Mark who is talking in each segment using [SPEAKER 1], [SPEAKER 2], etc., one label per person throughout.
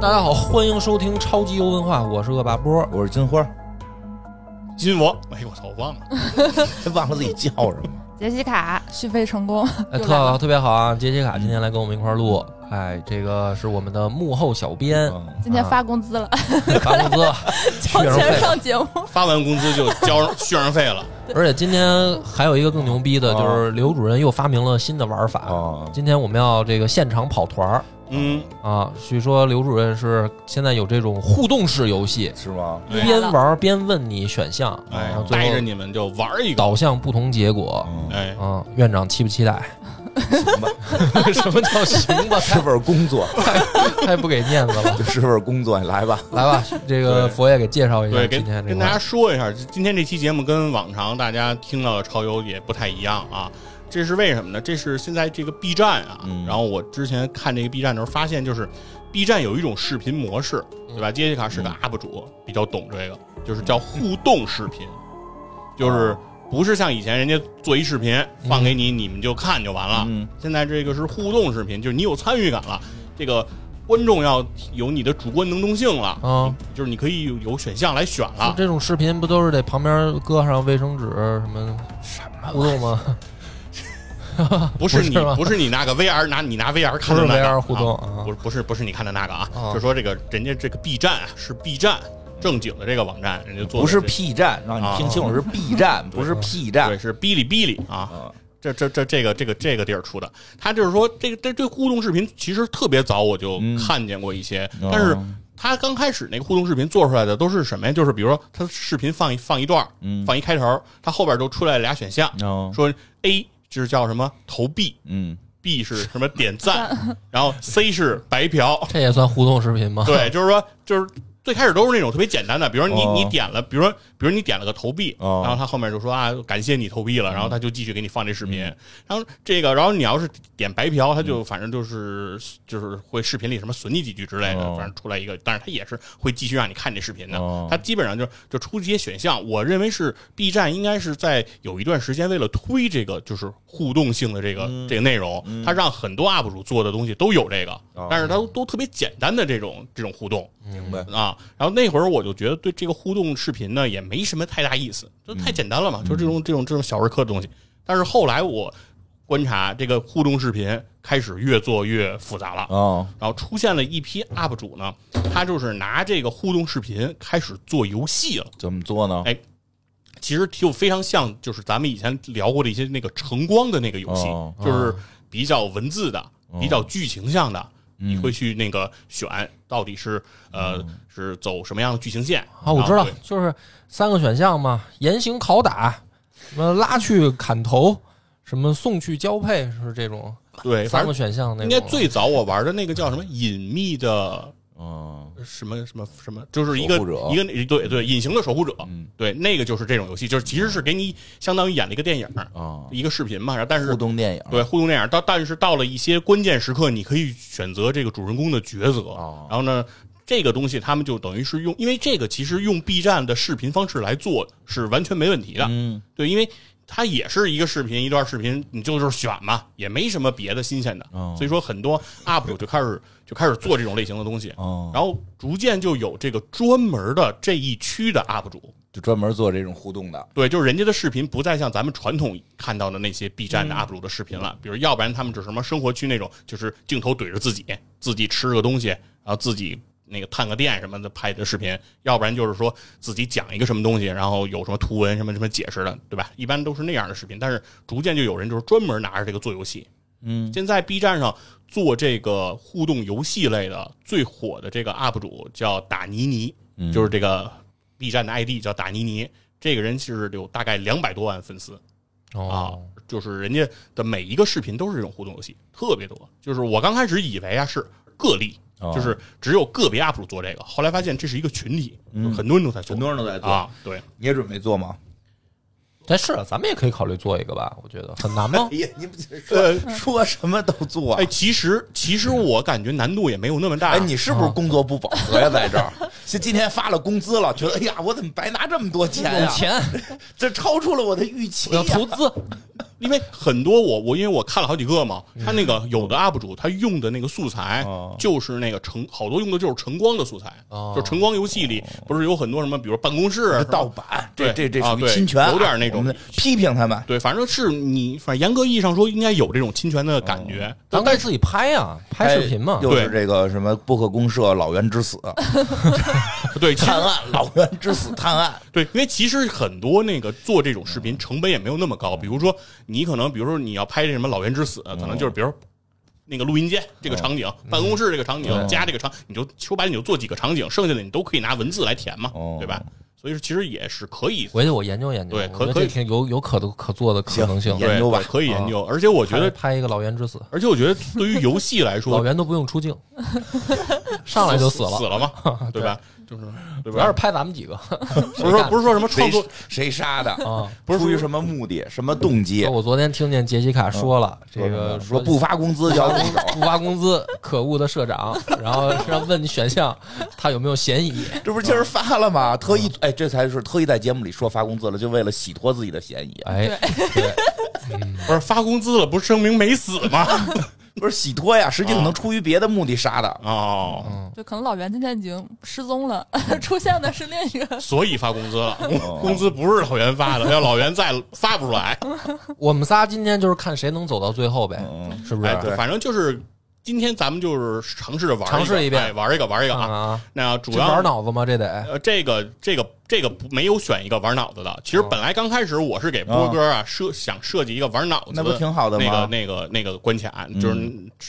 [SPEAKER 1] 大家好，欢迎收听超级游文化，我是恶霸波。
[SPEAKER 2] 我是金花，
[SPEAKER 3] 金我，哎呦我操，我忘了，
[SPEAKER 2] 还忘了自己叫什么。
[SPEAKER 4] 杰西卡续费成功，
[SPEAKER 1] 哎，
[SPEAKER 4] 又
[SPEAKER 1] 特
[SPEAKER 4] 来了
[SPEAKER 1] 好，特别好啊！杰西卡今天来跟我们一块儿录，哎，这个是我们的幕后小编，
[SPEAKER 2] 嗯
[SPEAKER 4] 今天发工资了，
[SPEAKER 1] 发工资，
[SPEAKER 4] 交
[SPEAKER 1] 续上
[SPEAKER 4] 钱
[SPEAKER 1] 费
[SPEAKER 4] 上节目，
[SPEAKER 3] 发完工资就交上续上费了。
[SPEAKER 1] 而且今天还有一个更牛逼的，
[SPEAKER 2] 哦
[SPEAKER 3] 嗯
[SPEAKER 1] 就是刘主任又发明了新的玩法。
[SPEAKER 2] 啊，
[SPEAKER 1] 今天我们要这个现场跑团儿
[SPEAKER 3] 嗯，
[SPEAKER 1] 啊！据说刘主任是现在有这种互动式游戏，
[SPEAKER 2] 是吗？
[SPEAKER 3] 哎
[SPEAKER 1] 边玩儿边问你选项，
[SPEAKER 3] 哎
[SPEAKER 1] 嗯然后，
[SPEAKER 3] 带着
[SPEAKER 1] 最后
[SPEAKER 3] 你们就玩一个，
[SPEAKER 1] 导向不同结果。
[SPEAKER 2] 嗯，
[SPEAKER 3] 哎，
[SPEAKER 1] 嗯，院长期不期待？ 什么叫行 吧？
[SPEAKER 2] 是份工作，
[SPEAKER 1] 太太不给面子了。
[SPEAKER 2] 就是份工作，来 吧。
[SPEAKER 1] 来吧，这个
[SPEAKER 3] 对
[SPEAKER 1] 佛爷给介绍一下
[SPEAKER 3] 对，
[SPEAKER 1] 今
[SPEAKER 3] 跟
[SPEAKER 1] 天这
[SPEAKER 3] 跟
[SPEAKER 1] 个
[SPEAKER 3] 大家说一下，今天这期节目跟往常大家听到的超游也不太一样啊。这是为什么呢？这是现在这个 B 站啊，
[SPEAKER 2] 嗯
[SPEAKER 3] 然后我之前看这个 B 站的时候发现，就是 B 站有一种视频模式，对
[SPEAKER 1] 嗯
[SPEAKER 3] 吧？杰西卡是个 UP 主，比较懂这个，就是叫互动视频，
[SPEAKER 1] 哦
[SPEAKER 3] 就是不是像以前人家做一视频
[SPEAKER 1] 嗯
[SPEAKER 3] 放给你，你们就看就完了。
[SPEAKER 2] 嗯
[SPEAKER 3] 现在这个是互动视频，就是你有参与感了，这个观众要有你的主观能动性了，
[SPEAKER 1] 啊，
[SPEAKER 3] 就是你可以有有选项来选了。
[SPEAKER 1] 这种视频不都是得旁边搁上卫生纸什么什么互动吗？
[SPEAKER 3] 不是 你
[SPEAKER 1] 不是吗，
[SPEAKER 3] 不是你那个 VR 拿你拿 VR 看
[SPEAKER 1] 不
[SPEAKER 3] 的
[SPEAKER 1] 是
[SPEAKER 3] 那个
[SPEAKER 1] VR 互动啊
[SPEAKER 3] 啊，不是不是不是你看的那个啊
[SPEAKER 1] 啊，
[SPEAKER 3] 就说这个人家这个 B 站啊是 B 站正经的这个网站，人家做的
[SPEAKER 2] 不是
[SPEAKER 3] 这
[SPEAKER 2] P 站，让你听清楚，是 B 站，不是 P
[SPEAKER 3] 啊对
[SPEAKER 2] 站。
[SPEAKER 3] 是哔哩哔哩啊，
[SPEAKER 2] 啊，
[SPEAKER 3] 这这这这个这个这个地儿出的，他就是说这个这这互动视频其实特别早我就
[SPEAKER 2] 嗯
[SPEAKER 3] 看见过一些，
[SPEAKER 2] 哦
[SPEAKER 3] 但是他刚开始那个互动视频做出来的都是什么呀？就是比如说他视频放一放一段儿，
[SPEAKER 2] 嗯
[SPEAKER 3] 放一开头，他后边就出来俩选项，
[SPEAKER 2] 哦，
[SPEAKER 3] 说 A 就是叫什么投币
[SPEAKER 2] 嗯，
[SPEAKER 3] ，B 是什么点赞，然后 C 是 白嫖，
[SPEAKER 1] 这也算互动视频吗？
[SPEAKER 3] 对，就是说就是。最开始都是那种特别简单的，比如说你、
[SPEAKER 2] 哦
[SPEAKER 3] 你点了，比如说比如你点了个投币，
[SPEAKER 2] 哦
[SPEAKER 3] 然后他后面就说啊感谢你投币了，然后他就继续给你放这视频，
[SPEAKER 2] 嗯
[SPEAKER 3] 然后这个然后你要是点白嫖，他就反正就是就是会视频里什么损你几句之类的，
[SPEAKER 2] 哦
[SPEAKER 3] 反正出来一个，但是他也是会继续让你看这视频的，
[SPEAKER 2] 哦
[SPEAKER 3] 他基本上就就出这些选项。我认为是 B 站应该是在有一段时间为了推这个就是互动性的这个、
[SPEAKER 2] 嗯
[SPEAKER 3] 这个内容，他让很多 UP 主做的东西都有这个，
[SPEAKER 2] 哦
[SPEAKER 3] 但是他都都特别简单的这种这种互动。
[SPEAKER 2] 明白。
[SPEAKER 3] 啊，然后那会儿我就觉得对这个互动视频呢也没什么太大意思，就
[SPEAKER 2] 嗯
[SPEAKER 3] 太简单了嘛，就这种这种这种小儿科的东西。但是后来我观察这个互动视频开始越做越复杂了，
[SPEAKER 2] 哦，
[SPEAKER 3] 然后出现了一批
[SPEAKER 1] 嗯
[SPEAKER 3] UP 主呢，他就是拿这个互动视频开始做游戏了。
[SPEAKER 2] 怎么做呢？
[SPEAKER 3] 哎其实就非常像，就是咱们以前聊过的一些那个晨光的那个游戏，
[SPEAKER 2] 哦
[SPEAKER 3] 就是比较文字的、
[SPEAKER 1] 哦
[SPEAKER 3] 比较剧情向的，
[SPEAKER 1] 嗯
[SPEAKER 3] 你会去那个选到底是呃、是走什么样的剧情线
[SPEAKER 1] 啊，我知道
[SPEAKER 3] 对，
[SPEAKER 1] 就是三个选项嘛：严刑拷打，什么拉去砍头，什么送去交配，是这种
[SPEAKER 3] 对，
[SPEAKER 1] 三
[SPEAKER 3] 反
[SPEAKER 1] 个
[SPEAKER 3] 正
[SPEAKER 1] 选项那
[SPEAKER 3] 应
[SPEAKER 1] 种。
[SPEAKER 3] 该最早我玩的那个叫什么隐秘的
[SPEAKER 2] 嗯，
[SPEAKER 3] 什么什么什么，就是一个
[SPEAKER 2] 守护者
[SPEAKER 3] 一个对对隐形的守护者，
[SPEAKER 2] 嗯
[SPEAKER 3] 对那个就是这种游戏，就是其实是给你相当于演了一个电影，
[SPEAKER 2] 啊，
[SPEAKER 3] 一个视频嘛，然后但是
[SPEAKER 2] 互动啊电影。
[SPEAKER 3] 对，互动电影，到但是到了一些关键时刻，你可以选择这个主人公的抉择。
[SPEAKER 2] 哦
[SPEAKER 3] 然后呢，这个东西他们就等于是用，因为这个其实用 B 站的视频方式来做是完全没问题的。
[SPEAKER 2] 嗯，
[SPEAKER 3] 对，因为它也是一个视频一段视频，你就是选嘛，也没什么别的新鲜的。
[SPEAKER 2] 哦
[SPEAKER 3] 所以说，很多 UP 主就开始就开始做这种类型的东西。
[SPEAKER 2] 哦，
[SPEAKER 3] 然后逐渐就有这个专门的这一区的 UP 主，
[SPEAKER 2] 就专门做这种互动的。
[SPEAKER 3] 对，就是人家的视频不再像咱们传统看到的那些 B 站的 UP 主的视频了，比如要不然他们就是什么生活区那种，就是镜头怼着自己，自己吃个东西，然后自己那个探个店什么的拍的视频，要不然就是说自己讲一个什么东西，然后有什么图文什么什么解释的，对吧？一般都是那样的视频，但是逐渐就有人就是专门拿着这个做游戏。
[SPEAKER 2] 嗯，
[SPEAKER 3] 现在 B 站上做这个互动游戏类的最火的这个 UP 主叫打尼尼，
[SPEAKER 2] 嗯
[SPEAKER 3] 就是这个 B 站的 ID 叫打尼尼。这个人是有大概两百多万粉丝啊
[SPEAKER 1] 哦，，
[SPEAKER 3] 就是人家的每一个视频都是这种互动游戏，特别多。就是我刚开始以为啊是个例，
[SPEAKER 2] 哦
[SPEAKER 3] 就是只有个别 UP 主做这个，后来发现这是一个群体，就很多人都在做，
[SPEAKER 2] 嗯很多人都在做
[SPEAKER 3] 啊，对，
[SPEAKER 2] 你也准备做吗？
[SPEAKER 1] 但是啊咱们也可以考虑做一个吧，我觉得很难吗
[SPEAKER 2] 哎？呀，你不说说什么都做
[SPEAKER 3] 哎，。其实其实我感觉难度也没有那么大。
[SPEAKER 2] 哎，你是不是
[SPEAKER 3] 啊
[SPEAKER 2] 工作不饱和呀？在这儿， 今今天发了工资了，觉得哎
[SPEAKER 3] 哎
[SPEAKER 2] 呀，我怎么白拿这么多钱
[SPEAKER 1] 有
[SPEAKER 2] 呀？
[SPEAKER 1] 钱，
[SPEAKER 2] 这超出了我的预期
[SPEAKER 1] 我要
[SPEAKER 2] 呀、
[SPEAKER 1] 投资，
[SPEAKER 3] 因为很多我我因为我看了好几个嘛，他那个有的 UP 主他用的那个素材
[SPEAKER 2] 嗯哦
[SPEAKER 3] 就是那个晨，好多用的就是晨光的素材，
[SPEAKER 1] 哦
[SPEAKER 3] 就晨光游戏里不是有很多什么，比如办公室
[SPEAKER 2] 这
[SPEAKER 3] 是吧
[SPEAKER 2] 哦盗版，这这
[SPEAKER 3] 对
[SPEAKER 2] 这
[SPEAKER 3] 啊
[SPEAKER 2] 属于
[SPEAKER 3] 对
[SPEAKER 2] 侵权啊，
[SPEAKER 3] 有点那种
[SPEAKER 2] 我们批评他们。
[SPEAKER 3] 对，反正是你，反正严格意义上说，应该有这种侵权的感
[SPEAKER 2] 哦
[SPEAKER 3] 觉。
[SPEAKER 1] 咱该自己拍呀，
[SPEAKER 3] 啊
[SPEAKER 1] 拍视频嘛
[SPEAKER 2] 哎。又是
[SPEAKER 3] 对
[SPEAKER 2] 这个什么播客公社老袁之死
[SPEAKER 3] 对，其实
[SPEAKER 2] 探案，老袁之死探 案，
[SPEAKER 3] 对，因为其实很多那个做这种视
[SPEAKER 1] 嗯
[SPEAKER 3] 频成本也没有那么高。比如说，你可能比如说你要拍这什么《老猿之死》，
[SPEAKER 1] 哦
[SPEAKER 3] 可能就是比如那个录音间这个场景、
[SPEAKER 1] 嗯
[SPEAKER 3] 办公室这个场景、家这个场，你就说白了你就做几个场景，剩下的你都可以拿文字来填嘛，
[SPEAKER 2] 哦
[SPEAKER 3] 对吧？所以说其实也是可以。
[SPEAKER 1] 回去我研究研究，
[SPEAKER 3] 对
[SPEAKER 1] 我觉
[SPEAKER 3] 可
[SPEAKER 1] 得
[SPEAKER 3] 可以
[SPEAKER 1] 这挺有有可可做的可能性。
[SPEAKER 2] 研
[SPEAKER 3] 对
[SPEAKER 2] 究吧
[SPEAKER 3] 对可以研究，而且我觉
[SPEAKER 1] 啊拍
[SPEAKER 3] 得，
[SPEAKER 1] 拍一个老袁之死，
[SPEAKER 3] 而且我觉得对于游戏来 说
[SPEAKER 1] 老，袁都不用出 镜，上来就死
[SPEAKER 3] 死
[SPEAKER 1] 了。
[SPEAKER 3] 了 嘛，对吧？就是对
[SPEAKER 1] 主要是
[SPEAKER 3] 吧？
[SPEAKER 1] 拍咱们几个
[SPEAKER 3] 不是说不是说什么创
[SPEAKER 2] 谁
[SPEAKER 3] 作
[SPEAKER 2] 谁杀的？
[SPEAKER 1] 啊。
[SPEAKER 2] 不是出于什么目的、什么动机？
[SPEAKER 1] 我昨天听见杰西
[SPEAKER 3] 嗯
[SPEAKER 1] 卡说了，这个
[SPEAKER 2] 说不发工资就 要动手，
[SPEAKER 1] 不发工资，可恶的社长，然后让问你选项，他有没有嫌 疑？
[SPEAKER 2] 这不是今儿发了吗？特意哎，这才是特意在节目里说发工资了，就为了洗脱自己的嫌疑，啊
[SPEAKER 1] 哎，对，
[SPEAKER 3] 不是发工资了，不是声明没死吗？
[SPEAKER 2] 不是洗脱呀，实际可能出于别的目的杀的。
[SPEAKER 3] 哦，
[SPEAKER 4] 就可能老袁今天已经失踪了，出现的是另一个。
[SPEAKER 3] 所以发工资了，工资不是老袁发的，要老袁在发不出来。
[SPEAKER 1] 我们仨今天就是看谁能走到最后呗，
[SPEAKER 2] 嗯，
[SPEAKER 1] 是不是
[SPEAKER 3] 哎，？对，反正就是今天咱们就是尝试着玩，
[SPEAKER 1] 尝试一
[SPEAKER 3] 一
[SPEAKER 1] 遍
[SPEAKER 3] 哎玩一个，玩一个
[SPEAKER 1] 看看
[SPEAKER 3] 啊。
[SPEAKER 1] 啊，
[SPEAKER 3] 那主
[SPEAKER 1] 这玩
[SPEAKER 3] 要
[SPEAKER 1] 脑子吗？这得
[SPEAKER 3] 呃，这个这个这个不没有选一个玩脑子的。
[SPEAKER 2] 哦
[SPEAKER 3] 其实本来刚开始我是给波哥啊设想设计一个玩脑子的，
[SPEAKER 2] 那不挺好的
[SPEAKER 3] 那个
[SPEAKER 2] 吗？
[SPEAKER 3] 那个那个关卡，就是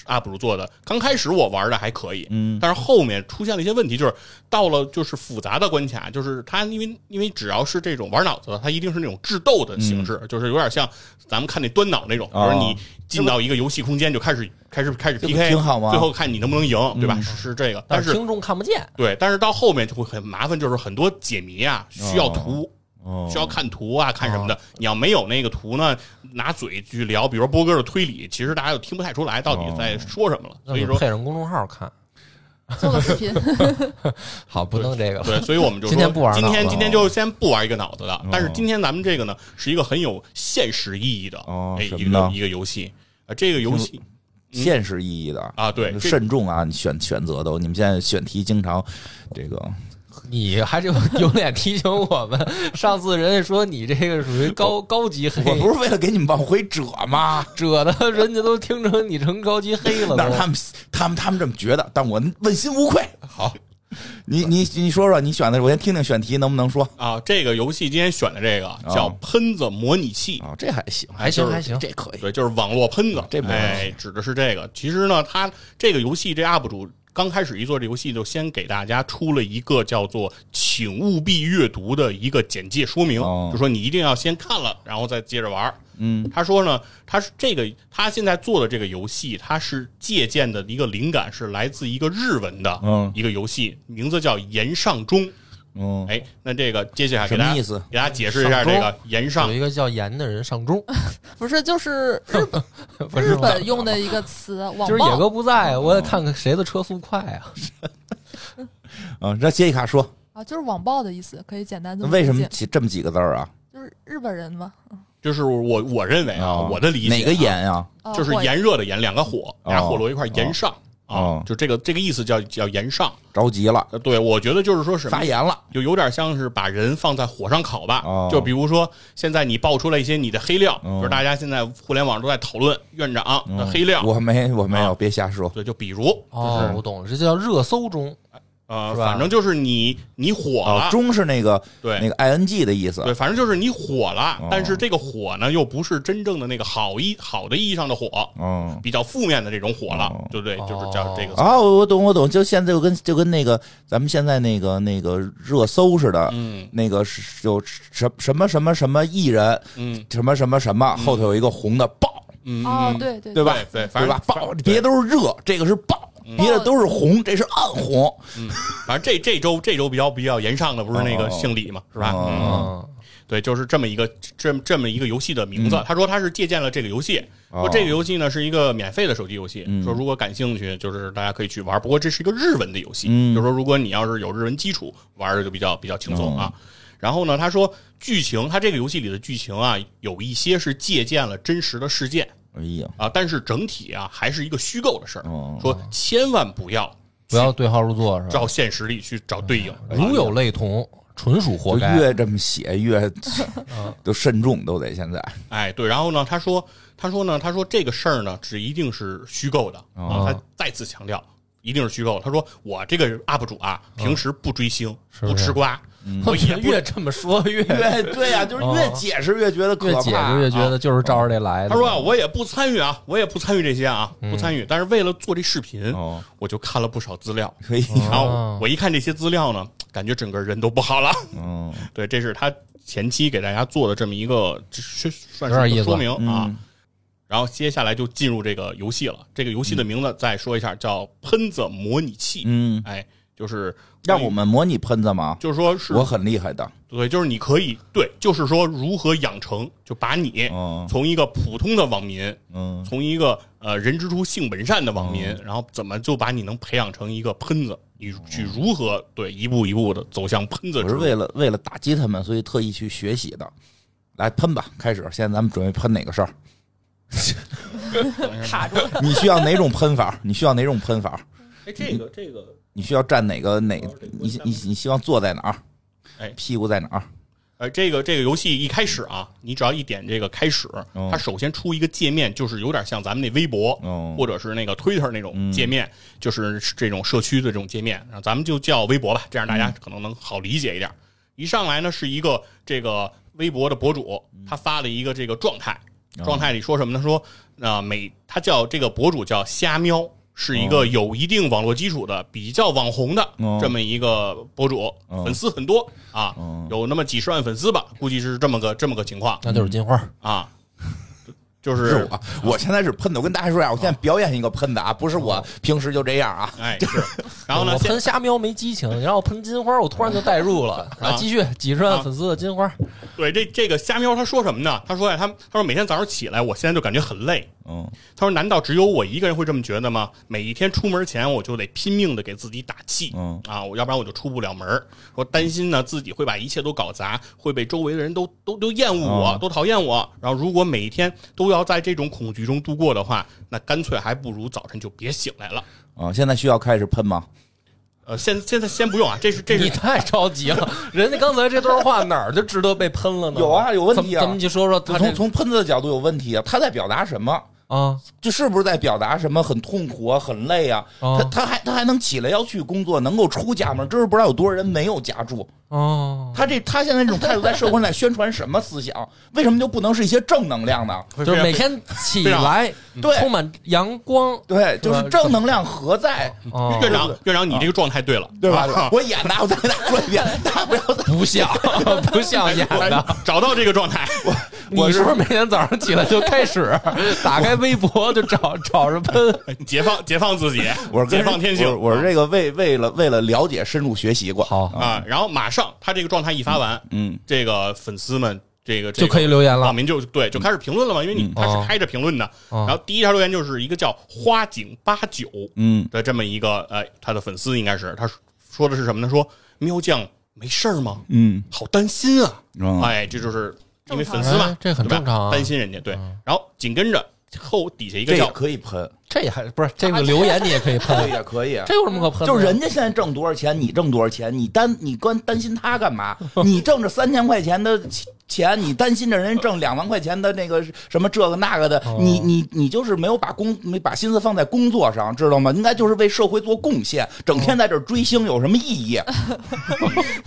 [SPEAKER 3] UP 主做的。刚开始我玩的还可以，
[SPEAKER 2] 嗯
[SPEAKER 3] 但是后面出现了一些问题，就是到了就是复杂的关卡，就是它因为因为只要是这种玩脑子的，它一定是那种智斗的形式，就是有点像咱们看那端脑那种，比
[SPEAKER 2] 嗯哦
[SPEAKER 3] 如你进到一个游戏空间就开始开始开始
[SPEAKER 2] 这不
[SPEAKER 3] PK，
[SPEAKER 2] 挺好吗嗯
[SPEAKER 3] 最后看你能不能赢，对吧？是是这个，但是
[SPEAKER 1] 听众看不见，
[SPEAKER 3] 对，但是到后面就会很麻烦，就是很多解谜啊需要图。
[SPEAKER 2] 哦
[SPEAKER 3] 需要看图啊，看什么的。你要没有那个图呢，拿嘴去聊，比如波哥的推理，其实大家就听不太出来到底
[SPEAKER 2] 哦
[SPEAKER 3] 在说什么了。
[SPEAKER 1] 那
[SPEAKER 3] 所以
[SPEAKER 1] 得
[SPEAKER 3] 说，
[SPEAKER 1] 配上公众号看。
[SPEAKER 4] 做个视频，
[SPEAKER 1] 好，不弄这个了。
[SPEAKER 3] 对，所以我们就说
[SPEAKER 1] 今天不玩脑子
[SPEAKER 3] 今
[SPEAKER 1] 了
[SPEAKER 3] 天今天就先不玩一个脑子
[SPEAKER 2] 哦
[SPEAKER 3] 的。但是今天咱们这个呢，是一个很有现实意义的
[SPEAKER 2] 哦
[SPEAKER 3] 哎
[SPEAKER 2] 什
[SPEAKER 3] 一
[SPEAKER 2] 么呢
[SPEAKER 3] 个一个游戏啊，这个游戏
[SPEAKER 2] 现实意义的
[SPEAKER 3] 啊，对，这
[SPEAKER 2] 慎重啊，你选选择都，你们现在选题经常这个
[SPEAKER 1] 你还是有有脸提醒我们？上次人家说你这个属于高高级黑，
[SPEAKER 2] 我不是为了给你们往回折 吗？
[SPEAKER 1] 褶的，人家都听成你成高级黑了
[SPEAKER 2] 但是他
[SPEAKER 1] 都。
[SPEAKER 2] 们他们他们这么觉得，但我问心无愧。好， 你你你说说你选的，我先听听选题能不能说
[SPEAKER 3] 啊，这个游戏今天选的这个
[SPEAKER 2] 哦
[SPEAKER 3] 叫《喷子模拟器》哎
[SPEAKER 2] 啊？这还行，
[SPEAKER 1] 还行
[SPEAKER 3] 就是
[SPEAKER 1] 还行，
[SPEAKER 2] 这可以。
[SPEAKER 3] 对，就是网络喷子，
[SPEAKER 2] 嗯这没问题
[SPEAKER 3] 哎，指的是这个。其实呢，他这个游戏这 UP 主刚开始一做这游戏，就先给大家出了一个叫做“请务必阅读”的一个简介说明，
[SPEAKER 2] 哦
[SPEAKER 3] 就说你一定要先看了，然后再接着玩儿。
[SPEAKER 2] 嗯，
[SPEAKER 3] 他说呢，他是这个他现在做的这个游戏，他是借鉴的一个灵感是来自一个日文的
[SPEAKER 2] 嗯
[SPEAKER 3] 一个游戏，名字叫《岩上中》。
[SPEAKER 2] 嗯，
[SPEAKER 3] 哎，那这个接下来给
[SPEAKER 2] 什么
[SPEAKER 3] 大
[SPEAKER 2] 意
[SPEAKER 3] 家
[SPEAKER 2] 思？
[SPEAKER 3] 给大家解释一下这
[SPEAKER 1] 上
[SPEAKER 3] 个岩上
[SPEAKER 1] 有一个叫严的人上钟，
[SPEAKER 4] 不是就是日
[SPEAKER 1] 不
[SPEAKER 4] 日
[SPEAKER 1] 是吧
[SPEAKER 4] 本用的一个词，网
[SPEAKER 1] 今儿野
[SPEAKER 4] 暴。
[SPEAKER 1] 哥不在，我得看看谁的车速快啊！
[SPEAKER 2] 啊，让杰西卡说，
[SPEAKER 4] 啊，就是网暴的意思，可以简单这
[SPEAKER 2] 那
[SPEAKER 4] 么
[SPEAKER 2] 为什
[SPEAKER 4] 理
[SPEAKER 2] 么
[SPEAKER 4] 解
[SPEAKER 2] 起这么几个字儿啊？
[SPEAKER 4] 就是日本人嘛，
[SPEAKER 3] 就是我我认为啊，
[SPEAKER 2] 啊，
[SPEAKER 3] 我的理解、
[SPEAKER 2] 哪个眼啊？
[SPEAKER 4] 啊
[SPEAKER 3] 就是
[SPEAKER 4] 火
[SPEAKER 3] 炎热的炎，两个火，
[SPEAKER 2] 哦
[SPEAKER 3] 俩火箩一块儿炎上
[SPEAKER 2] 哦
[SPEAKER 3] 啊，就这个这个意思叫叫炎上。
[SPEAKER 2] 着急了，
[SPEAKER 3] 呃对，我觉得就是说什么
[SPEAKER 2] 发，言了。
[SPEAKER 3] 就有点像是把人放在火上烤吧
[SPEAKER 2] 哦。
[SPEAKER 3] 就比如说现在你爆出来一些你的黑料，
[SPEAKER 2] 哦
[SPEAKER 3] 就是大家现在互联网都在讨论院长的黑料。
[SPEAKER 2] 我没我没有，
[SPEAKER 3] 啊
[SPEAKER 2] 别瞎说。
[SPEAKER 3] 对，就比如
[SPEAKER 1] 哦，我懂了，这叫热搜中，
[SPEAKER 3] 呃，
[SPEAKER 1] 是吧
[SPEAKER 3] 反正就是你你火了，
[SPEAKER 2] 哦中是那个那
[SPEAKER 3] 对。
[SPEAKER 2] 个 i n g 的意思。
[SPEAKER 3] 对，反正就是你火了，
[SPEAKER 2] 哦
[SPEAKER 3] 但是这个火呢，又不是真正的那个好意好的意义上的火，
[SPEAKER 2] 嗯，
[SPEAKER 3] 比较负面的这种火了，
[SPEAKER 2] 哦
[SPEAKER 3] 对不对？就是叫这个词。
[SPEAKER 2] 啊，我我懂我懂，就现在就跟就跟那个咱们现在那个那个热搜似的，
[SPEAKER 3] 嗯
[SPEAKER 2] 那个是有什什么什么什么艺人，
[SPEAKER 3] 嗯
[SPEAKER 2] 什么什么什么，后头有一个红的爆，
[SPEAKER 3] 嗯，
[SPEAKER 4] 哦
[SPEAKER 3] 嗯，
[SPEAKER 4] 对对
[SPEAKER 2] 对吧？
[SPEAKER 3] 对，反
[SPEAKER 2] 对
[SPEAKER 3] 正
[SPEAKER 2] 吧？爆，
[SPEAKER 3] 对嗯
[SPEAKER 2] 别的都是热，这个是爆，别的都是红，这是暗红，
[SPEAKER 3] 反正这这周这周比较比较严上的不是那
[SPEAKER 2] 哦
[SPEAKER 3] 个姓李嘛，是吧？
[SPEAKER 2] 哦
[SPEAKER 3] 嗯，
[SPEAKER 1] 嗯，
[SPEAKER 3] 对，就是这么一个这这么一个游戏的名字。他说他是借鉴了这个游戏，
[SPEAKER 2] 嗯哦
[SPEAKER 3] 说这个游戏呢是一个免费的手机游戏，
[SPEAKER 2] 嗯
[SPEAKER 3] 说如果感兴趣，就是大家可以去玩。不过这是一个日文的游戏，
[SPEAKER 2] 嗯哦
[SPEAKER 3] 就是说如果你要是有日文基础，玩的就比较比较轻松啊。然后呢，他说剧情，他这个游戏里的剧情啊，有一些是借鉴了真实的事件
[SPEAKER 2] 哎呀，
[SPEAKER 3] 啊，但是整体啊还是一个虚构的事儿。
[SPEAKER 2] 哦，
[SPEAKER 3] 说千万不要
[SPEAKER 1] 不要对号入座是吧？哎
[SPEAKER 3] 照现实里去找对应，
[SPEAKER 2] 哎
[SPEAKER 1] 如有类同，纯属活
[SPEAKER 2] 就
[SPEAKER 1] 该。
[SPEAKER 2] 越这么写越
[SPEAKER 3] 嗯
[SPEAKER 2] 都慎重，都得现在
[SPEAKER 3] 哎，对，然后呢，他说，他说呢，他说这个事儿呢是一定是虚构的
[SPEAKER 1] 哦
[SPEAKER 3] 啊，他再次强调一定是虚构。他说我这个 UP 主啊，平时不追星，
[SPEAKER 1] 是
[SPEAKER 3] 不
[SPEAKER 1] 不是嗯
[SPEAKER 3] 吃瓜，我也不。
[SPEAKER 1] 越这么说越
[SPEAKER 2] 越对呀，就是
[SPEAKER 3] 嗯
[SPEAKER 2] 越
[SPEAKER 1] 哦
[SPEAKER 2] 解释越觉得可
[SPEAKER 1] 越
[SPEAKER 2] 怕，
[SPEAKER 1] 解释越觉得就是照着这来的。
[SPEAKER 3] 他说啊，我也不参与啊，我也不参与这些啊，不
[SPEAKER 1] 嗯
[SPEAKER 3] 参与。但是为了做这视频，
[SPEAKER 2] 哦，
[SPEAKER 3] 我就看了不少资料，
[SPEAKER 2] 所以
[SPEAKER 1] 哦
[SPEAKER 3] 然后我一看这些资料呢，感觉整个人都不好了。
[SPEAKER 2] 嗯，
[SPEAKER 3] 对，这是他前期给大家做的这么一个，这是算
[SPEAKER 1] 有
[SPEAKER 3] 是
[SPEAKER 1] 点意
[SPEAKER 3] 一个
[SPEAKER 1] 思嗯
[SPEAKER 3] 说明啊。
[SPEAKER 2] 嗯
[SPEAKER 3] 然后接下来就进入这个游戏了。这个游戏的名字再说一下，叫“喷子模拟器”。
[SPEAKER 2] 嗯，
[SPEAKER 3] 哎，就是
[SPEAKER 2] 让我们模拟喷子吗？
[SPEAKER 3] 就是说是
[SPEAKER 2] 我很厉害的，
[SPEAKER 3] 对，就是你可以对，就是说如何养成，就把你
[SPEAKER 2] 嗯
[SPEAKER 3] 从一个普通的网民，
[SPEAKER 2] 嗯，哦
[SPEAKER 3] 从一个呃人之初性本善的网民，然后怎么就把你能培养成一个喷子？你去如何对一步一步的走向喷子
[SPEAKER 2] 哦我
[SPEAKER 3] 之
[SPEAKER 2] 是
[SPEAKER 3] 路？
[SPEAKER 2] 为了为了打击他们，所以特意去学习的。来喷吧，开始！现在咱们准备喷哪个事儿？
[SPEAKER 4] 卡住了。
[SPEAKER 2] 你需要哪种喷法？你需要哪种喷法？
[SPEAKER 3] 哎，这个这个
[SPEAKER 2] 你需要站哪个哪？你你你希望坐在哪儿？
[SPEAKER 3] 哎
[SPEAKER 2] 屁股在哪儿？
[SPEAKER 3] 呃，这个这个游戏一开始啊，你只要一点这个开始，
[SPEAKER 2] 嗯
[SPEAKER 3] 它首先出一个界面，就是有点像咱们那微博、
[SPEAKER 2] 嗯
[SPEAKER 3] 或者是那个 Twitter 那种界面，就是这种社区的这种界面，然后咱们就叫微博吧，这样大家可能能好理解一点。一上来呢是一个这个微博的博主，他发了一个这个状态，
[SPEAKER 2] 嗯
[SPEAKER 3] 状态里说什么呢？说啊、呃每他叫这个博主叫虾喵。是一个有一定网络基础的、比较网红的
[SPEAKER 2] 嗯
[SPEAKER 3] 这么一个博主，
[SPEAKER 2] 嗯
[SPEAKER 3] 粉丝很多啊，
[SPEAKER 2] 嗯
[SPEAKER 3] 有那么几十万粉丝吧，估计是这么个这么个情况
[SPEAKER 1] 那就是金花，
[SPEAKER 3] 啊，就是是
[SPEAKER 2] 我，我现在是喷的。我跟大家说呀，我现在表演一个喷的啊，不是我平时就这样啊。
[SPEAKER 3] 哎是，然后呢
[SPEAKER 1] 我，
[SPEAKER 3] 现
[SPEAKER 1] 喷虾喵没激情，然后喷金花，我突然就代入了。
[SPEAKER 3] 啊
[SPEAKER 1] 啊，继续，几十万粉丝的金花，
[SPEAKER 3] 对这这个虾喵他说什么呢？他说哎呀，他他说每天早上起来，我现在就感觉很累。
[SPEAKER 2] 嗯，
[SPEAKER 3] 他说：“难道只有我一个人会这么觉得吗？每一天出门前，我就得拼命的给自己打气，
[SPEAKER 2] 嗯
[SPEAKER 3] 啊，我要不然我就出不了门儿。说担心呢自己会把一切都搞砸，会被周围的人都都都厌恶我，
[SPEAKER 2] 哦
[SPEAKER 3] 都讨厌我。然后如果每一天都要在这种恐惧中度过的话，那干脆还不如早晨就别醒来了。
[SPEAKER 2] 啊，现在需要开始喷吗？
[SPEAKER 3] 呃，现现在先不用啊，这是这
[SPEAKER 1] 你
[SPEAKER 3] 是
[SPEAKER 1] 太着急了。人家刚才这段话哪儿就值得被喷了呢？
[SPEAKER 2] 有啊有问题啊
[SPEAKER 1] 咱们就说说他
[SPEAKER 2] 从
[SPEAKER 1] 这
[SPEAKER 2] 从喷子的角度有问题啊，他在表达什么？
[SPEAKER 1] 啊，
[SPEAKER 2] 这是不是在表达什么很痛苦啊、很累啊？
[SPEAKER 1] 哦
[SPEAKER 2] 他他还他还能起来要去工作，能够出家门，真是不知道有多少人没有家住。
[SPEAKER 1] 哦，
[SPEAKER 2] 他这他现在这种态度在社会上在宣传什么思想？ 为什么就不能是一些正能量呢？
[SPEAKER 1] 就是每天起来
[SPEAKER 2] 对
[SPEAKER 1] 充满阳 光。
[SPEAKER 2] 对，就是
[SPEAKER 1] 是吧
[SPEAKER 2] 正能量何在？
[SPEAKER 1] 哦
[SPEAKER 3] 院长，院长，你这个状态对了，
[SPEAKER 2] 对吧？
[SPEAKER 3] 啊
[SPEAKER 2] 我演的，我再给大家说一遍，大家不要再
[SPEAKER 1] 不像，不像演的。
[SPEAKER 3] 哎找到这个状 态，
[SPEAKER 1] 你哎是不是每天早上起来就开 始打开微博就找找着喷？
[SPEAKER 3] 解 放解放自己，
[SPEAKER 2] 我是跟
[SPEAKER 3] 解放天性
[SPEAKER 2] 我是我是这个为为了为了了解深入学习过。
[SPEAKER 1] 好
[SPEAKER 3] 啊。然后马上他这个状态一发完，
[SPEAKER 2] 嗯，
[SPEAKER 3] 这个粉丝们这个
[SPEAKER 1] 就可以留言了
[SPEAKER 3] 网民就对
[SPEAKER 2] 嗯
[SPEAKER 3] 就开始评论了嘛，因为你他
[SPEAKER 1] 哦
[SPEAKER 3] 是开着评论的。
[SPEAKER 1] 哦
[SPEAKER 3] 然后第一条留言就是一个叫花井八九
[SPEAKER 2] 嗯
[SPEAKER 3] 的这么一个呃，他的粉丝应该是他说的是什么呢？说喵酱没事儿吗？
[SPEAKER 2] 嗯，
[SPEAKER 3] 好担心啊！
[SPEAKER 2] 嗯
[SPEAKER 3] 哎，这就是因为粉丝
[SPEAKER 1] 哎
[SPEAKER 3] 嘛，
[SPEAKER 1] 这很
[SPEAKER 3] 对吧
[SPEAKER 1] 正常啊
[SPEAKER 3] 担心人家对。然后紧跟着后底下一
[SPEAKER 2] 这
[SPEAKER 3] 个
[SPEAKER 2] 也
[SPEAKER 3] 叫
[SPEAKER 2] 可以喷，
[SPEAKER 1] 这也还不是这个留言你也可以
[SPEAKER 2] 这
[SPEAKER 1] 喷，
[SPEAKER 2] 也可以。啊
[SPEAKER 1] 这有什么可喷的？
[SPEAKER 2] 就人家现在挣多少钱，你挣多少钱，你担你关担心他干嘛？你挣着三千块钱的钱，你担心着人家挣两万块钱的那个什么这个那个的，
[SPEAKER 1] 哦
[SPEAKER 2] 你你你就是没有把工没把心思放在工作上，知道吗？应该就是为社会做贡献，整
[SPEAKER 1] 哦
[SPEAKER 2] 天在这儿追星有什么意 义？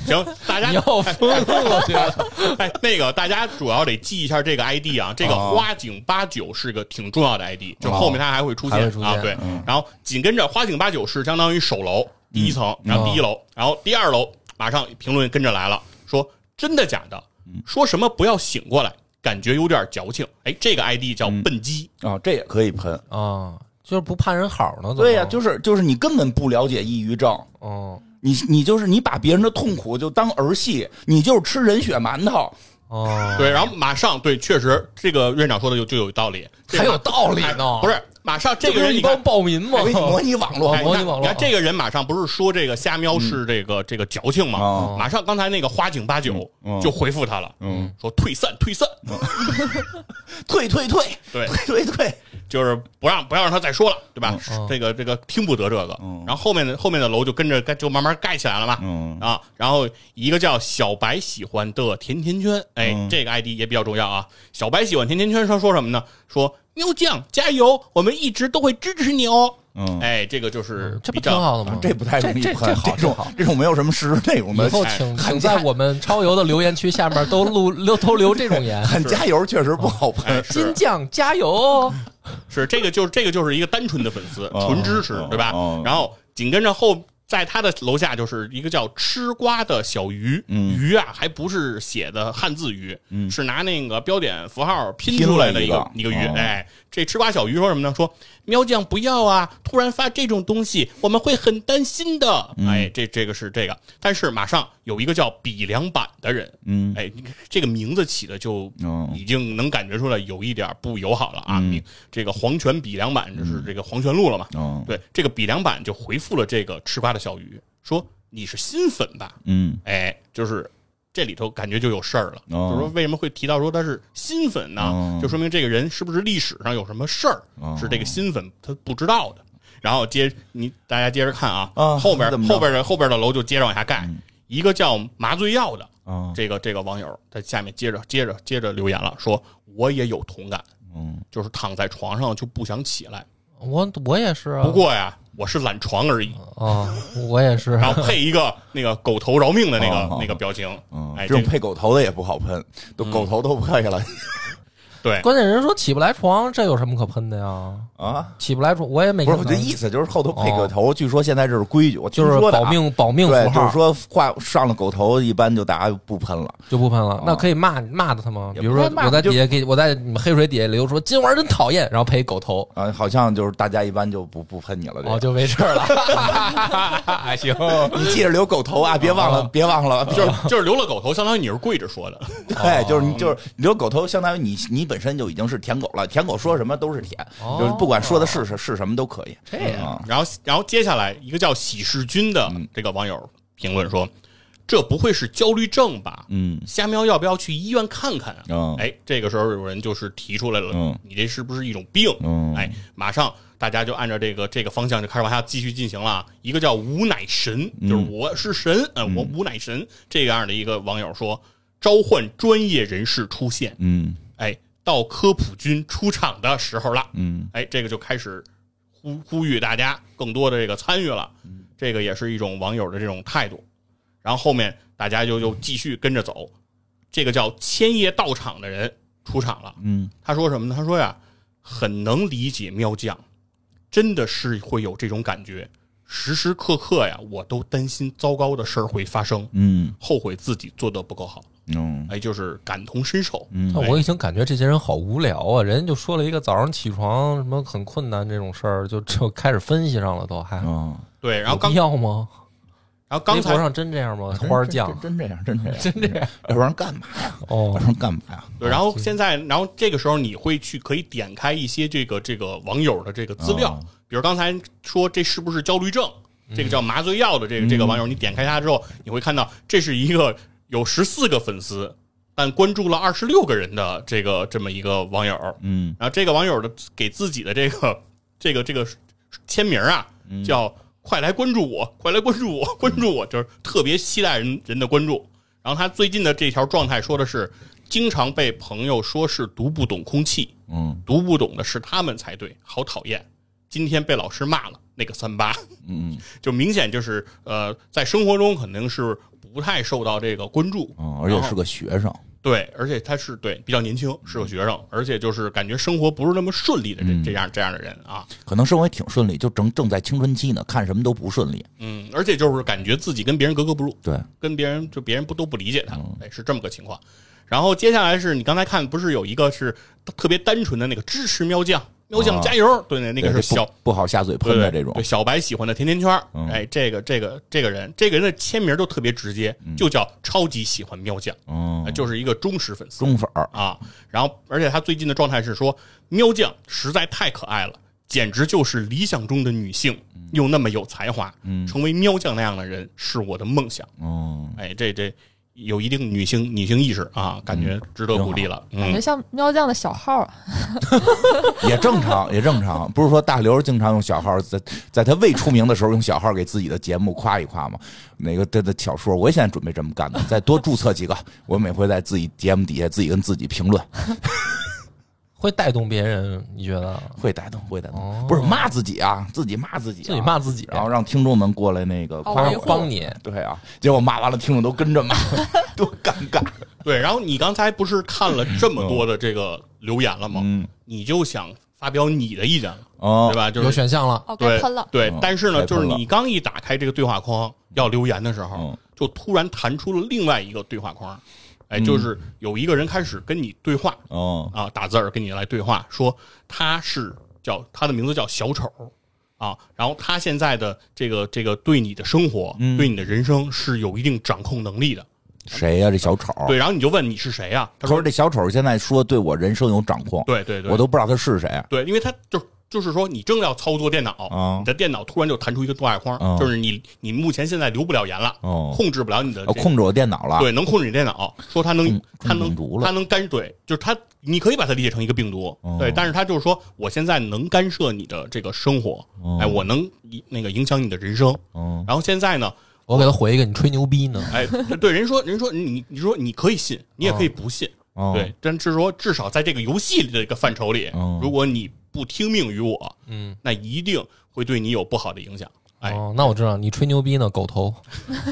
[SPEAKER 3] 行，大家
[SPEAKER 1] 你要疯了，我觉得。
[SPEAKER 3] 哎，那个大家主要得记一下这个 ID 啊，这个
[SPEAKER 2] 哦
[SPEAKER 3] 花井八九是个挺重要的 ID，、就后面它还会出
[SPEAKER 1] 哦
[SPEAKER 3] 现
[SPEAKER 1] 还会出现嗯
[SPEAKER 3] 啊。对，然后紧跟着花井八九是相当于首楼第一层，
[SPEAKER 1] 嗯
[SPEAKER 3] 然后第一
[SPEAKER 1] 哦
[SPEAKER 3] 楼，然后第二楼马上评论跟着来了，说真的假的？
[SPEAKER 1] 嗯
[SPEAKER 3] 说什么不要醒过来，感觉有点矫情。哎，这个 ID 叫
[SPEAKER 1] 嗯
[SPEAKER 3] 笨鸡，
[SPEAKER 2] 啊，这也可以喷。
[SPEAKER 1] 啊，就是不盼人好呢。怎么
[SPEAKER 2] 对呀、就是就是你根本不了解抑郁症，
[SPEAKER 1] 嗯
[SPEAKER 2] 你你就是你把别人的痛苦就当儿戏，你就是吃人血馒头，
[SPEAKER 1] 啊，哦，
[SPEAKER 3] 对，然后马上对，确实这个院长说的就就有道理， 这
[SPEAKER 1] 还有
[SPEAKER 3] 马
[SPEAKER 1] 道理
[SPEAKER 3] 哎
[SPEAKER 1] 呢
[SPEAKER 3] 不是，马上这
[SPEAKER 1] 不
[SPEAKER 3] 个
[SPEAKER 1] 是
[SPEAKER 3] 人
[SPEAKER 1] 一
[SPEAKER 3] 你
[SPEAKER 1] 帮
[SPEAKER 3] 看。
[SPEAKER 1] 暴民吗？哦
[SPEAKER 2] 我给你哦模拟网络嗯
[SPEAKER 3] 哎
[SPEAKER 1] 模拟
[SPEAKER 3] 你看
[SPEAKER 1] 网
[SPEAKER 3] 你
[SPEAKER 1] 络
[SPEAKER 3] 看这个人马上不是说这个瞎喵是这个、这个矫情吗？
[SPEAKER 2] 哦
[SPEAKER 3] 马上刚才那个花井八九
[SPEAKER 2] 嗯嗯
[SPEAKER 3] 就回复他了，
[SPEAKER 2] 嗯，
[SPEAKER 3] 说退散退散，
[SPEAKER 2] 退退退，
[SPEAKER 3] 对
[SPEAKER 2] 退退退，
[SPEAKER 3] 就是不让不要让他再说了，对吧？
[SPEAKER 1] 嗯
[SPEAKER 3] 这个这个听不得这个。
[SPEAKER 2] 嗯
[SPEAKER 3] 然后后面的后面的楼就跟着盖就慢慢盖起来了嘛。
[SPEAKER 2] 嗯
[SPEAKER 3] 啊，然后一个叫小白喜欢的甜甜圈，哎，
[SPEAKER 2] 嗯
[SPEAKER 3] 这个 ID 也比较重要啊。小白喜欢甜甜圈说说什么呢？说喵酱加油，我们一直都会支持你哦。
[SPEAKER 2] 嗯
[SPEAKER 3] 哎，这个就是
[SPEAKER 1] 这
[SPEAKER 3] 比
[SPEAKER 1] 不挺
[SPEAKER 3] 较
[SPEAKER 1] 好的吗
[SPEAKER 2] 啊？这不太容易
[SPEAKER 1] 这这
[SPEAKER 2] 看
[SPEAKER 1] 这好
[SPEAKER 2] 这种
[SPEAKER 1] 这好
[SPEAKER 2] 这种没有什么实施内容的
[SPEAKER 1] 以，后
[SPEAKER 3] 哎
[SPEAKER 1] 请
[SPEAKER 2] 看
[SPEAKER 1] 请在我们超游的留言区下面都录留都留这种 言。
[SPEAKER 2] 很加油确实不好
[SPEAKER 3] 哎
[SPEAKER 2] 喷。
[SPEAKER 1] 金
[SPEAKER 3] 是
[SPEAKER 1] 酱加油哦！
[SPEAKER 3] 是这个就是这个就是一个单纯的粉丝，
[SPEAKER 2] 哦
[SPEAKER 3] 纯支持
[SPEAKER 2] 哦，
[SPEAKER 3] 对吧
[SPEAKER 2] 哦？
[SPEAKER 3] 然后紧跟着后。在他的楼下就是一个叫吃瓜的小鱼，
[SPEAKER 2] 嗯
[SPEAKER 3] 鱼啊还不是写的汉字鱼，
[SPEAKER 2] 嗯
[SPEAKER 3] 是拿那个标点符号拼
[SPEAKER 2] 拼
[SPEAKER 3] 出
[SPEAKER 2] 了
[SPEAKER 3] 来的
[SPEAKER 2] 一
[SPEAKER 3] 一
[SPEAKER 2] 个
[SPEAKER 3] 一个鱼。
[SPEAKER 2] 哦
[SPEAKER 3] 哎，这吃瓜小鱼说什么呢？说喵酱不要啊，突然发这种东西，我们会很担心的。
[SPEAKER 2] 嗯
[SPEAKER 3] 哎，这这个是这个，但是马上有一个叫比良版的人，
[SPEAKER 2] 嗯
[SPEAKER 3] 哎，这个名字起的就
[SPEAKER 2] 哦
[SPEAKER 3] 已经能感觉出来有一点不友好了啊！你这个黄泉比良版就是这个黄泉路了嘛？
[SPEAKER 2] 嗯哦
[SPEAKER 3] 对，这个比良版就回复了这个吃瓜的小鱼，说你是新粉吧？
[SPEAKER 2] 嗯
[SPEAKER 3] 哎，就是这里头感觉就有事儿了，
[SPEAKER 2] 哦
[SPEAKER 3] 就是说为什么会提到说他是新粉呢？
[SPEAKER 2] 哦
[SPEAKER 3] 就说明这个人是不是历史上有什么事儿、
[SPEAKER 2] 哦
[SPEAKER 3] 是这个新粉他不知道的。然后接你大家接着看啊，
[SPEAKER 2] 啊
[SPEAKER 3] 后边
[SPEAKER 2] 怎么着嗯
[SPEAKER 3] 后边的后边的楼就接着往下盖，一个叫麻醉药的。
[SPEAKER 2] 啊
[SPEAKER 3] 这个这个网友在下面接着接着接着留言了，说我也有同感，
[SPEAKER 2] 嗯
[SPEAKER 3] 就是躺在床上就不想起来。
[SPEAKER 1] 我我也是啊，
[SPEAKER 3] 不过呀，我是懒床而已。
[SPEAKER 1] 啊，我也是。
[SPEAKER 3] 然后配 一个那个狗头饶命的那
[SPEAKER 2] 哦哦
[SPEAKER 3] 个那个表情，
[SPEAKER 2] 嗯，
[SPEAKER 3] 哎，
[SPEAKER 2] 这种
[SPEAKER 3] 个
[SPEAKER 2] 配狗头的也不好喷，
[SPEAKER 1] 嗯
[SPEAKER 2] 都狗头都配 了
[SPEAKER 3] 对
[SPEAKER 1] 关键人说起不来床，这有什么可喷的呀？
[SPEAKER 2] 啊。
[SPEAKER 1] 起不来床，我也没
[SPEAKER 2] 不是我
[SPEAKER 1] 听
[SPEAKER 2] 的
[SPEAKER 1] 说
[SPEAKER 2] 意思，就是后头配狗头，据说现在这是规矩，我听
[SPEAKER 1] 哦就是
[SPEAKER 2] 说的啊
[SPEAKER 1] 保命保命符
[SPEAKER 2] 对，就是
[SPEAKER 1] 号
[SPEAKER 2] 说画上了狗头，一般就大家不喷了。
[SPEAKER 1] 就不喷了
[SPEAKER 2] 哦。
[SPEAKER 1] 那可以骂骂的他吗？
[SPEAKER 2] 也
[SPEAKER 1] 比如
[SPEAKER 2] 不
[SPEAKER 1] 说
[SPEAKER 2] 是骂
[SPEAKER 1] 我在
[SPEAKER 2] 就
[SPEAKER 1] 底下给我在你们黑水底下留说金花真讨厌，然后配一狗头，
[SPEAKER 2] 啊，好像就是大家一般就不不喷你了。这个
[SPEAKER 1] 哦就没事儿了。行，
[SPEAKER 2] 你记着留狗头啊，别忘
[SPEAKER 1] 哦
[SPEAKER 2] 了，别忘了，就
[SPEAKER 3] 就是是就是留了狗头，相当于你是跪着 说的，
[SPEAKER 2] 对，就是你就是留狗头，相当于你你本身就已经是舔狗了，舔狗说什么都是舔，
[SPEAKER 1] 哦
[SPEAKER 2] 就是不管说的是是是什么都可以。啊这样
[SPEAKER 3] 然后然后接下来一个叫喜事君的
[SPEAKER 2] 嗯
[SPEAKER 3] 这个网友评论说，这不会是焦虑症吧？
[SPEAKER 2] 嗯
[SPEAKER 3] 虾喵要不要去医院看看啊？
[SPEAKER 2] 嗯
[SPEAKER 3] 哎，这个时候有人就是提出来了，
[SPEAKER 2] 嗯
[SPEAKER 3] 你这是不是一种病？
[SPEAKER 2] 嗯
[SPEAKER 3] 哎，马上大家就按照这个这个方向就开始往下继续进行了啊。一个叫吾乃神，
[SPEAKER 2] 嗯
[SPEAKER 3] 就是我是神，呃，我吾乃神这样的一个网友说，召唤专业人士出现，
[SPEAKER 2] 嗯
[SPEAKER 3] 哎，到科普君出场的时候了，
[SPEAKER 2] 嗯
[SPEAKER 3] 哎，这个就开始呼呼吁大家更多的这个参与了，
[SPEAKER 1] 嗯
[SPEAKER 3] 这个也是一种网友的这种态度。然后后面大家就又继续跟着走，这个叫千叶道场的人出场了，
[SPEAKER 2] 嗯，
[SPEAKER 3] 他说什么呢？他说呀，很能理解喵酱，真的是会有这种感觉，时时刻刻呀，我都担心糟糕的事儿会发生，
[SPEAKER 2] 嗯
[SPEAKER 3] 后悔自己做的不够好，
[SPEAKER 2] 嗯哦
[SPEAKER 3] 哎，就是感同身受。
[SPEAKER 1] 那 我已经感觉这些人好无聊啊！人家就说了一个早上起床什么很困难这种事儿，就就开始分析上了，都还
[SPEAKER 2] 嗯，
[SPEAKER 3] 对，然后
[SPEAKER 1] 有
[SPEAKER 3] 刚
[SPEAKER 1] 必要吗？
[SPEAKER 3] 然后刚
[SPEAKER 1] 微
[SPEAKER 3] 才
[SPEAKER 1] 博上真这样吗？花儿酱
[SPEAKER 2] 真这样，真这样，真这样，要不然干嘛呀？要
[SPEAKER 1] 哦
[SPEAKER 2] 不然干嘛呀？
[SPEAKER 3] 对，然后现在，然后这个时候你会去可以点开一些这个这个网友的这个资料，
[SPEAKER 2] 哦
[SPEAKER 3] 比如刚才说这是不是焦虑症，这个叫麻醉药的这个、这个网友，你点开它之后，你会看到这是一个有十四个粉丝，但关注了二十六个人的这个这么一个网友，
[SPEAKER 2] 嗯
[SPEAKER 3] 然后这个网友的给自己的这个 这个这个签名啊，叫“快来关注我，快来关注我， 关注我”，就是特别期待人人的关注。然后他最近的这条状态说的是，经常被朋友说是读不懂空气，
[SPEAKER 2] 嗯
[SPEAKER 3] 读不懂的是他们才对，好讨厌。今天被老师骂了，那个三八。
[SPEAKER 2] 嗯
[SPEAKER 3] 就明显就是呃，在生活中肯定是不太受到这个关注，
[SPEAKER 2] 嗯，而且是个学生，
[SPEAKER 3] 对，而且他是对比较年轻，是个学生，而且就是感觉生活不是那么顺利的
[SPEAKER 2] 嗯
[SPEAKER 3] 这、这样这样的人啊，
[SPEAKER 2] 可能生活也挺顺利，就正正在青春期呢，看什么都不顺利。
[SPEAKER 3] 嗯，而且就是感觉自己跟别人格格不入，
[SPEAKER 2] 对，
[SPEAKER 3] 跟别人就别人不都不理解他，
[SPEAKER 2] 嗯
[SPEAKER 3] 哎，是这么个情况。然后接下来是你刚才看，不是有一个是特别单纯的那个支持喵酱，喵酱加油！对，那那个
[SPEAKER 2] 对
[SPEAKER 3] 是
[SPEAKER 2] 这不
[SPEAKER 3] 小
[SPEAKER 2] 啊不好下嘴
[SPEAKER 3] 对
[SPEAKER 2] 喷的这种
[SPEAKER 3] 对，小白喜欢的甜甜圈儿
[SPEAKER 2] 嗯。
[SPEAKER 3] 哎，这个这个这个人，这个人的签名都特别直接，就叫超级喜欢喵酱，
[SPEAKER 2] 嗯
[SPEAKER 3] 哎，就是一个忠实粉丝。
[SPEAKER 2] 中粉儿，
[SPEAKER 3] 啊。然后，而且他最近的状态是说，喵酱实在太可爱了，简直就是理想中的女性，
[SPEAKER 2] 嗯
[SPEAKER 3] 又那么有才华，成为喵酱那样的人是我的梦想。
[SPEAKER 2] 嗯，
[SPEAKER 3] 哎，这这有一定女性女性意识啊，感
[SPEAKER 2] 嗯
[SPEAKER 3] 觉值得鼓励了。
[SPEAKER 4] 感觉
[SPEAKER 3] 嗯，
[SPEAKER 4] 像喵酱的小号啊，
[SPEAKER 2] 也正 常，也正常。不是说大刘经常用小号，在在他未出名的时候用小号给自己的节目夸一夸嘛。那个他的小说，我也现在准备这么干的，再多注册几个，我每回在自己节目底下自己跟自己评论，
[SPEAKER 1] 会带动别人，你觉得？
[SPEAKER 2] 会带动，会带
[SPEAKER 1] 哦
[SPEAKER 2] 动，不是骂自己啊，自己骂自己、啊，
[SPEAKER 1] 自己骂自己，
[SPEAKER 2] 然后让听众们过来那个夸
[SPEAKER 4] 哦
[SPEAKER 1] 帮
[SPEAKER 4] 维
[SPEAKER 2] 我
[SPEAKER 4] 护。
[SPEAKER 1] 帮你，
[SPEAKER 2] 对啊，结果骂完了，听 众都跟着骂，多尴尬。
[SPEAKER 3] 对。然后你刚才不是看了这么多的这个留言了吗？
[SPEAKER 2] 嗯，
[SPEAKER 3] 你就想发表你的意见了，
[SPEAKER 2] 哦
[SPEAKER 3] 对，吧？就
[SPEAKER 1] 有
[SPEAKER 3] 是。
[SPEAKER 1] 选项了。
[SPEAKER 4] 哦，该
[SPEAKER 3] 对
[SPEAKER 4] 喷了，
[SPEAKER 3] 对
[SPEAKER 2] 嗯，
[SPEAKER 3] 但是呢，
[SPEAKER 2] 该
[SPEAKER 3] 就是
[SPEAKER 2] 喷了
[SPEAKER 3] 你刚一打开这个对话框要留言的时候，
[SPEAKER 2] 嗯
[SPEAKER 3] 就突然弹出了另外一个对话框，哎，就是
[SPEAKER 2] 嗯
[SPEAKER 3] 有一个人开始跟你对话
[SPEAKER 2] 哦，
[SPEAKER 3] 啊，打字儿跟你来对话，说他是叫他的名字叫小丑啊，然后他现在的这个这个对你的生活、
[SPEAKER 2] 嗯
[SPEAKER 3] 对你的人生是有一定掌控能力的，
[SPEAKER 2] 谁呀、这小丑？
[SPEAKER 3] 对，然后你就问你是谁啊？
[SPEAKER 2] 他
[SPEAKER 3] 他
[SPEAKER 2] 说
[SPEAKER 3] 说
[SPEAKER 2] 这小丑现在说对我人生有掌控，
[SPEAKER 3] 对对对，
[SPEAKER 2] 我都不知道他是谁。
[SPEAKER 3] 对，因为他就就是说，你正要操作电脑，
[SPEAKER 2] 嗯
[SPEAKER 3] 你的电脑突然就弹出一个对话框，
[SPEAKER 2] 嗯
[SPEAKER 3] 就是你你目前现在留不了言了，
[SPEAKER 2] 哦
[SPEAKER 3] 控制不了你的、
[SPEAKER 2] 呃，控制我电脑了。
[SPEAKER 3] 对，能控制你电脑，说它能
[SPEAKER 2] 中
[SPEAKER 3] 它能
[SPEAKER 2] 中毒了
[SPEAKER 3] 它能干对，就是它你可以把它理解成一个病毒，
[SPEAKER 2] 哦
[SPEAKER 3] 对，但是它就是说我现在能干涉你的这个生活，
[SPEAKER 2] 哦
[SPEAKER 3] 哎，我能以那个影响你的人生，
[SPEAKER 2] 嗯，
[SPEAKER 3] 然后现在呢，
[SPEAKER 1] 我给他回一个，你吹牛逼呢？
[SPEAKER 3] 哎，对，人说人说你你说你可以信，你也可以不信，
[SPEAKER 2] 哦
[SPEAKER 3] 对，但是说至少在这个游戏里的一个范畴里，
[SPEAKER 2] 哦
[SPEAKER 3] 如果你不听命于我，
[SPEAKER 1] 嗯，
[SPEAKER 3] 那一定会对你有不好的影响。哎，
[SPEAKER 1] 哦，那我知道你吹牛逼呢，狗头。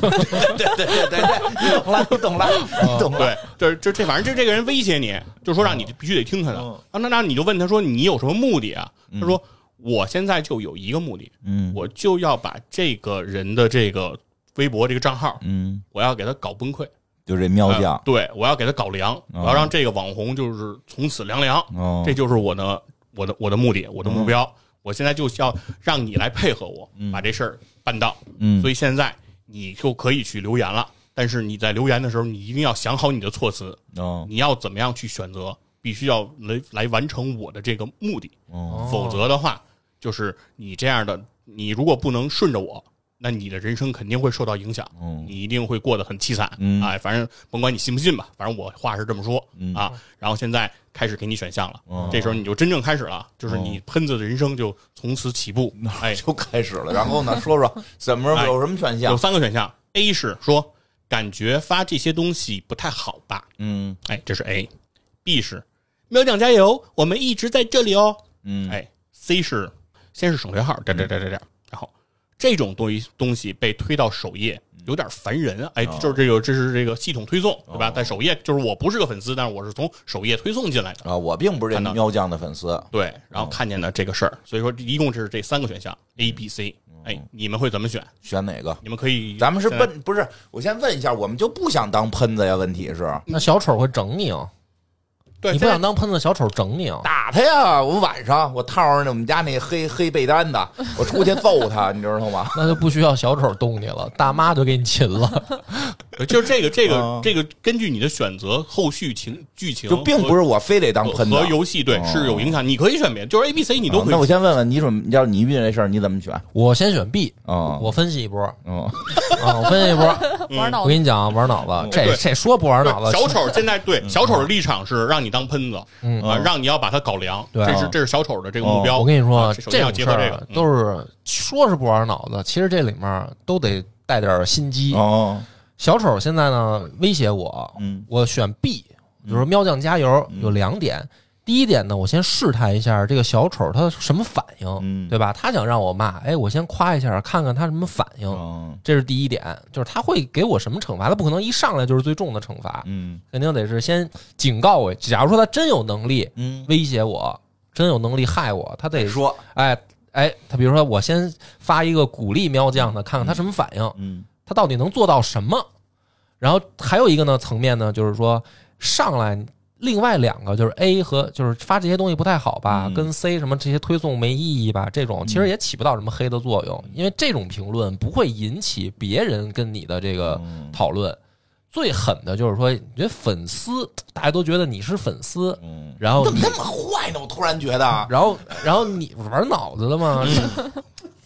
[SPEAKER 2] 对对对对对，你懂了，你懂了，你懂了。
[SPEAKER 3] 对，就是就这，反正就这个人威胁你，就说让你必须得听他的。
[SPEAKER 2] 嗯
[SPEAKER 3] 啊，那那你就问他说你有什么目的啊？他说我现在就有一个目的，
[SPEAKER 2] 嗯
[SPEAKER 3] 我就要把这个人的这个微博这个账号，
[SPEAKER 2] 嗯，
[SPEAKER 3] 我要给他搞崩溃。
[SPEAKER 2] 就这喵
[SPEAKER 3] 呃
[SPEAKER 2] 酱，
[SPEAKER 3] 对，我要给他搞凉，
[SPEAKER 2] 嗯
[SPEAKER 3] 我要让这个网红就是从此凉凉。
[SPEAKER 2] 哦
[SPEAKER 3] 这就是我的我的我的目的，我的目标。
[SPEAKER 2] 嗯
[SPEAKER 3] 我现在就要让你来配合我，把这事儿办到。
[SPEAKER 2] 嗯
[SPEAKER 3] 所以现在你就可以去留言了。但是你在留言的时候，你一定要想好你的措辞，
[SPEAKER 2] 哦
[SPEAKER 3] 你要怎么样去选择，必须要来来完成我的这个目的。
[SPEAKER 2] 哦，
[SPEAKER 3] 否则的话，就是你这样的，你如果不能顺着我，那你的人生肯定会受到影响，
[SPEAKER 2] 嗯
[SPEAKER 3] 你一定会过得很凄惨。
[SPEAKER 2] 嗯
[SPEAKER 3] 哎，反正甭管你信不信吧，反正我话是这么说、
[SPEAKER 2] 嗯
[SPEAKER 3] 啊。然后现在开始给你选项了，
[SPEAKER 2] 哦
[SPEAKER 3] 这时候你就真正开始了，就是你喷子的人生就从此起步。哎，
[SPEAKER 2] 就 啊开始了。然后呢，说说怎么
[SPEAKER 3] 哎
[SPEAKER 2] 有什么选
[SPEAKER 3] 有
[SPEAKER 2] 项？
[SPEAKER 3] 三个选项，A 是说感觉发这些东西不太好吧，
[SPEAKER 2] 嗯
[SPEAKER 3] 哎，这是 A，B 是喵酱加油，我们一直在这里哦。
[SPEAKER 2] 嗯，
[SPEAKER 3] 哎，C 是先是省略号，这这这这这，然后这种东西东西被推到首页，有点烦人啊。哎，
[SPEAKER 2] 嗯哦
[SPEAKER 3] 就是这个，这是这个系统推送，对吧？在首页，就是我不是个粉丝，但是我是从首页推送进来的。
[SPEAKER 2] 啊，我并不是这喵酱的粉丝。
[SPEAKER 3] 对，
[SPEAKER 2] 哦
[SPEAKER 3] 然后看见的这个事儿，所以说一共是这三个选项
[SPEAKER 2] 嗯
[SPEAKER 3] A、B、C。哎，你们会怎么选？
[SPEAKER 2] 选哪个？
[SPEAKER 3] 你们可以，
[SPEAKER 2] 哦咱们是
[SPEAKER 3] 现在
[SPEAKER 2] 奔不是？我先问一下，我们就不想当喷子呀？问题是
[SPEAKER 1] 那小丑会整你啊！
[SPEAKER 3] 对，
[SPEAKER 1] 你不
[SPEAKER 3] 现在
[SPEAKER 1] 想当喷子，小丑整你啊！
[SPEAKER 2] 打他呀！我晚上我套上我们家那黑黑被单的，我出去揍他，你知道吗？
[SPEAKER 1] 那就不需要小丑动你了，大妈就给你擒了。
[SPEAKER 3] 对呃就是这个这个
[SPEAKER 2] 嗯
[SPEAKER 3] 这个，根据你的选择，后续情剧情
[SPEAKER 2] 就并不
[SPEAKER 3] 和
[SPEAKER 2] 是我非得当喷子
[SPEAKER 3] 呃和。游戏对
[SPEAKER 2] 哦
[SPEAKER 3] 是有影响。你可以选别的，就是 A、B、C 你都
[SPEAKER 2] 啊
[SPEAKER 3] 可
[SPEAKER 2] 那我
[SPEAKER 3] 以。
[SPEAKER 2] 先问问你怎么，要是你遇见这事儿你怎么选？
[SPEAKER 1] 我先选 B，
[SPEAKER 2] 哦
[SPEAKER 1] 我分析一波啊，
[SPEAKER 2] 嗯，
[SPEAKER 1] 我分析一 波。
[SPEAKER 4] 玩脑
[SPEAKER 1] 我
[SPEAKER 4] 子
[SPEAKER 1] 跟你讲啊，玩脑子，这
[SPEAKER 3] 对
[SPEAKER 1] 这说不玩
[SPEAKER 3] 对
[SPEAKER 1] 脑子，
[SPEAKER 3] 小丑现在对小丑的立场是让你当喷子，
[SPEAKER 1] 嗯
[SPEAKER 3] 啊，让你要把他搞凉，
[SPEAKER 1] 对啊哦
[SPEAKER 3] 这是这是小丑的这个目标。
[SPEAKER 1] 我跟你说，
[SPEAKER 3] 啊首先要
[SPEAKER 1] 种
[SPEAKER 3] 结
[SPEAKER 1] 事
[SPEAKER 3] 合
[SPEAKER 1] 儿
[SPEAKER 3] 这
[SPEAKER 1] 啊
[SPEAKER 3] 个，嗯
[SPEAKER 1] 都是说是不玩脑子，其实这里面都得带点心机。
[SPEAKER 3] 啊
[SPEAKER 2] 哦，
[SPEAKER 1] 小丑现在呢威胁我，
[SPEAKER 2] 嗯
[SPEAKER 1] 我选 B，就是
[SPEAKER 3] 嗯
[SPEAKER 1] 喵酱加油，有两点。第一点呢，我先试探一下这个小丑他什么反应，
[SPEAKER 2] 嗯
[SPEAKER 1] 对吧？他想让我骂，哎，我先夸一下，看看他什么反应。
[SPEAKER 2] 嗯
[SPEAKER 1] 这是第一点，就是他会给我什么惩罚？他不可能一上来就是最重的惩罚，
[SPEAKER 2] 嗯
[SPEAKER 1] 肯定得是先警告我。假如说他真有能力
[SPEAKER 2] 嗯，
[SPEAKER 1] 威胁我，真有能力害我，他得
[SPEAKER 2] 说，
[SPEAKER 1] 哎哎，他比如说我先发一个鼓励喵酱的，看看他什么反应，
[SPEAKER 2] 嗯
[SPEAKER 1] 他到底能做到什么。然后还有一个呢层面呢，就是说上来另外两个就是 A 和就是发这些东西不太好吧，
[SPEAKER 2] 嗯
[SPEAKER 1] 跟 C 什么这些推送没意义吧，这种其实也起不到什么黑的作用，因为这种评论不会引起别人跟你的这个
[SPEAKER 2] 嗯
[SPEAKER 1] 讨论。最狠的就是说，你觉得粉丝大家都觉得你是粉丝，
[SPEAKER 2] 嗯，
[SPEAKER 1] 然后
[SPEAKER 2] 怎么
[SPEAKER 1] 你
[SPEAKER 2] 那么坏呢？我突然觉得，
[SPEAKER 1] 然后然后你玩脑子的
[SPEAKER 2] 嗯
[SPEAKER 1] 吗？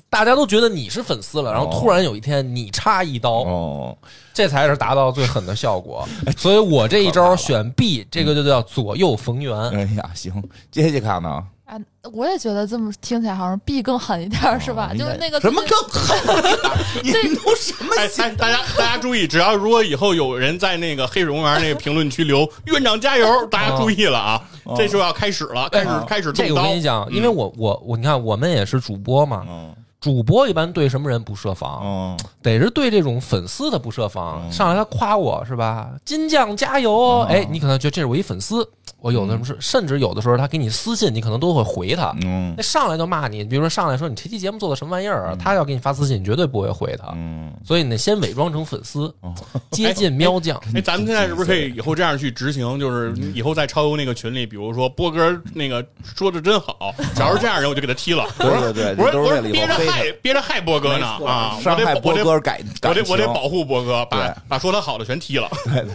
[SPEAKER 1] 大家都觉得你是粉丝了，然后突然有一天你插一刀，
[SPEAKER 2] 哦，
[SPEAKER 1] 这才是达到最狠的效 果。
[SPEAKER 2] 哎
[SPEAKER 1] 所以我这一招选 B，这个就叫左右逢源。
[SPEAKER 2] 哎呀，行，杰西卡呢？
[SPEAKER 4] 啊，我也觉得这么听起来好像 B 更狠一点儿，是吧？
[SPEAKER 2] 哦
[SPEAKER 4] 就是那个
[SPEAKER 2] 什么
[SPEAKER 4] 最近
[SPEAKER 2] 更狠？你都什么
[SPEAKER 3] 哎，
[SPEAKER 2] 心
[SPEAKER 3] 哎大家大家注意，只要如果以后有人在那个黑水公园那个评论区留“院长 加油”，大家注意了啊，这就要开始了，开始开始
[SPEAKER 1] 哦啊这个
[SPEAKER 3] 动
[SPEAKER 1] 我
[SPEAKER 3] 刀
[SPEAKER 1] 跟你。讲，因为我我我，你看我们也是主播嘛，
[SPEAKER 2] 嗯
[SPEAKER 1] 主播一般对什么人不设防，
[SPEAKER 2] 嗯，
[SPEAKER 1] 得是对这种粉丝的不设防。上来他夸我是吧？金酱加油
[SPEAKER 2] 嗯
[SPEAKER 1] 哦！哎，你可能觉得这是我一粉丝，我有的时候是，甚至有的时候他给你私信，你可能都会回他。
[SPEAKER 2] 嗯
[SPEAKER 1] 那上来就骂你，比如说上来说你这期节目做的什么玩意儿啊，他要给你发私信，你绝对不会回他。
[SPEAKER 2] 嗯，哦
[SPEAKER 1] 所以你得先伪装成粉丝，接近喵 酱。
[SPEAKER 3] 哎，咱们现在是不是可以以后这样去执行？就是
[SPEAKER 1] 嗯
[SPEAKER 3] 以后在超游那个群里，比如说波哥那个说的真好，只要是这样人，我就给他踢了。
[SPEAKER 2] 对对对，这
[SPEAKER 3] 我说
[SPEAKER 2] 都
[SPEAKER 3] 我
[SPEAKER 2] 是为
[SPEAKER 3] 说
[SPEAKER 2] 了以
[SPEAKER 3] 憋
[SPEAKER 2] 后
[SPEAKER 3] 着
[SPEAKER 2] 黑
[SPEAKER 3] 害憋着害波哥呢
[SPEAKER 2] 他
[SPEAKER 3] 啊！我
[SPEAKER 2] 伤害
[SPEAKER 3] 得
[SPEAKER 2] 波
[SPEAKER 3] 我得
[SPEAKER 2] 哥改，
[SPEAKER 3] 我得我
[SPEAKER 2] 感
[SPEAKER 3] 得
[SPEAKER 2] 情
[SPEAKER 3] 保护波哥，把
[SPEAKER 2] 对
[SPEAKER 3] 把说他好的全踢了。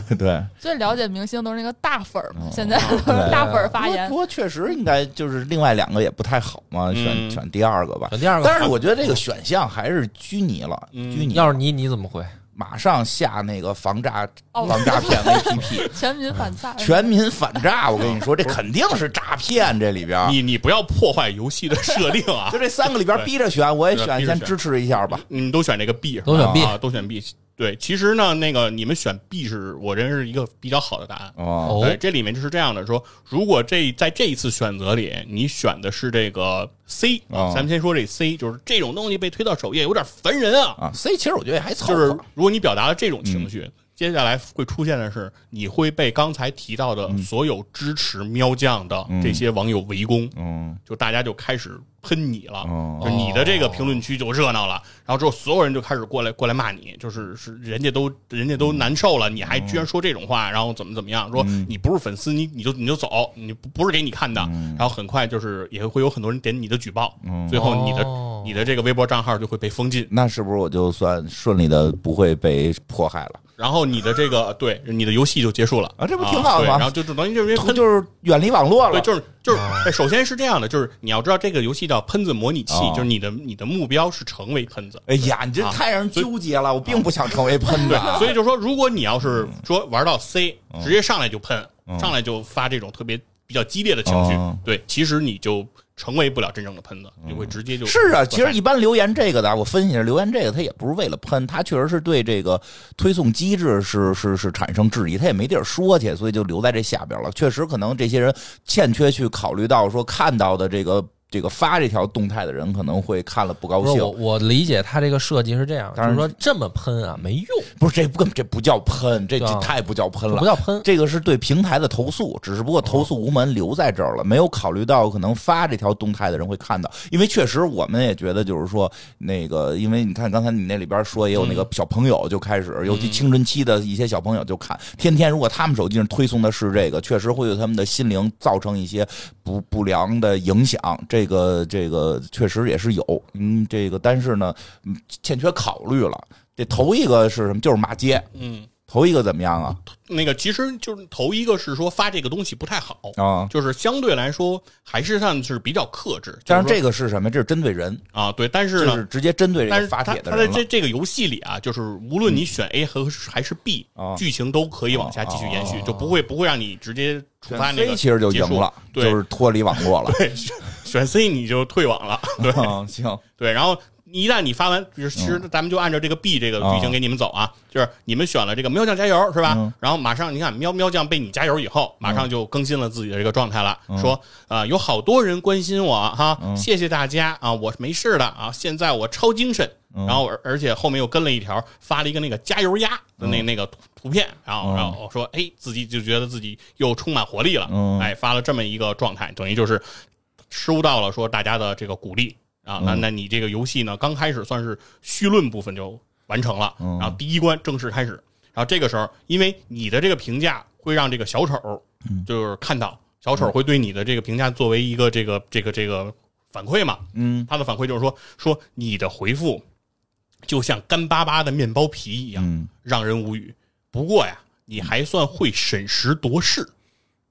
[SPEAKER 2] 对对。
[SPEAKER 4] 最了解明星都是那个大粉儿嘛，现在都
[SPEAKER 2] 啊
[SPEAKER 4] 是大粉儿发言
[SPEAKER 2] 不过不。过确实应该就是另外两个也不太好嘛，选
[SPEAKER 3] 嗯
[SPEAKER 2] 选第二个吧。
[SPEAKER 1] 选第二个
[SPEAKER 2] 但是我觉得这个选项还是拘泥了，
[SPEAKER 3] 嗯
[SPEAKER 2] 拘泥。
[SPEAKER 1] 要是你，你怎么回？
[SPEAKER 2] 马上下那个防诈
[SPEAKER 4] 哦
[SPEAKER 2] 防诈骗 APP，
[SPEAKER 4] 全民反诈，
[SPEAKER 2] 嗯全民反诈，我跟你说，这肯定是诈骗，这里边儿。
[SPEAKER 3] 你你不要破坏游戏的设定
[SPEAKER 2] 啊
[SPEAKER 3] 啊
[SPEAKER 2] 就！这三个里边儿
[SPEAKER 3] 对
[SPEAKER 2] 逼着选，我也
[SPEAKER 3] 对
[SPEAKER 2] 选，
[SPEAKER 3] 逼着
[SPEAKER 2] 先
[SPEAKER 3] 选
[SPEAKER 2] 支持一下吧。
[SPEAKER 3] 你们都选这个 B，是吧
[SPEAKER 1] 都选 B
[SPEAKER 3] 啊，都选 B。对，其实呢，那个你们选 B 是我认为是一个比较好的答案。
[SPEAKER 2] 哦，
[SPEAKER 1] 哦
[SPEAKER 3] 对，哎这里面就是这样的，说如果这在这一次选择里，你选的是这个 C，、
[SPEAKER 2] 哦
[SPEAKER 3] 咱们先说这 C，就是这种东西被推到首页有点烦人啊。
[SPEAKER 2] 啊，C 其实我觉得也还凑
[SPEAKER 3] 就
[SPEAKER 2] 合
[SPEAKER 3] 是，如果你表达了这种
[SPEAKER 2] 嗯
[SPEAKER 3] 情绪，接下来会出现的是，你会被刚才提到
[SPEAKER 2] 嗯
[SPEAKER 3] 的所有支持喵酱的这些网友围攻，
[SPEAKER 2] 嗯，
[SPEAKER 3] 就大家就开始喷你了，
[SPEAKER 2] 哦
[SPEAKER 3] 就你的这个评论区就热闹了，然后之后所有人就开始过来过来骂你，就是是人家都人家
[SPEAKER 2] 嗯
[SPEAKER 3] 都难受了，你
[SPEAKER 2] 哦
[SPEAKER 3] 还居然说这种话，然后怎么怎么样，说你不是粉丝，你你就你就走，你不不是给你看的，
[SPEAKER 2] 嗯
[SPEAKER 3] 然后很快就是也会有很多人点你的举报，最后你的、
[SPEAKER 1] 哦
[SPEAKER 3] 你的这个微博账号就会被封禁，
[SPEAKER 2] 那是不是我就算顺利的不会被迫害了？
[SPEAKER 3] 然后你的这个啊对你的游戏就结束了
[SPEAKER 2] 啊这不挺好的吗
[SPEAKER 3] 对然后就就等于就是因为
[SPEAKER 2] 图
[SPEAKER 3] 喷
[SPEAKER 2] 就是远离网络了，
[SPEAKER 3] 对，就是就是，哎首先是这样的，就是你要知道这个游戏叫喷子模拟器，
[SPEAKER 2] 哦
[SPEAKER 3] 就是你的你的目标是成为喷子。
[SPEAKER 2] 哎呀，你这
[SPEAKER 3] 啊
[SPEAKER 2] 太让人纠结了，我并不想成为喷子
[SPEAKER 3] 对
[SPEAKER 2] 啊，，
[SPEAKER 3] 所以就是说，如果你要是
[SPEAKER 2] 嗯
[SPEAKER 3] 说玩到 C，直接上来就喷，上来就发这种特别比较激烈的情绪
[SPEAKER 2] 哦，
[SPEAKER 3] 对，其实你就成为不了真正的喷子，你会直接就是
[SPEAKER 2] 啊，
[SPEAKER 3] 就
[SPEAKER 2] 其实一般留言这个的，啊我分析着留言这个，他也不是为了喷，他确实是对这个推送机制是是是产生质疑，他也没地儿说去，所以就留在这下边了。确实，可能这些人欠缺去考虑到说看到的这个这个发这条动态的人可能会看了不高
[SPEAKER 1] 不是我，
[SPEAKER 2] 兴。
[SPEAKER 1] 我理解他这个设计是这样，就
[SPEAKER 2] 当然
[SPEAKER 1] 是说这么喷啊没用，
[SPEAKER 2] 不是这不根本这不叫喷，这
[SPEAKER 1] 对啊
[SPEAKER 2] 这太不叫喷了，
[SPEAKER 1] 不叫喷。
[SPEAKER 2] 这个是对平台的投诉，只是不过投诉无门，留在这儿了，没有考虑到可能发这条动态的人会看到，因为确实我们也觉得就是说那个，因为你看刚才你那里边说也有那个小朋友就开始，尤其青春期的一些小朋友就看，天天如果他们手机上推送的是这个，确实会对他们的心灵造成一些不不良的影响，这个这个确实也是有，嗯，这个但是呢，嗯欠缺考虑了。这头一个是什么？就是骂街。
[SPEAKER 3] 嗯，
[SPEAKER 2] 头一个怎么样啊？
[SPEAKER 3] 那个其实就是头一个是说发这个东西不太好，
[SPEAKER 2] 啊，
[SPEAKER 3] 就是相对来说还是算是比较克制，就
[SPEAKER 2] 但是
[SPEAKER 3] 是说
[SPEAKER 2] 这个是什么？这是针对人，
[SPEAKER 3] 啊，对，但是
[SPEAKER 2] 这
[SPEAKER 3] 呢
[SPEAKER 2] 是。直接针对这
[SPEAKER 3] 但
[SPEAKER 2] 个
[SPEAKER 3] 是
[SPEAKER 2] 发
[SPEAKER 3] 它
[SPEAKER 2] 帖的
[SPEAKER 3] 它在
[SPEAKER 2] 人嗯
[SPEAKER 3] 这这个游戏里啊，就是无论你选 A 和还是 B，、
[SPEAKER 2] 啊哦
[SPEAKER 3] 剧情都可以往下继续延续，就不会不会让你直接触发
[SPEAKER 2] 了。
[SPEAKER 3] 那
[SPEAKER 2] C
[SPEAKER 3] 个
[SPEAKER 2] 其实就赢
[SPEAKER 3] 结束
[SPEAKER 2] 了，
[SPEAKER 3] 对，
[SPEAKER 2] 就是脱离网络了。
[SPEAKER 3] 对，选 选 C 你就退网了， 对
[SPEAKER 2] 嗯，行，
[SPEAKER 3] 对，然后。一旦你发完，就是其实
[SPEAKER 2] 嗯
[SPEAKER 3] 咱们就按照这个 B 这个剧情给你们走啊，就是你们选了这个喵酱加油是吧？
[SPEAKER 2] 嗯
[SPEAKER 3] 然后马上你看喵喵酱被你加油以后，马上就更新了自己的这个状态了，
[SPEAKER 2] 嗯
[SPEAKER 3] 说啊、有好多人关心我哈，谢谢大家啊，我没事的啊，现在我超精神。
[SPEAKER 2] 嗯
[SPEAKER 3] 然后而而且后面又跟了一条，发了一个那个加油鸭的
[SPEAKER 2] 嗯
[SPEAKER 3] 那、那个图图片，然后、然后说哎，自己就觉得自己又充满活力了，
[SPEAKER 2] 嗯
[SPEAKER 3] 哎，发了这么一个状态，等于就是收到了说大家的这个鼓励啊，
[SPEAKER 2] 嗯
[SPEAKER 3] 那那你
[SPEAKER 2] 嗯
[SPEAKER 3] 这个游戏呢，刚开始算是绪论部分就完成了，然后第一关正式开始。然后这个时候，因为你的这个评价会让这个小丑
[SPEAKER 2] 嗯
[SPEAKER 3] 就是看到，小丑会对你的这个评价作为一个这个这个这个反馈嘛，
[SPEAKER 2] 嗯
[SPEAKER 3] 他的反馈就是说说你的回复就像干巴巴的面包皮一样，
[SPEAKER 2] 嗯
[SPEAKER 3] 让人无语。不过呀，你还算会审时度势，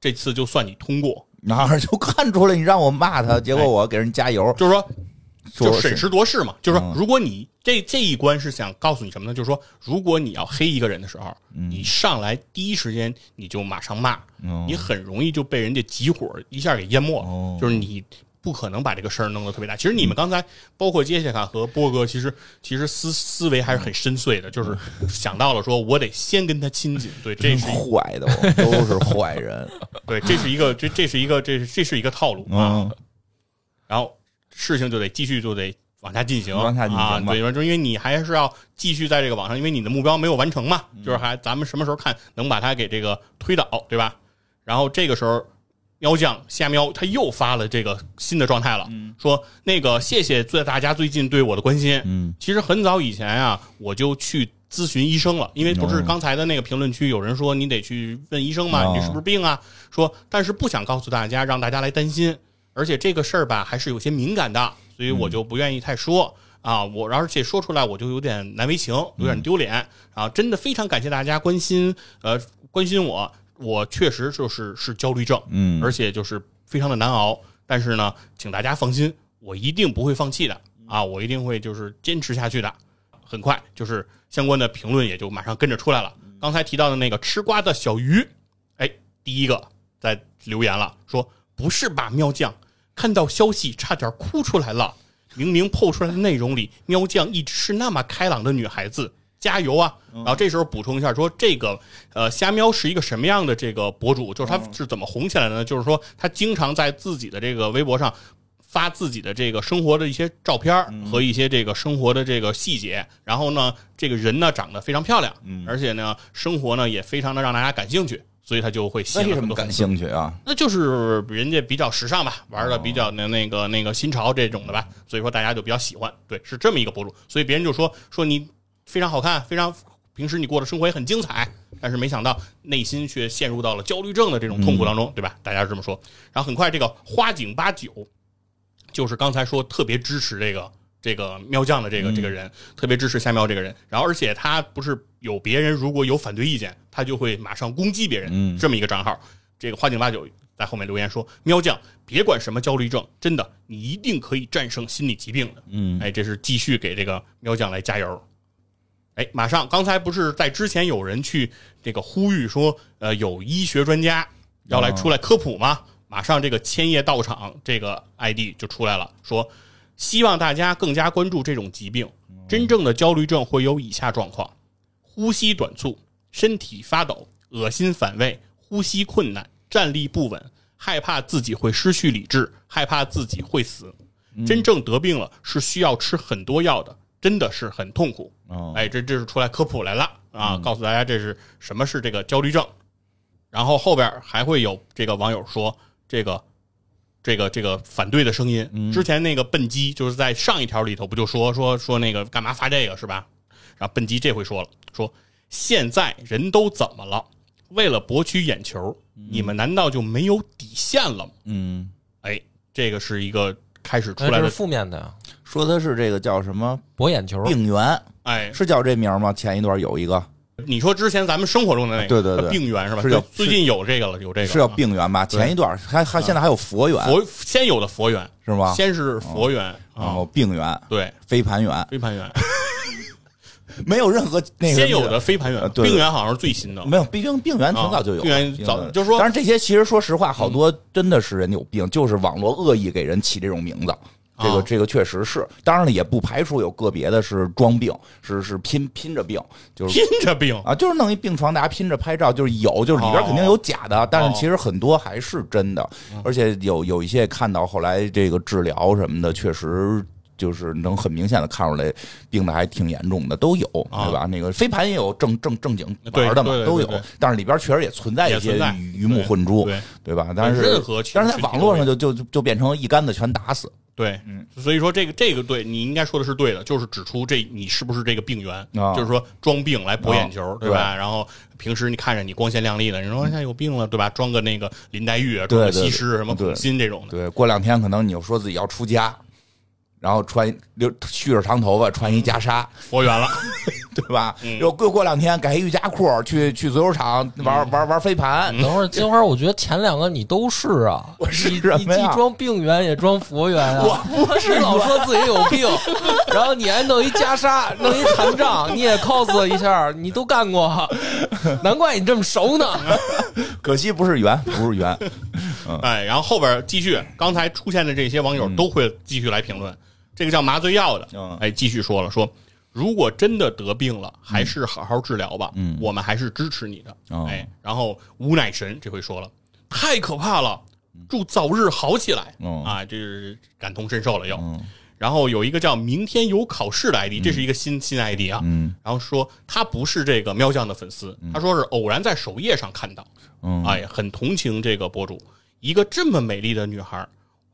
[SPEAKER 3] 这次就算你通过。
[SPEAKER 2] 哪儿就看出来你让我骂他，结果我给人加油，
[SPEAKER 3] 就是说，嗯哎就
[SPEAKER 2] 说
[SPEAKER 3] 审时度势嘛，就是说
[SPEAKER 2] 嗯，
[SPEAKER 3] 如果你这这一关是想告诉你什么呢？就是说，如果你要黑一个人的时候，你上来第一时间你就马上骂，
[SPEAKER 2] 嗯
[SPEAKER 3] 你很容易就被人家集火一下给淹没
[SPEAKER 2] 哦
[SPEAKER 3] 了，就是你。不可能把这个事儿弄得特别大。其实你们刚才包括杰西卡和波哥，其实其实思思维还是
[SPEAKER 2] 嗯
[SPEAKER 3] 很深邃的，就是 想到了说我得先跟他亲近，对，这是一
[SPEAKER 2] 坏的，我都是坏人。
[SPEAKER 3] 对，这是一个这这是一个这是这是一个套路 啊。
[SPEAKER 2] 嗯，
[SPEAKER 3] 然后事情就得继续就得往下进行，
[SPEAKER 2] 往下进行
[SPEAKER 3] 啊，
[SPEAKER 2] 吧
[SPEAKER 3] 对，就因为你还是要继续在这个网上，因为你的目标没有完成嘛，就是还咱们什么时候看能把它给这个推倒，对吧？然后这个时候。喵酱虾喵他又发了这个新的状态了，说那个谢谢最大家最近对我的关心。
[SPEAKER 2] 嗯，
[SPEAKER 3] 其实很早以前啊，我就去咨询医生了，因为不是
[SPEAKER 2] 哦
[SPEAKER 3] 刚才的那个评论区有人说你得去问医生嘛，
[SPEAKER 2] 哦
[SPEAKER 3] 你是不是病啊？说但是不想告诉大家，让大家来担心，而且这个事儿吧还是有些敏感的，所以我就不愿意太说。啊，我而且说出来我就有点难为情，有点丢脸、啊！真的非常感谢大家关心，呃，关心我，我确实就是是焦虑症，
[SPEAKER 2] 嗯
[SPEAKER 3] 而且就是非常的难熬。但是呢，请大家放心，我一定不会放弃的啊，我一定会就是坚持下去的。很快就是相关的评论也就马上跟着出来了。刚才提到的那个吃瓜的小鱼，哎，第一个在留言了，说不是吧，喵酱，看到消息差点哭出来了。明明透出来的内容里，喵酱一直是那么开朗的女孩子，加油啊！
[SPEAKER 2] 嗯
[SPEAKER 3] 然后这时候补充一下，说这个呃虾喵是一个什么样的这个博主？就是他
[SPEAKER 2] 嗯
[SPEAKER 3] 是怎么红起来的呢？就是说他经常在自己的这个微博上发自己的这个生活的一些照片儿
[SPEAKER 2] 嗯
[SPEAKER 3] 和一些这个生活的这个细节，然后呢，这个人呢长得非常漂亮，
[SPEAKER 2] 嗯
[SPEAKER 3] 而且呢生活呢也非常的让大家感兴趣，所以他就会吸
[SPEAKER 2] 为
[SPEAKER 3] 引
[SPEAKER 2] 什
[SPEAKER 3] 很
[SPEAKER 2] 么
[SPEAKER 3] 多
[SPEAKER 2] 感兴趣啊？
[SPEAKER 3] 那就是人家比较时尚吧，玩的比较那那个那个新潮这种的吧，所以说大家就比较喜欢。对，是这么一个博主，所以别人就说说你非常好看，非常平时你过的生活也很精彩，但是没想到内心却陷入到了焦虑症的这种痛苦当中，对吧？大家是这么说。然后很快这个花井八九，就是刚才说特别支持这个这个喵酱的这
[SPEAKER 2] 嗯
[SPEAKER 3] 个、这个人，特别支持夏喵这个人。然后而且他不是有别人如果有反对意见，他就会马上攻击别人，
[SPEAKER 2] 嗯
[SPEAKER 3] 这么一个账号。这个花井八九在后面留言说：“喵酱，别管什么焦虑症，真的，你一定可以战胜心理疾病的。”
[SPEAKER 2] 嗯，
[SPEAKER 3] 哎，这是继续给这个喵酱来加油。哎，马上，刚才不是在之前有人去这个呼吁说，呃，有医学专家要来出来科普吗？马上这个千叶道场这个 ID 就出来了，说希望大家更加关注这种疾病。真正的焦虑症会有以下状况：呼吸短促、身体发抖、恶心反胃、呼吸困难、站立不稳、害怕自己会失去理智、害怕自己会死。真正得病了是需要吃很多药的，真的是很痛苦。
[SPEAKER 2] 哦，
[SPEAKER 3] 哎，这这是出来科普来了啊，
[SPEAKER 2] 嗯
[SPEAKER 3] 告诉大家这是什么是这个焦虑症。然后后边还会有这个网友说这个。这个这个反对的
[SPEAKER 2] 嗯
[SPEAKER 3] 声音，之前那个笨鸡就是在上一条里头不就说说说那个干嘛发这个是吧？然后笨鸡这回说了，说现在人都怎么了？为了博取眼球，你们难道就没有底线了吗？
[SPEAKER 2] 嗯，
[SPEAKER 3] 哎，这个是一个开始出
[SPEAKER 1] 哎
[SPEAKER 3] 来
[SPEAKER 1] 这
[SPEAKER 3] 的
[SPEAKER 1] 是负面的呀，
[SPEAKER 2] 说他是这个叫什么
[SPEAKER 1] 博眼球。
[SPEAKER 2] 病源，
[SPEAKER 3] 哎，
[SPEAKER 2] 是叫这名吗？前一段有一个
[SPEAKER 3] 你说之前咱们生活中的那个
[SPEAKER 2] 对对对
[SPEAKER 3] 病源是吧？
[SPEAKER 2] 是叫
[SPEAKER 3] 最最近有这个了，有这个
[SPEAKER 2] 是叫
[SPEAKER 3] 啊
[SPEAKER 2] 病源吧？前一段还还现在还有佛源
[SPEAKER 3] 佛先有的佛缘
[SPEAKER 2] 是吗？
[SPEAKER 3] 先是佛缘
[SPEAKER 2] 然
[SPEAKER 3] 啊
[SPEAKER 2] 后，病源、
[SPEAKER 3] 对
[SPEAKER 2] 飞盘源，
[SPEAKER 3] 飞盘缘，
[SPEAKER 2] 没有任何 那个
[SPEAKER 3] 先有的飞盘
[SPEAKER 2] 呃
[SPEAKER 3] 缘，
[SPEAKER 2] 对对
[SPEAKER 3] 病缘好像是最新的，
[SPEAKER 2] 没有，毕竟病源挺早就有了，
[SPEAKER 3] 啊病源
[SPEAKER 2] 挺
[SPEAKER 3] 早就是说嗯
[SPEAKER 2] 但是这些其实说实话，好多真的是人有病，就是网络恶意给人起这种名字。这个
[SPEAKER 3] 啊
[SPEAKER 2] 这个确实是，当然了，也不排除有个别的是装病，是是拼拼着病，就是
[SPEAKER 3] 拼着病。
[SPEAKER 2] 啊，就是弄一病床，大家拼着拍照，就是有，就是里边
[SPEAKER 3] 哦嗯
[SPEAKER 2] 肯定有假的，但是其实很多还是真的，而且有有一些看到后来这个治疗什么的，确实就是能很明显的看出来病的还挺严重的，都有，
[SPEAKER 3] 啊
[SPEAKER 2] 对吧？那个飞盘也有正正正经
[SPEAKER 3] 对
[SPEAKER 2] 玩的嘛
[SPEAKER 3] 对，对
[SPEAKER 2] 都
[SPEAKER 3] 对
[SPEAKER 2] 有
[SPEAKER 3] 对，
[SPEAKER 2] 但是里边确实也存在一
[SPEAKER 3] 也
[SPEAKER 2] 些
[SPEAKER 3] 存在
[SPEAKER 2] 鱼鱼目混珠，
[SPEAKER 3] 对
[SPEAKER 2] 对吧？但是
[SPEAKER 3] 任何
[SPEAKER 2] 但是在网络上就就就就变成一竿子全打死，
[SPEAKER 3] 对，
[SPEAKER 2] 嗯，
[SPEAKER 3] 所以说这个这个对你应该说的是对的，就是指出这你是不是这个病源，
[SPEAKER 2] 啊
[SPEAKER 3] 就是说装病来博眼球，
[SPEAKER 2] 啊
[SPEAKER 3] 对吧？然后平时你看着你光鲜亮丽的，你说现哎在有病了，对吧？装个那个林黛玉啊，装个
[SPEAKER 2] 对对
[SPEAKER 3] 西施什么
[SPEAKER 2] 对
[SPEAKER 3] 孔欣这种的，
[SPEAKER 2] 对，过两天可能你又说自己要出家，然后穿留蓄着长头发，穿
[SPEAKER 3] 嗯
[SPEAKER 2] 一袈裟，
[SPEAKER 3] 佛缘了，
[SPEAKER 2] 对吧？
[SPEAKER 1] 嗯
[SPEAKER 2] 又过过两天改一瑜伽裤，去去足球场玩玩玩飞盘，
[SPEAKER 1] 等会儿金花，我觉得前两个你都是啊，
[SPEAKER 2] 我是
[SPEAKER 1] 嗯你
[SPEAKER 2] 什
[SPEAKER 1] 你
[SPEAKER 2] 么呀
[SPEAKER 1] 既装病源也装佛源啊！
[SPEAKER 2] 我
[SPEAKER 1] 不是老说自己有病，然后你还弄一袈裟，弄一禅杖，你也 cos 一下，你都干过，难怪你这么熟呢。
[SPEAKER 2] 可惜不是圆，不是 圆，嗯
[SPEAKER 3] 哎，然后后边继续，刚才出现的这些网友都会继续来评论，这个叫麻醉药的
[SPEAKER 2] 嗯，
[SPEAKER 3] 哎，继续说了说。如果真的得病了，还是好好治疗吧。
[SPEAKER 2] 嗯
[SPEAKER 3] 我们还是支持你的。
[SPEAKER 2] 哦
[SPEAKER 3] 哎，然后吾乃神这回说了，太可怕了，祝早日好起来。
[SPEAKER 2] 嗯哦
[SPEAKER 3] 啊，这是感同身受了又。
[SPEAKER 2] 嗯
[SPEAKER 3] 然后有一个叫“明天有考试”的 ID，这是一个新新 ID 啊。
[SPEAKER 2] 嗯
[SPEAKER 3] 然后说他不是这个喵酱的粉丝，他说是偶然在首页上看到，
[SPEAKER 2] 嗯
[SPEAKER 3] 哎，很同情这个博主，一个这么美丽的女孩，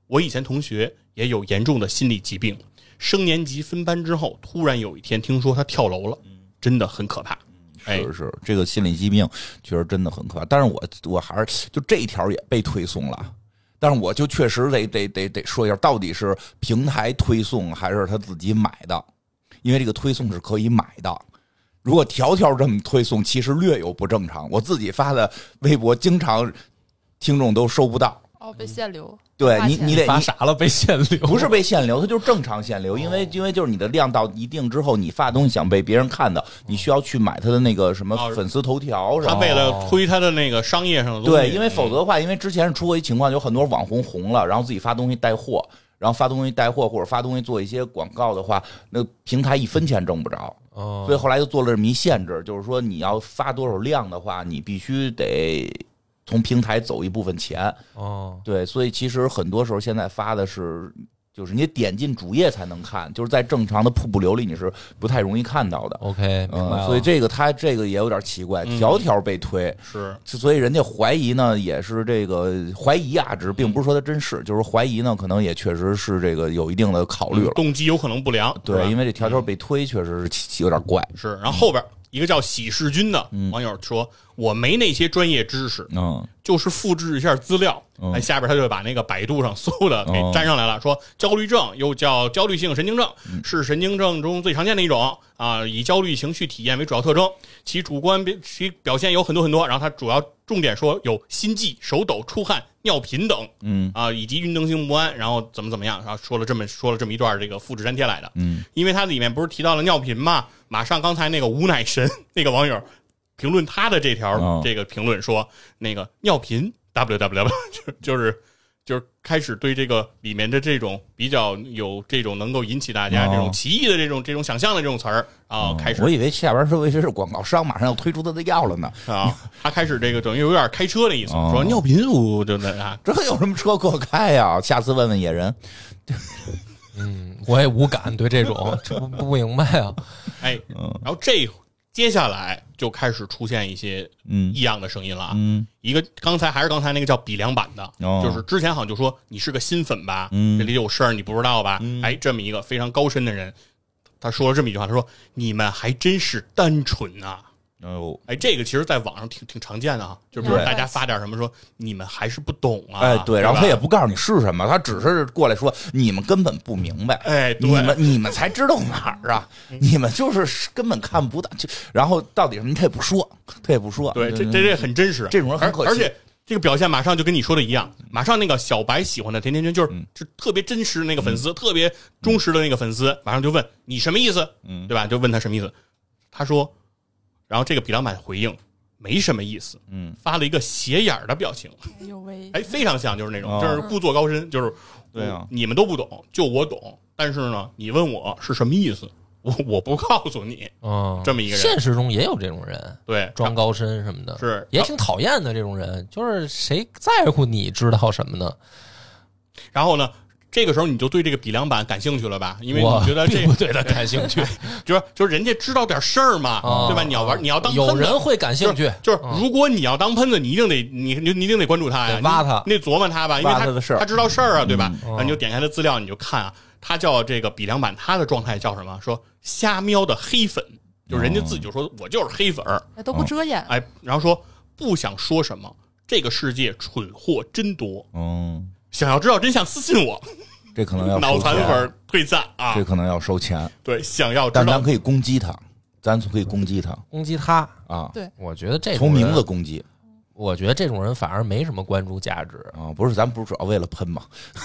[SPEAKER 3] 我以前同学也有严重的心理疾病，升年级分班之后，突然有一天听说她跳楼了，真的很可怕。哎，
[SPEAKER 2] 嗯是是，这个心理疾病确实真的很可怕。但是我我还是就这一条也被推送了，但是我就确实得得得得说一下，到底是平台推送还是他自己买的？因为这个推送是可以买的。如果条条这么推送，其实略有不正常。我自己发的微博，经常听众都收不到。
[SPEAKER 4] 哦，被限流，
[SPEAKER 2] 对
[SPEAKER 4] 花
[SPEAKER 2] 你，
[SPEAKER 4] 钱
[SPEAKER 2] 你得你
[SPEAKER 1] 啥了？被限流？
[SPEAKER 2] 不是被限流，它就是正常限流，因
[SPEAKER 3] 哦
[SPEAKER 2] 为因为就是你的量到一定之后，你发东西想被别人看到，你需要去买它的那个什么
[SPEAKER 3] 哦
[SPEAKER 2] 粉丝头条什
[SPEAKER 3] 他
[SPEAKER 2] 么。
[SPEAKER 3] 为了推他的那个商业上的东西，
[SPEAKER 2] 对，因为否
[SPEAKER 3] 嗯
[SPEAKER 2] 则的话，因为之前是出过一情况，有很多网红红了，然后自己发东西带货，然后发东西带货或者发东西做一些广告的话，那平台一分钱挣不着，所以
[SPEAKER 1] 哦，
[SPEAKER 2] 后来就做了这么一限制，就是说你要发多少量的话，你必须得从平台走一部分钱。
[SPEAKER 1] 哦，
[SPEAKER 2] 对，所以其实很多时候现在发的是，就是你点进主页才能看，就是在正常的瀑布流里你是不太容易看到的。
[SPEAKER 1] OK，明白
[SPEAKER 2] 嗯，
[SPEAKER 1] 了。
[SPEAKER 2] 所以这个他这个也有点奇怪，
[SPEAKER 3] 嗯
[SPEAKER 2] 条条被推，
[SPEAKER 3] 是
[SPEAKER 2] 所以人家怀疑呢，也是这个怀疑啊，只是并不是说他真是，就是怀疑呢，可能也确实是这个有一定的考虑了。
[SPEAKER 1] 嗯
[SPEAKER 3] 动机有可能不良，是吧
[SPEAKER 2] 对，因为这条条被推，确实是奇有点怪。
[SPEAKER 3] 是，然后后边一个叫喜事君的网友说：“我没那些专业知识，
[SPEAKER 2] 嗯
[SPEAKER 3] 就是复制一下资料。
[SPEAKER 2] 嗯
[SPEAKER 3] 哎，下边他就把那个百度上搜的给
[SPEAKER 2] 哦
[SPEAKER 3] 粘上来了，说焦虑症又叫焦虑性神经症，是神经症中最常见的一种啊，以焦虑情绪体验为主要特征，其主观表其表现有很多很多。然后他主要重点说有心悸、手抖、出汗、尿频等
[SPEAKER 2] 嗯
[SPEAKER 3] 啊，以及运动性不安，然后怎么怎么样，然后说了这么说了这么一段这个复制粘贴来的。
[SPEAKER 2] 嗯，
[SPEAKER 3] 因为它里面不是提到了尿频嘛，马上刚才那个吴乃神 那个网友评论他的这条、
[SPEAKER 2] 哦
[SPEAKER 3] 这个评论说，那个尿频 w w w 就是就是开始对这个里面的这种比较有这种能够引起大家
[SPEAKER 2] 哦
[SPEAKER 3] 这种奇异的这种这种想象的这种词儿啊、开始
[SPEAKER 2] 我以为下边说，我以为是广告商马上要推出他的药了呢，
[SPEAKER 3] 啊，他开始这个等于有点开车的意思，
[SPEAKER 2] 哦
[SPEAKER 3] 说尿频我就那啊，
[SPEAKER 2] 这有什么车可开呀？下次问问野人。
[SPEAKER 1] 嗯，我也无感对这种，这 不不明白啊。
[SPEAKER 3] 哎，
[SPEAKER 2] 哦
[SPEAKER 3] 然后这接下来就开始出现一些
[SPEAKER 2] 嗯
[SPEAKER 3] 异样的声音了啊，
[SPEAKER 2] 嗯
[SPEAKER 3] 一个刚才还是刚才那个叫比良版的，
[SPEAKER 2] 哦
[SPEAKER 3] 就是之前好像就说你是个新粉吧，
[SPEAKER 2] 嗯
[SPEAKER 3] 这里有事儿你不知道吧？哎，这么一个非常高深的人，他说了这么一句话，他说你们还真是单纯呐、
[SPEAKER 2] 哦，
[SPEAKER 3] 哎，这个其实在网上挺挺常见的啊，就比如
[SPEAKER 2] 对
[SPEAKER 3] 大家发点什么说你们还是不懂啊，
[SPEAKER 2] 哎，对，然后
[SPEAKER 3] 吧
[SPEAKER 2] 他也不告诉你是什么，他只是过来说你们根本不明白，
[SPEAKER 3] 哎对嗯
[SPEAKER 2] 你们你们才知道哪儿啊，你们就是根本看不到，就然后到底什么他也不说，他也不说，
[SPEAKER 3] 对，这
[SPEAKER 2] 嗯
[SPEAKER 3] 这这很真实，
[SPEAKER 2] 这种人很可
[SPEAKER 3] 而而
[SPEAKER 2] 惜
[SPEAKER 3] 且这个表现马上就跟你说的一样，马上那个小白喜欢的甜甜圈就是
[SPEAKER 2] 嗯
[SPEAKER 3] 就特别真实的那个粉丝，特别忠实的那个粉丝，马上就问你什么意思，
[SPEAKER 2] 嗯
[SPEAKER 3] 对吧？就问他什么意思，他说，然后这个比朗版回应没什么意思，
[SPEAKER 2] 嗯，
[SPEAKER 3] 发了一个斜眼儿的表情，
[SPEAKER 4] 哎呦喂，
[SPEAKER 3] 哎，非常像就是那种，
[SPEAKER 2] 哦
[SPEAKER 3] 就是故作高深，就是
[SPEAKER 2] 对啊
[SPEAKER 3] 你们都不懂，就我懂，但是呢，你问我是什么意思，我我不告诉你，
[SPEAKER 1] 嗯，
[SPEAKER 3] 这么一个人
[SPEAKER 1] 现实中也有这种人，
[SPEAKER 3] 对，
[SPEAKER 1] 装高深什么的，
[SPEAKER 3] 是
[SPEAKER 1] 也挺讨厌的。这种人就是谁在乎你知道什么呢？
[SPEAKER 3] 然后呢，这个时候你就对这个比量板感兴趣了吧？因为
[SPEAKER 1] 我
[SPEAKER 3] 你觉得这
[SPEAKER 1] 并不对他感兴趣，
[SPEAKER 3] 就是就是人家知道点事儿嘛，
[SPEAKER 1] 啊
[SPEAKER 3] 对吧？你要玩，你要当喷子
[SPEAKER 1] 哦有人会感兴趣，哦
[SPEAKER 3] 就是如果你要当喷子，你一定得你你你一定得关注他呀，
[SPEAKER 1] 得挖他
[SPEAKER 3] 你你得琢磨他吧，因为
[SPEAKER 2] 挖他的事儿
[SPEAKER 3] 他知道事儿啊，对吧？
[SPEAKER 1] 嗯
[SPEAKER 3] 啊你就点开他资料，你就看啊，他叫这个比良版，他的状态叫什么？说瞎喵的黑粉，就是人家自己就说我就是黑粉儿，
[SPEAKER 1] 嗯
[SPEAKER 4] 哎都不
[SPEAKER 2] 嗯
[SPEAKER 4] 遮掩，
[SPEAKER 2] 啊
[SPEAKER 3] 哎，然后说不想说什么，这个世界蠢货真多，
[SPEAKER 2] 嗯，
[SPEAKER 3] 想要知道真相私信我，
[SPEAKER 2] 这可
[SPEAKER 1] 嗯
[SPEAKER 2] 能要
[SPEAKER 3] 脑
[SPEAKER 2] 收
[SPEAKER 3] 残
[SPEAKER 2] 钱
[SPEAKER 3] 粉，儿退赞啊
[SPEAKER 2] 这，可能要收钱，
[SPEAKER 3] 对，想要知
[SPEAKER 2] 但咱
[SPEAKER 3] 道
[SPEAKER 2] 可以攻击他，咱可以攻击他
[SPEAKER 1] 攻击他。
[SPEAKER 2] 啊，
[SPEAKER 4] 对
[SPEAKER 1] 我觉得这种
[SPEAKER 2] 从名字
[SPEAKER 1] 人，
[SPEAKER 2] 攻击
[SPEAKER 1] 我觉得这种人反而没什么关注价值
[SPEAKER 2] 啊，不是，咱不是主要为了喷嘛，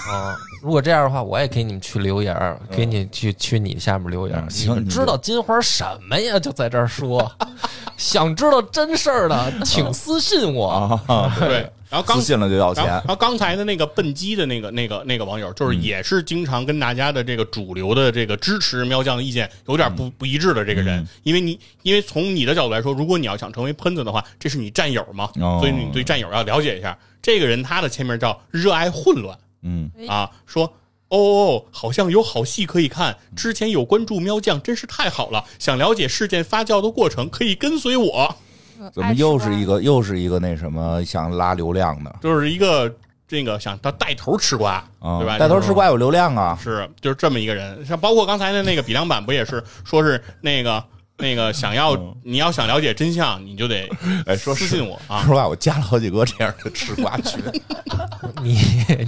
[SPEAKER 1] 啊。如果这样的话，我也给你们去留言
[SPEAKER 3] 嗯
[SPEAKER 1] 儿，给你去去你下面留言儿。
[SPEAKER 2] 嗯
[SPEAKER 1] 你
[SPEAKER 2] 行
[SPEAKER 1] 们
[SPEAKER 2] 你
[SPEAKER 1] 知道金花什么呀？就在这儿说， 想知道真事儿的，请私信我。
[SPEAKER 2] 啊，
[SPEAKER 3] 对，然后刚
[SPEAKER 2] 私信了就要
[SPEAKER 3] 然后，
[SPEAKER 2] 钱嗯
[SPEAKER 3] 然，后刚才的那个笨鸡的那个、那个、那个网友，就是也是经常跟大家的这个主流的这个支持喵酱的意见有点
[SPEAKER 2] 嗯
[SPEAKER 3] 不不一致的这个人，因为你因为从你的角度来说，如果你要想成为喷子的话，这是你战友嘛，
[SPEAKER 2] 哦
[SPEAKER 3] 所以你对战友要了解一下。这个人他的签名叫“热爱混乱
[SPEAKER 2] 嗯，”
[SPEAKER 3] 啊，说。哦哦，好像有好戏可以看。
[SPEAKER 2] 嗯
[SPEAKER 3] 之前有关注喵酱，真是太好了。想了解事件发酵的过程，可以跟随我。
[SPEAKER 4] 嗯
[SPEAKER 2] 怎么又是一？
[SPEAKER 4] 爱吃瓜
[SPEAKER 2] 个又是一个那什么想拉流量的
[SPEAKER 3] 就是一个这个想他带头吃瓜，
[SPEAKER 2] 啊？
[SPEAKER 3] 对吧？
[SPEAKER 2] 带头
[SPEAKER 3] 就是
[SPEAKER 2] 吃瓜有流量啊，
[SPEAKER 3] 是，就是这么一个人。像包括刚才的那个比量版，不也是说是那 个那个想要你要想了解真相，你就得
[SPEAKER 2] 嗯哎说
[SPEAKER 3] 私
[SPEAKER 2] 实
[SPEAKER 3] 信我 啊。
[SPEAKER 2] 说实话，我加了好几个这样的吃瓜群，
[SPEAKER 1] 你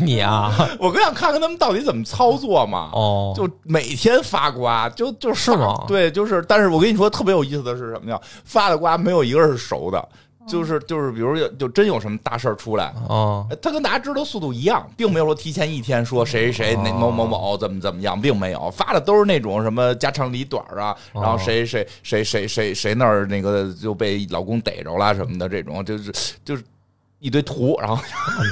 [SPEAKER 1] 你啊，
[SPEAKER 2] 我更想看看他们到底怎么操作嘛。
[SPEAKER 1] 哦，
[SPEAKER 2] 就每天发瓜，就就是
[SPEAKER 1] 吗
[SPEAKER 2] 对，就是，但是我跟你说，特别有意思的是什么呀？发的瓜没有一个是熟的，就是就是，比如有就真有什么大事儿出来，
[SPEAKER 1] 哦，
[SPEAKER 2] 他跟大家知道速度一样，并没有说提前一天说谁谁谁那
[SPEAKER 1] 哦
[SPEAKER 2] 某某某怎么怎么样，并没有发的都是那种什么家长里短儿啊，
[SPEAKER 1] 哦
[SPEAKER 2] 然后谁谁谁谁谁谁那儿那个就被老公逮着了什么的，这种就是就是一堆图，然后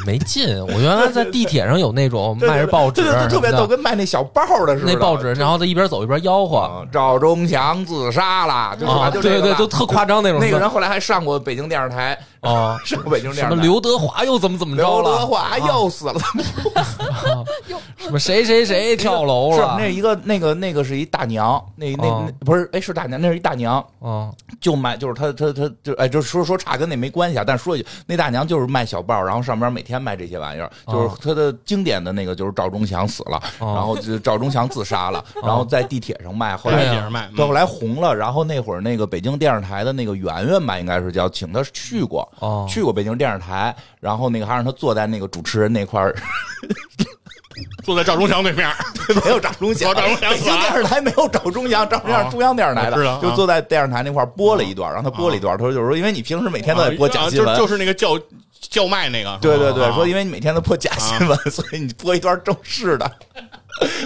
[SPEAKER 1] 没劲。我原来在地铁上有那种卖着报纸
[SPEAKER 2] 对
[SPEAKER 1] 什
[SPEAKER 2] 对
[SPEAKER 1] 么的，
[SPEAKER 2] 对，特别逗，跟卖那小报儿的似的，
[SPEAKER 1] 那报纸，然后他一边走一边吆喝
[SPEAKER 2] 啊，赵忠祥自杀了，就是吧？
[SPEAKER 1] 啊，
[SPEAKER 2] 就
[SPEAKER 1] 对
[SPEAKER 2] 这个
[SPEAKER 1] 对，对
[SPEAKER 2] 吧
[SPEAKER 1] 就特夸张那种
[SPEAKER 2] 那个
[SPEAKER 1] 的
[SPEAKER 2] 人后来还上过北京电视台，
[SPEAKER 1] 啊，
[SPEAKER 2] 上过北京电
[SPEAKER 1] 什
[SPEAKER 2] 视
[SPEAKER 1] 么
[SPEAKER 2] 台。
[SPEAKER 1] 刘德华又怎么怎么着
[SPEAKER 2] 刘德
[SPEAKER 1] 了，啊
[SPEAKER 2] 华又死了，
[SPEAKER 1] 什么谁谁谁跳楼
[SPEAKER 2] 是
[SPEAKER 1] 了，
[SPEAKER 2] 那一个那个那个是一大娘，那那
[SPEAKER 1] 哦
[SPEAKER 2] 那不是哎是大娘，那是一大娘，
[SPEAKER 1] 啊
[SPEAKER 2] 就卖就是她她她就哎就是说说差跟那没关系啊，但说一句那大娘就是卖小报，然后上边每天卖这些玩意儿，就是
[SPEAKER 1] 哦
[SPEAKER 2] 她的经典的那个就是赵忠祥死了，
[SPEAKER 1] 哦
[SPEAKER 2] 然后就赵忠祥自杀了，然后在地铁上卖，后来
[SPEAKER 1] 对啊
[SPEAKER 3] 也是卖，
[SPEAKER 2] 到后
[SPEAKER 3] 嗯
[SPEAKER 2] 来红了，然后那会儿那个北京电视台的那个圆圆吧，应该是叫请他去过，
[SPEAKER 1] 哦
[SPEAKER 2] 去过北京电视台，然后那个还让他坐在那个主持人那块儿，
[SPEAKER 3] 嗯坐在赵忠祥对面，
[SPEAKER 2] 没有赵忠祥，
[SPEAKER 3] 哦赵忠祥
[SPEAKER 2] 北京电视台没有赵忠祥，赵忠祥
[SPEAKER 3] 哦
[SPEAKER 2] 是中央电视台
[SPEAKER 3] 我知
[SPEAKER 2] 的，
[SPEAKER 3] 道啊
[SPEAKER 2] 就坐在电视台那块儿播了一段，让他播了一段，他说就是说，因为你平时每天都在播假
[SPEAKER 3] 啊
[SPEAKER 2] 新
[SPEAKER 3] 就
[SPEAKER 2] 闻。
[SPEAKER 3] 就是那个叫叫卖那个，
[SPEAKER 2] 对对
[SPEAKER 3] 是吧
[SPEAKER 2] 对，
[SPEAKER 3] 啊
[SPEAKER 2] 说因为你每天都播假新闻，所以你播一段正式的。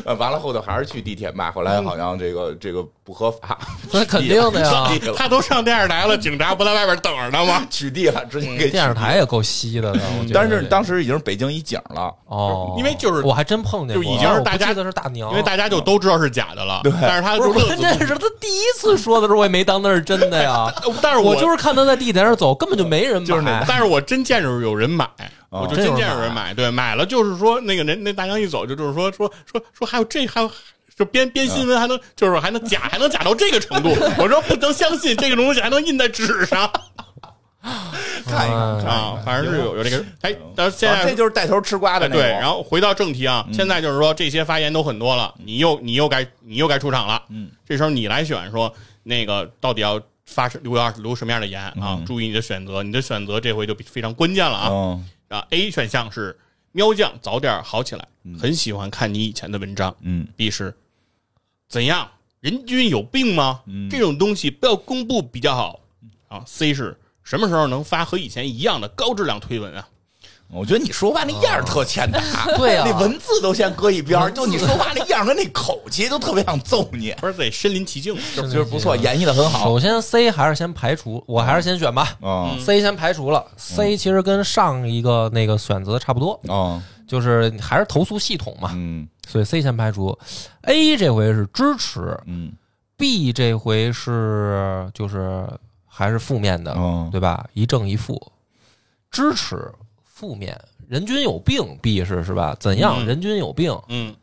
[SPEAKER 2] 呃完了后头还是去地铁卖，后来好像这个
[SPEAKER 3] 嗯
[SPEAKER 2] 这个不合法，
[SPEAKER 1] 那肯定的呀，
[SPEAKER 3] 说啊他都上电视台了，警察不在外边等着呢吗？
[SPEAKER 2] 取缔了，直接给取缔
[SPEAKER 3] 嗯
[SPEAKER 1] 电视。台也够稀的了，我觉得
[SPEAKER 2] 嗯但是当时已经是北京一景了，
[SPEAKER 1] 哦，
[SPEAKER 3] 因为就是
[SPEAKER 1] 我还真碰见过，啊
[SPEAKER 3] 就已经是大家
[SPEAKER 1] 我不记得是大娘，
[SPEAKER 3] 因为大家就都知道是假的了，但是他
[SPEAKER 1] 不
[SPEAKER 3] 就是
[SPEAKER 1] 关
[SPEAKER 3] 乐此
[SPEAKER 1] 键
[SPEAKER 3] 不
[SPEAKER 1] 是他第一次说的时候，我也没当那是真的 呀。
[SPEAKER 3] 疲。但是
[SPEAKER 1] 我
[SPEAKER 3] 我
[SPEAKER 1] 就是看他在地铁上走，根本就没 人买。
[SPEAKER 2] 就是那
[SPEAKER 3] 但是我真见着有人买，
[SPEAKER 2] 哦
[SPEAKER 3] 我就
[SPEAKER 1] 真有人
[SPEAKER 3] 真见着有人买，对，买了就是说那个人那大娘一走就就是说说说说还有这还有。就编编新闻还能，就是还能假，还能假到这个程 度，我说不能相信这个东西还能印在纸上
[SPEAKER 2] 看一看
[SPEAKER 1] 嗯
[SPEAKER 2] 看
[SPEAKER 3] 啊！反正是有有这个，哎，但是现
[SPEAKER 2] 啊
[SPEAKER 3] 在
[SPEAKER 2] 这就是带头吃瓜的那
[SPEAKER 3] 哎
[SPEAKER 2] 嗯
[SPEAKER 3] 对，
[SPEAKER 2] 种。
[SPEAKER 3] 然后回到正题啊，现在就是说这些发言都很多了，你又你又该你又该出场了，
[SPEAKER 2] 嗯，
[SPEAKER 3] 这时候你来选说那个到底要发生留要留什么样的言啊？注意你的选择，你的选择这回就非常关键了啊！
[SPEAKER 2] 嗯
[SPEAKER 3] 啊，A 选项是喵酱早点好起来，很喜欢看你以前的文章。
[SPEAKER 2] 嗯
[SPEAKER 3] B 是怎样？人均有病吗？这种东西不要公布比较好。啊，C 是什么时候能发和以前一样的高质量推文啊？
[SPEAKER 2] 我觉得你说话那
[SPEAKER 3] 哦
[SPEAKER 2] 样儿特欠打，
[SPEAKER 1] 对呀
[SPEAKER 2] 那啊文字都先搁一边儿，就你说话那样儿跟那口气都特别想揍你，
[SPEAKER 3] 不是得身临其境，就是
[SPEAKER 2] 就是不错，演绎的很好。
[SPEAKER 1] 首先 C 还是先排除，我还是先选吧。
[SPEAKER 2] 嗯
[SPEAKER 1] C 先排除了，C 其实跟上一个那个选择差不多，
[SPEAKER 2] 嗯
[SPEAKER 1] 就是还是投诉系统嘛，
[SPEAKER 2] 嗯
[SPEAKER 1] 所以 C 先排除。A 这回是支持
[SPEAKER 2] 嗯
[SPEAKER 1] ，B 这回是就是还是负面的，
[SPEAKER 2] 嗯
[SPEAKER 1] 对吧？一正一负，支持负面，人均有病必是是吧？怎样？
[SPEAKER 3] 嗯
[SPEAKER 1] 人均有病。
[SPEAKER 3] 嗯，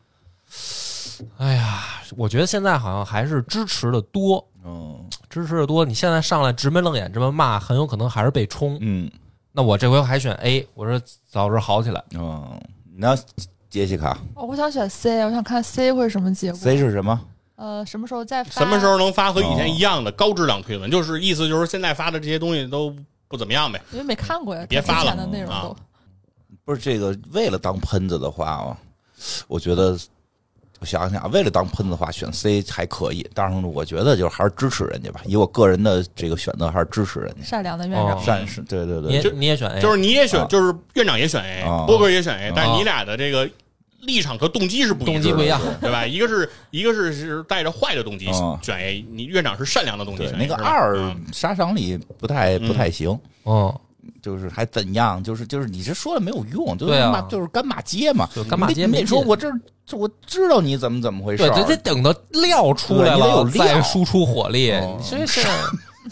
[SPEAKER 1] 哎呀，我觉得现在好像还是支持的多，
[SPEAKER 2] 嗯
[SPEAKER 1] 支持的多。你现在上来直眉愣眼这么骂，很有可能还是被冲。
[SPEAKER 2] 嗯
[SPEAKER 1] 那我这回还选 A，我说早日好起来。
[SPEAKER 2] 嗯，那杰西卡
[SPEAKER 4] 哦，我想选 C，我想看 C 会是什么结果。
[SPEAKER 2] C 是什么？
[SPEAKER 4] 呃，什么时候再发？
[SPEAKER 3] 什么时候能发和以前一样的高质量推文？就是意思就是现在发的这些东西都不怎么样呗。
[SPEAKER 4] 因为没看过呀，
[SPEAKER 3] 别
[SPEAKER 4] 看
[SPEAKER 3] 发
[SPEAKER 4] 之
[SPEAKER 3] 了啊
[SPEAKER 4] 前的内容都。
[SPEAKER 2] 不是这个，为了当喷子的话啊，我觉得我想想啊，为了当喷子的话，选 C 还可以。当然，我觉得就是还是支持人家吧，以我个人的这个选择，还是支持人家。
[SPEAKER 4] 善良的院长
[SPEAKER 1] 哦，
[SPEAKER 2] 善是，对对
[SPEAKER 1] 你也
[SPEAKER 2] 对，
[SPEAKER 1] 你也选 A，
[SPEAKER 3] 就是你也选，
[SPEAKER 2] 啊
[SPEAKER 3] 就是院长也选 A，、
[SPEAKER 2] 啊
[SPEAKER 3] 波哥也选 A，、但是
[SPEAKER 1] 啊
[SPEAKER 3] 你俩的这个立场和动机是不一
[SPEAKER 1] 动
[SPEAKER 3] 样
[SPEAKER 1] 机
[SPEAKER 3] 的，
[SPEAKER 1] 不一样。
[SPEAKER 3] 对吧？一个是一个是是带着坏的动机
[SPEAKER 2] 啊
[SPEAKER 3] 选 A，你院长是善良的动机
[SPEAKER 2] 对
[SPEAKER 3] 选 A，
[SPEAKER 2] 那个
[SPEAKER 3] 是吧
[SPEAKER 2] 二
[SPEAKER 3] 啊
[SPEAKER 2] 杀伤力不太不太行，
[SPEAKER 1] 嗯，
[SPEAKER 2] 就是还怎样？就是就是你这说了没有用，就是
[SPEAKER 1] 对啊
[SPEAKER 2] 骂就是干骂街嘛，
[SPEAKER 1] 就干嘛
[SPEAKER 2] 你
[SPEAKER 1] 街
[SPEAKER 2] 得你
[SPEAKER 1] 没
[SPEAKER 2] 得说
[SPEAKER 1] 劲
[SPEAKER 2] 我这这我知道你怎么怎么回事
[SPEAKER 1] 对，
[SPEAKER 2] 儿，
[SPEAKER 1] 得得等到料出来
[SPEAKER 2] 对你得有
[SPEAKER 1] 了
[SPEAKER 2] 料
[SPEAKER 1] 再输出火力
[SPEAKER 2] 哦。呃
[SPEAKER 1] 所 以现在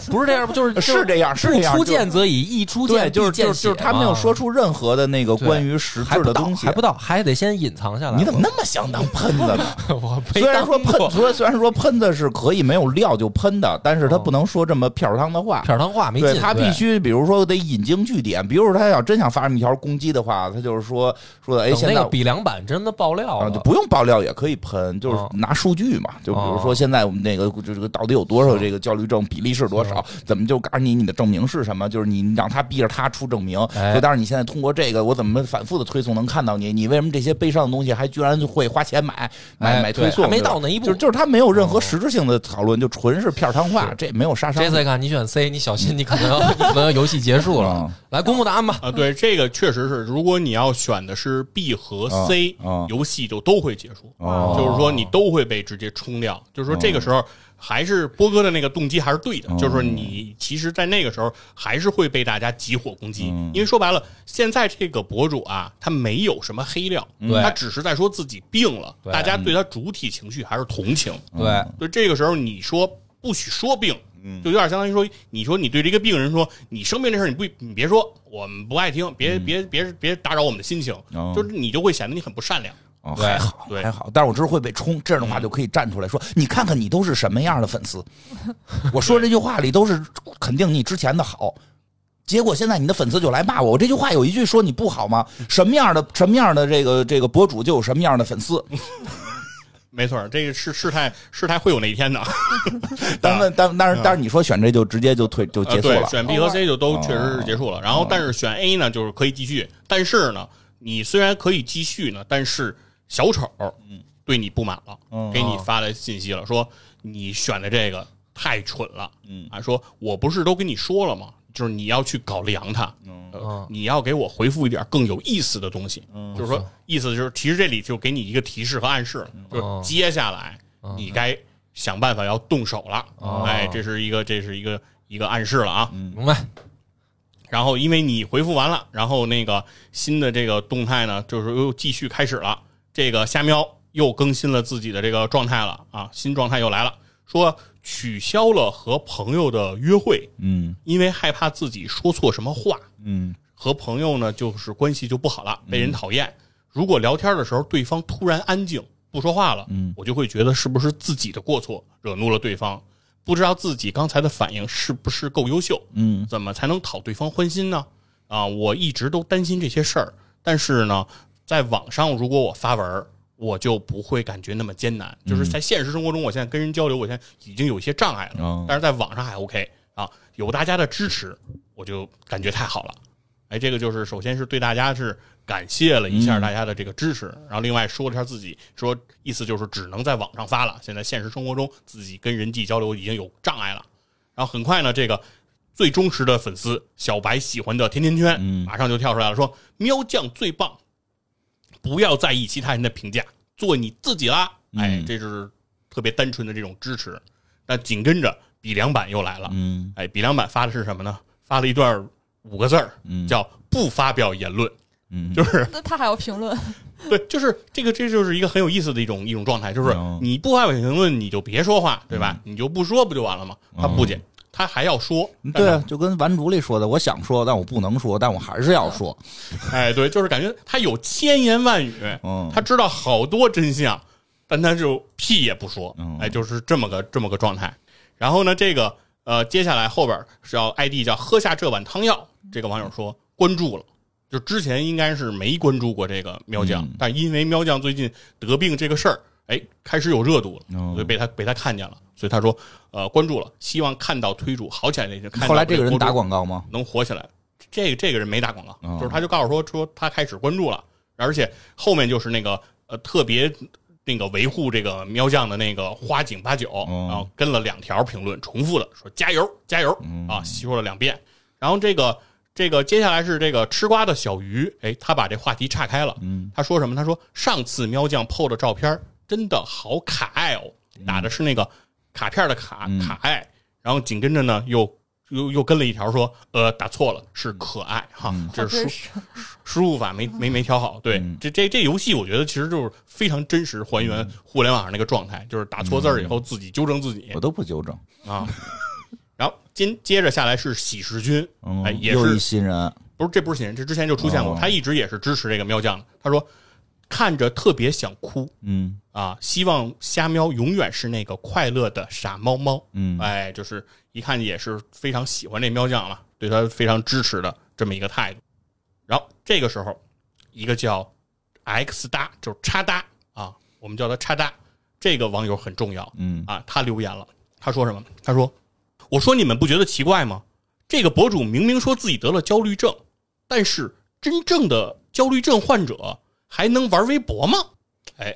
[SPEAKER 1] 不是这样，就是就是
[SPEAKER 2] 是这样，是这
[SPEAKER 1] 不
[SPEAKER 2] 样，
[SPEAKER 1] 出
[SPEAKER 2] 就是
[SPEAKER 1] 剑则已，一出
[SPEAKER 2] 对，
[SPEAKER 1] 剑
[SPEAKER 2] 就是
[SPEAKER 1] 必见
[SPEAKER 2] 就是
[SPEAKER 1] 血
[SPEAKER 2] 就是他没有
[SPEAKER 1] 嘛
[SPEAKER 2] 说出任何的那个
[SPEAKER 1] 对
[SPEAKER 2] 关于实
[SPEAKER 1] 还
[SPEAKER 2] 质
[SPEAKER 1] 不
[SPEAKER 2] 的
[SPEAKER 1] 到
[SPEAKER 2] 东西
[SPEAKER 1] 还，不到，还得先隐藏下来。
[SPEAKER 2] 你怎么那么想当喷子呢？
[SPEAKER 1] 我没
[SPEAKER 2] 虽然说
[SPEAKER 1] 当过
[SPEAKER 2] 喷，虽虽然说喷子是可以没有料就喷的，但是他
[SPEAKER 1] 哦
[SPEAKER 2] 不能说这么片儿汤的话。
[SPEAKER 1] 片儿汤话没
[SPEAKER 2] 对
[SPEAKER 1] 劲，
[SPEAKER 2] 他必须，比如说得引经据典，比如说他要真想发这么一条攻击的话，他就是说说的，哎，
[SPEAKER 1] 等
[SPEAKER 2] 现
[SPEAKER 1] 那
[SPEAKER 2] 在
[SPEAKER 1] 个比梁版真的爆料
[SPEAKER 2] 啊，就
[SPEAKER 1] 了，
[SPEAKER 2] 不用爆料也可以喷，就是
[SPEAKER 1] 哦
[SPEAKER 2] 拿数据嘛。就比如
[SPEAKER 1] 哦
[SPEAKER 2] 说现在我们那个这个到底有多少这个焦虑症比例是多少？怎么就告诉你你的证明是什么？就是你让他逼着他出证明。
[SPEAKER 1] 哎
[SPEAKER 2] 所以当然你现在通过这个，我怎么反复的推送能看到你？你为什么这些悲伤的东西还居然会花钱买买
[SPEAKER 1] 哎
[SPEAKER 2] 买
[SPEAKER 1] 对
[SPEAKER 2] 推送？
[SPEAKER 1] 还没
[SPEAKER 2] 对吧
[SPEAKER 1] 到那一步哦
[SPEAKER 2] 就是就是他没有任何实质性的讨论，就纯是片儿汤话，这也没有杀伤
[SPEAKER 1] 这
[SPEAKER 2] 力。
[SPEAKER 1] 次看你选 C，你小心你可能 你可能游戏结束了
[SPEAKER 2] 嗯。
[SPEAKER 1] 来公布答案吧，
[SPEAKER 3] 啊，对，这个确实是，如果你要选的是 B 和 C，、
[SPEAKER 2] 啊啊
[SPEAKER 3] 游戏就都会结束，
[SPEAKER 2] 哦
[SPEAKER 3] 就是说你都会被直接冲掉。就是说这个时候还是波哥的那个动机还是对的，
[SPEAKER 2] 哦
[SPEAKER 3] 就是说你其实，在那个时候还是会被大家集火攻击，
[SPEAKER 2] 嗯
[SPEAKER 3] 因为说白了，现在这个博主啊，他没有什么黑料，
[SPEAKER 1] 对
[SPEAKER 3] 他只是在说自己病了，
[SPEAKER 1] 对
[SPEAKER 3] 大家
[SPEAKER 2] 嗯
[SPEAKER 3] 对他主体情绪还是同情。
[SPEAKER 1] 对，
[SPEAKER 3] 所以这个时候你说不许说病，
[SPEAKER 2] 嗯
[SPEAKER 3] 就有点相当于说，你说你对这个病人说你生病这事儿你不你别说，我们不爱听，别、别别别打扰我们的心情，
[SPEAKER 2] 嗯哦
[SPEAKER 3] 就是你就会显得你很不善良。
[SPEAKER 2] 哦，
[SPEAKER 1] 对
[SPEAKER 2] 还好，
[SPEAKER 3] 对
[SPEAKER 2] 还好，但是我知道会被冲，这样的话就可以站出来说：“ 你看看你都是什么样的粉丝？” 我说这句话里都是肯定你之前的好，结果现在你的粉丝就来骂我。我这句话有一句说你不好吗？什么样的什么样的这个这个博主就有什么样的粉 丝。
[SPEAKER 3] 没错，这个是事态事态会有那一天的。
[SPEAKER 2] 咱们但但是但是你说选这就直接就退就
[SPEAKER 3] 呃，
[SPEAKER 2] 结束
[SPEAKER 3] 对
[SPEAKER 2] 了，，哦
[SPEAKER 3] 选 B 和 C 就都确实是结束了。然后，但是选 A 呢，就是可以继续，但是呢，你虽然可以继续呢，但是小丑嗯对你不满了，
[SPEAKER 2] 哦
[SPEAKER 3] 给你发来信息了，说你选的这个太蠢了，嗯啊，说我不是都跟你说了吗？就是你要去搞凉它，
[SPEAKER 2] 哦
[SPEAKER 3] 呃
[SPEAKER 1] 嗯
[SPEAKER 3] 你要给我回复一点更有意思的东西，
[SPEAKER 2] 嗯
[SPEAKER 3] 就是
[SPEAKER 2] 哦
[SPEAKER 3] 说意思就是，其实这里就给你一个提示和暗示了，就是接下来你该想办法要动手了，
[SPEAKER 2] 哦
[SPEAKER 3] 哎，这是一个这是一个一个暗示了啊。
[SPEAKER 1] 明白。
[SPEAKER 3] 然后因为你回复完了，然后那个新的这个动态呢，就是又继续开始了。这个虾喵又更新了自己的这个状态了啊，新状态又来了，说取消了和朋友的约会，
[SPEAKER 2] 嗯
[SPEAKER 3] 因为害怕自己说错什么话，
[SPEAKER 2] 嗯
[SPEAKER 3] 和朋友呢就是关系就不好了，被人讨厌。如果聊天的时候对方突然安静不说话了，
[SPEAKER 2] 嗯
[SPEAKER 3] 我就会觉得是不是自己的过错惹怒了对方，不知道自己刚才的反应是不是够优秀，
[SPEAKER 2] 嗯
[SPEAKER 3] 怎么才能讨对方欢心呢？啊，我一直都担心这些事儿，但是呢，在网上如果我发文儿，我就不会感觉那么艰难。就是在现实生活中，我现在跟人交流，我现在已经有一些障碍了，
[SPEAKER 2] 哦
[SPEAKER 3] 但是在网上还 OK 啊，有大家的支持，我就感觉太好了。哎，这个就是首先是对大家是感谢了一下大家的这个支持，然后另外说了一下自己，说意思就是只能在网上发了，现在现实生活中自己跟人际交流已经有障碍了。然后很快呢，这个最忠实的粉丝小白喜欢的甜甜圈，
[SPEAKER 2] 嗯
[SPEAKER 3] 马上就跳出来了，说喵酱最棒，不要在意其他人的评价，做你自己啦。哎
[SPEAKER 2] 嗯，
[SPEAKER 3] 这是特别单纯的这种支持。那紧跟着比良版又来了，
[SPEAKER 2] 嗯
[SPEAKER 3] 哎，比良版发的是什么呢？发了一段五个字儿，
[SPEAKER 2] 嗯
[SPEAKER 3] 叫不发表言论，
[SPEAKER 2] 嗯
[SPEAKER 3] 就是
[SPEAKER 4] 那他还要评论，
[SPEAKER 3] 对，就是这个，这就是一个很有意思的一种一种状态，就是
[SPEAKER 2] 嗯
[SPEAKER 3] 你不发表评论，你就别说话，对吧？你就不说不就完了吗？他不仅他还要说，
[SPEAKER 2] 嗯对
[SPEAKER 3] 但
[SPEAKER 2] 啊，就跟《顽主》里说的，我想说，但我不能说，但我还是要说。
[SPEAKER 3] 是，哎，对，就是感觉他有千言万语，
[SPEAKER 2] 嗯，
[SPEAKER 3] 他知道好多真相，但他就屁也不说
[SPEAKER 2] 嗯，
[SPEAKER 3] 哎，就是这么个这么个状态。然后呢，这个呃，接下来后边是要 ID 叫喝下这碗汤药，这个网友说关注了。就之前应该是没关注过这个喵酱，
[SPEAKER 2] 嗯
[SPEAKER 3] 但因为喵酱最近得病这个事儿，哎，开始有热度了，
[SPEAKER 2] 嗯
[SPEAKER 3] 所以被他被他看见了，所以他说呃关注了，希望看到推主好起来那天。看到
[SPEAKER 2] 后来这个人打
[SPEAKER 3] 博主
[SPEAKER 2] 广告吗？
[SPEAKER 3] 能火起来。这个这个人没打广告，
[SPEAKER 2] 嗯
[SPEAKER 3] 就是他就告诉说说他开始关注了，而且后面就是那个呃特别那个维护这个喵酱的那个花井八九，
[SPEAKER 2] 嗯
[SPEAKER 3] 然后跟了两条评论，重复的说加油加油
[SPEAKER 2] 嗯
[SPEAKER 3] 啊，说了两遍。然后这个这个接下来是这个吃瓜的小鱼，哎，他把这话题岔开了，
[SPEAKER 2] 嗯，
[SPEAKER 3] 他说什么？他说上次喵酱 PO 的照片真的好卡爱哦，打的是那个卡片的卡、
[SPEAKER 2] 嗯
[SPEAKER 3] 卡爱，然后紧跟着呢又又又跟了一条说，呃，打错了，
[SPEAKER 2] 嗯
[SPEAKER 3] 是可爱哈，这是
[SPEAKER 4] 真
[SPEAKER 3] 输
[SPEAKER 4] 是
[SPEAKER 3] 输入法没没没调好。对，
[SPEAKER 2] 嗯
[SPEAKER 3] 这这这游戏我觉得其实就是非常真实还原互联网上那个状态，就是打错字儿以后自己纠正自己
[SPEAKER 2] 我、都不纠正。
[SPEAKER 3] 啊。然后接接着下来是喜事君，
[SPEAKER 2] 嗯
[SPEAKER 3] 哎，，也
[SPEAKER 2] 又
[SPEAKER 3] 是
[SPEAKER 2] 一新人，
[SPEAKER 3] 不是，这不是新人，这之前就出现过，
[SPEAKER 2] 哦
[SPEAKER 3] 他一直也是支持这个喵酱的。他说看着特别想哭
[SPEAKER 2] 嗯
[SPEAKER 3] 啊，希望虾喵永远是那个快乐的傻猫猫。
[SPEAKER 2] 嗯，
[SPEAKER 3] 哎，就是一看也是非常喜欢这喵酱了，对他非常支持的这么一个态度。然后这个时候，一个叫 X 搭，就是叉搭啊，我们叫他叉搭，这个网友很重要，
[SPEAKER 2] 嗯
[SPEAKER 3] 啊，他留言了，他说什么？他说：“我说你们不觉得奇怪吗？这个博主明明说自己得了焦虑症，但是真正的焦虑症患者还能玩微博吗？”哎，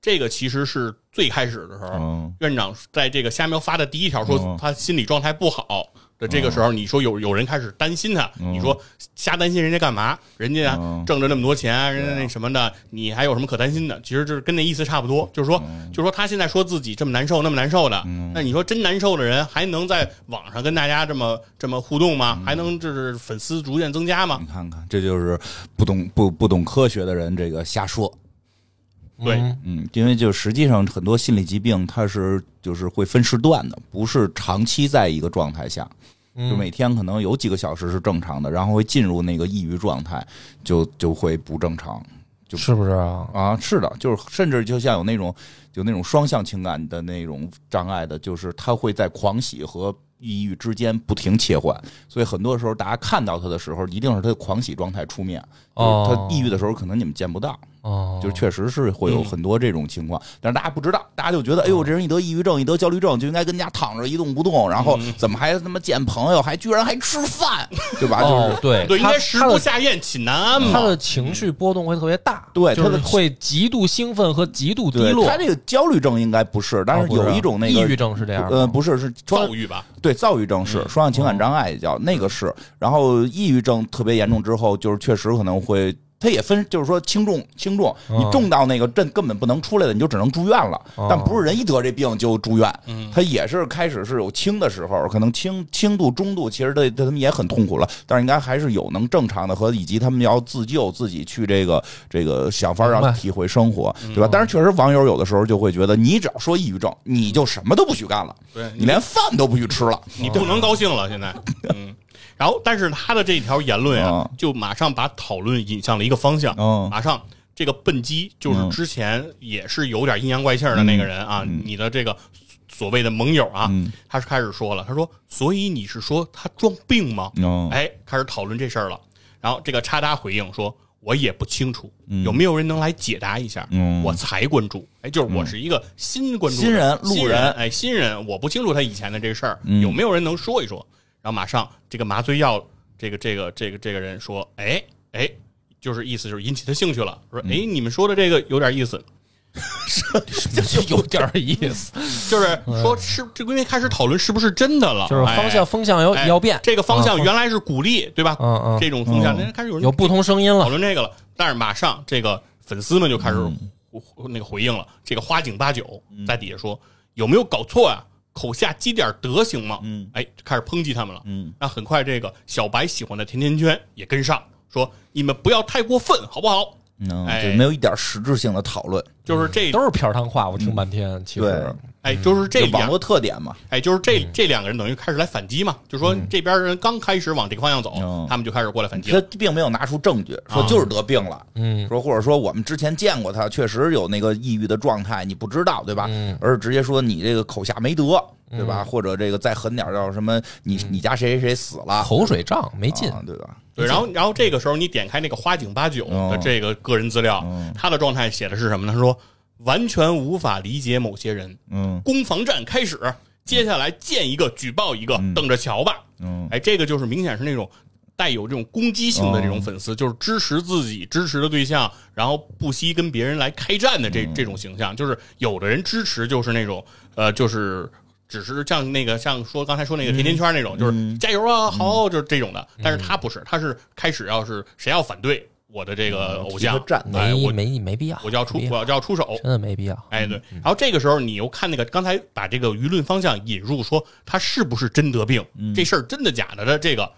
[SPEAKER 3] 这个其实是最开始的时候，
[SPEAKER 2] 嗯
[SPEAKER 3] 院长在这个虾喵发的第一条说
[SPEAKER 1] 哦
[SPEAKER 2] 嗯
[SPEAKER 3] 他心理状态不好的这个时候，你说有有人开始担心他，
[SPEAKER 1] 哦
[SPEAKER 2] 嗯
[SPEAKER 3] 你说瞎担心人家干嘛？人家
[SPEAKER 2] 嗯
[SPEAKER 3] 挣着那么多钱，人
[SPEAKER 2] 对
[SPEAKER 3] 家
[SPEAKER 2] 啊
[SPEAKER 3] 那什么的，你还有什么可担心的？其实就是跟那意思差不
[SPEAKER 1] 哦
[SPEAKER 3] 多，就是说，就是说他现在说自己这么难受，那么难受的，
[SPEAKER 1] 嗯
[SPEAKER 3] 那你说真难受的人还能在网上跟大家这么这么互动
[SPEAKER 1] 嗯
[SPEAKER 3] 吗？还能就是粉丝逐渐增加吗？
[SPEAKER 2] 你看看，这就是不懂不不懂科学的人这个瞎说。
[SPEAKER 3] 对
[SPEAKER 1] 嗯
[SPEAKER 2] 嗯，因为就实际上很多心理疾病，它是就是会分时段的，不是长期在一个状态下，就每天可能有几个小时是正常的，然后会进入那个抑郁状态，就就会不正常就是
[SPEAKER 1] 不是啊？
[SPEAKER 2] 啊。是的，就是甚至就像有那种有那种双向情感的那种障碍的，就是他会在狂喜和抑郁之间不停切换，所以很多时候大家看到他的时候，一定是他的狂喜状态出面，就是
[SPEAKER 1] 哦
[SPEAKER 2] 他抑郁的时候可能你们见不到。
[SPEAKER 1] 哦，
[SPEAKER 2] 就是确实是会有很多这种情况，但是大家不知道，大家就觉得，哎
[SPEAKER 1] 哦
[SPEAKER 2] 呦，这人一得抑郁症，一得焦虑症，就应该跟家躺着一动不动，然
[SPEAKER 1] 嗯
[SPEAKER 2] 后怎么还他妈见朋友，还居然还吃 饭，对吧？就是
[SPEAKER 1] 哦，对
[SPEAKER 3] 对，应
[SPEAKER 1] 他
[SPEAKER 3] 该食
[SPEAKER 1] 他
[SPEAKER 3] 不
[SPEAKER 1] 的
[SPEAKER 3] 下咽，寝难安
[SPEAKER 1] 他
[SPEAKER 3] 嘛。
[SPEAKER 1] 的情绪波动会特别大，
[SPEAKER 2] 对
[SPEAKER 1] 就
[SPEAKER 2] 他
[SPEAKER 1] 是
[SPEAKER 2] 的
[SPEAKER 1] 会极度兴奋和极度低
[SPEAKER 2] 对
[SPEAKER 1] 落。
[SPEAKER 2] 他这个焦虑症应该不是，但
[SPEAKER 1] 啊
[SPEAKER 2] 是
[SPEAKER 1] 不
[SPEAKER 2] 有一种那
[SPEAKER 1] 抑
[SPEAKER 2] 个
[SPEAKER 1] 郁。症是这样吗，
[SPEAKER 2] 呃，不是，是双
[SPEAKER 3] 躁郁吧，
[SPEAKER 2] 对躁郁症是双向情感障碍也叫那个是，然后抑郁症特别严重之后，就是确实可能会，它也分，就是说轻重轻重，你
[SPEAKER 1] 嗯
[SPEAKER 2] 重到那个症根本不能出来的，你就只能住院了。
[SPEAKER 1] 哦
[SPEAKER 2] 但不是人一得这病就住院
[SPEAKER 3] 嗯，
[SPEAKER 2] 他也是开始是有轻的时候，可能轻轻度、中度，其实对对他们也很痛苦了，但是应该还是有能正常的和以及他们要自救，自己去这个这个想法
[SPEAKER 1] 明
[SPEAKER 3] 哎
[SPEAKER 2] 让
[SPEAKER 1] 白
[SPEAKER 2] 体会生活，
[SPEAKER 3] 嗯
[SPEAKER 2] 对吧？但是确实网友有的时候就会觉得，你只要说抑郁症，你就什么都不许干了，
[SPEAKER 3] 对
[SPEAKER 2] 你连饭都不许吃了。
[SPEAKER 3] 你不能高兴了，现在。嗯，然后但是他的这条言论啊
[SPEAKER 2] 啊，
[SPEAKER 3] 就马上把讨论引向了一个方向，
[SPEAKER 2] 嗯
[SPEAKER 3] 马上。这个笨鸡就是
[SPEAKER 2] 嗯
[SPEAKER 3] 之前也是有点阴阳怪气儿的那个人啊，你的这个所谓的盟友啊，
[SPEAKER 2] 嗯
[SPEAKER 3] 他是开始说了，他说：“所以你是说他装病吗？”
[SPEAKER 2] 哦
[SPEAKER 3] 哎，开始讨论这事儿了。然后这个叉叉回应说：“我也不清楚，有没有人能来解答一下？
[SPEAKER 2] 嗯
[SPEAKER 3] 我才关注，哎，就是我是一个新关注的
[SPEAKER 2] 新人嗯路
[SPEAKER 3] 新
[SPEAKER 2] 人
[SPEAKER 3] 哎，新人，我不清楚他以前的这个事儿，有没有人能说一说？”然后马上这个麻醉药，这个这个这个这个人说：“哎哎，就是意思就是引起他兴趣了，
[SPEAKER 2] 嗯
[SPEAKER 3] 说哎，你们说的这个有点意思。”
[SPEAKER 1] 是有点意思，
[SPEAKER 3] 就是说是，这因为开始讨论是不是真的了，
[SPEAKER 1] 就是方向
[SPEAKER 3] 哎
[SPEAKER 1] 风向有
[SPEAKER 3] 哎
[SPEAKER 1] 要变，
[SPEAKER 3] 这个方向
[SPEAKER 1] 啊
[SPEAKER 3] 原来是鼓励，对吧？
[SPEAKER 1] 嗯嗯
[SPEAKER 3] 这种风向，那开始有人
[SPEAKER 1] 有不同声音
[SPEAKER 3] 讨
[SPEAKER 1] 了，
[SPEAKER 3] 论这个了，但是马上这个粉丝们就开始
[SPEAKER 2] 嗯
[SPEAKER 3] 回回那个回应了。这个花井八九在底下说：“有没有搞错啊？口下积点德行吗？”
[SPEAKER 2] 嗯，
[SPEAKER 3] 哎，就开始抨击他们了。
[SPEAKER 2] 嗯，
[SPEAKER 3] 那很快这个小白喜欢的甜甜圈也跟上，说：“你们不要太过分，好不好
[SPEAKER 2] 嗯，
[SPEAKER 3] 哎
[SPEAKER 2] 就没有一点实质性的讨论。？”
[SPEAKER 3] 就是这
[SPEAKER 1] 都是片儿汤话，我听半天，其实
[SPEAKER 2] 对
[SPEAKER 3] 哎，就是这
[SPEAKER 2] 就网
[SPEAKER 3] 两
[SPEAKER 2] 络特点嘛，
[SPEAKER 3] 哎，就是这这两个人等于开始来反击嘛，就说这边人刚开始往这个方向走
[SPEAKER 2] 嗯，
[SPEAKER 3] 他们就开始过来反击
[SPEAKER 2] 他
[SPEAKER 3] 了。
[SPEAKER 2] 并没有拿出证据说就是得病了，
[SPEAKER 1] 嗯，
[SPEAKER 2] 说或者说我们之前见过他，确实有那个抑郁的状态，你不知道对吧？
[SPEAKER 1] 嗯
[SPEAKER 2] 而是直接说你这个口下没德，对吧？或者这个再狠点儿叫什么，你你家谁谁谁死了，
[SPEAKER 1] 口水仗没劲，
[SPEAKER 2] 啊对吧？
[SPEAKER 3] 对，然后然后这个时候你点开那个花井八九的
[SPEAKER 2] 哦
[SPEAKER 3] 这个个人资料，他的状态写的是什么呢？他说完全无法理解某些人，
[SPEAKER 2] 嗯
[SPEAKER 3] 攻防战开始，接下来见一个举报一个，等着瞧吧。
[SPEAKER 2] 嗯
[SPEAKER 3] 哎，这个就是明显是那种带有这种攻击性的这种粉丝，就是支持自己支持的对象，然后不惜跟别人来开战的这这种形象。就是有的人支持就是那种呃，就是。只是像那个像说刚才说那个甜甜圈那种，就是加油啊，好，就是这种的。但是他不是，他是开始要是谁要反对我的这个偶像
[SPEAKER 2] 提个战，
[SPEAKER 3] 哎，
[SPEAKER 1] 没
[SPEAKER 3] 我
[SPEAKER 1] 没没必要，
[SPEAKER 3] 我就要出
[SPEAKER 1] 没必要
[SPEAKER 3] 我就要出手，
[SPEAKER 1] 真的没必要。
[SPEAKER 3] 哎，对。然后这个时候你又看那个刚才把这个舆论方向引入，说他是不是真得病，这事儿真的假的的这个。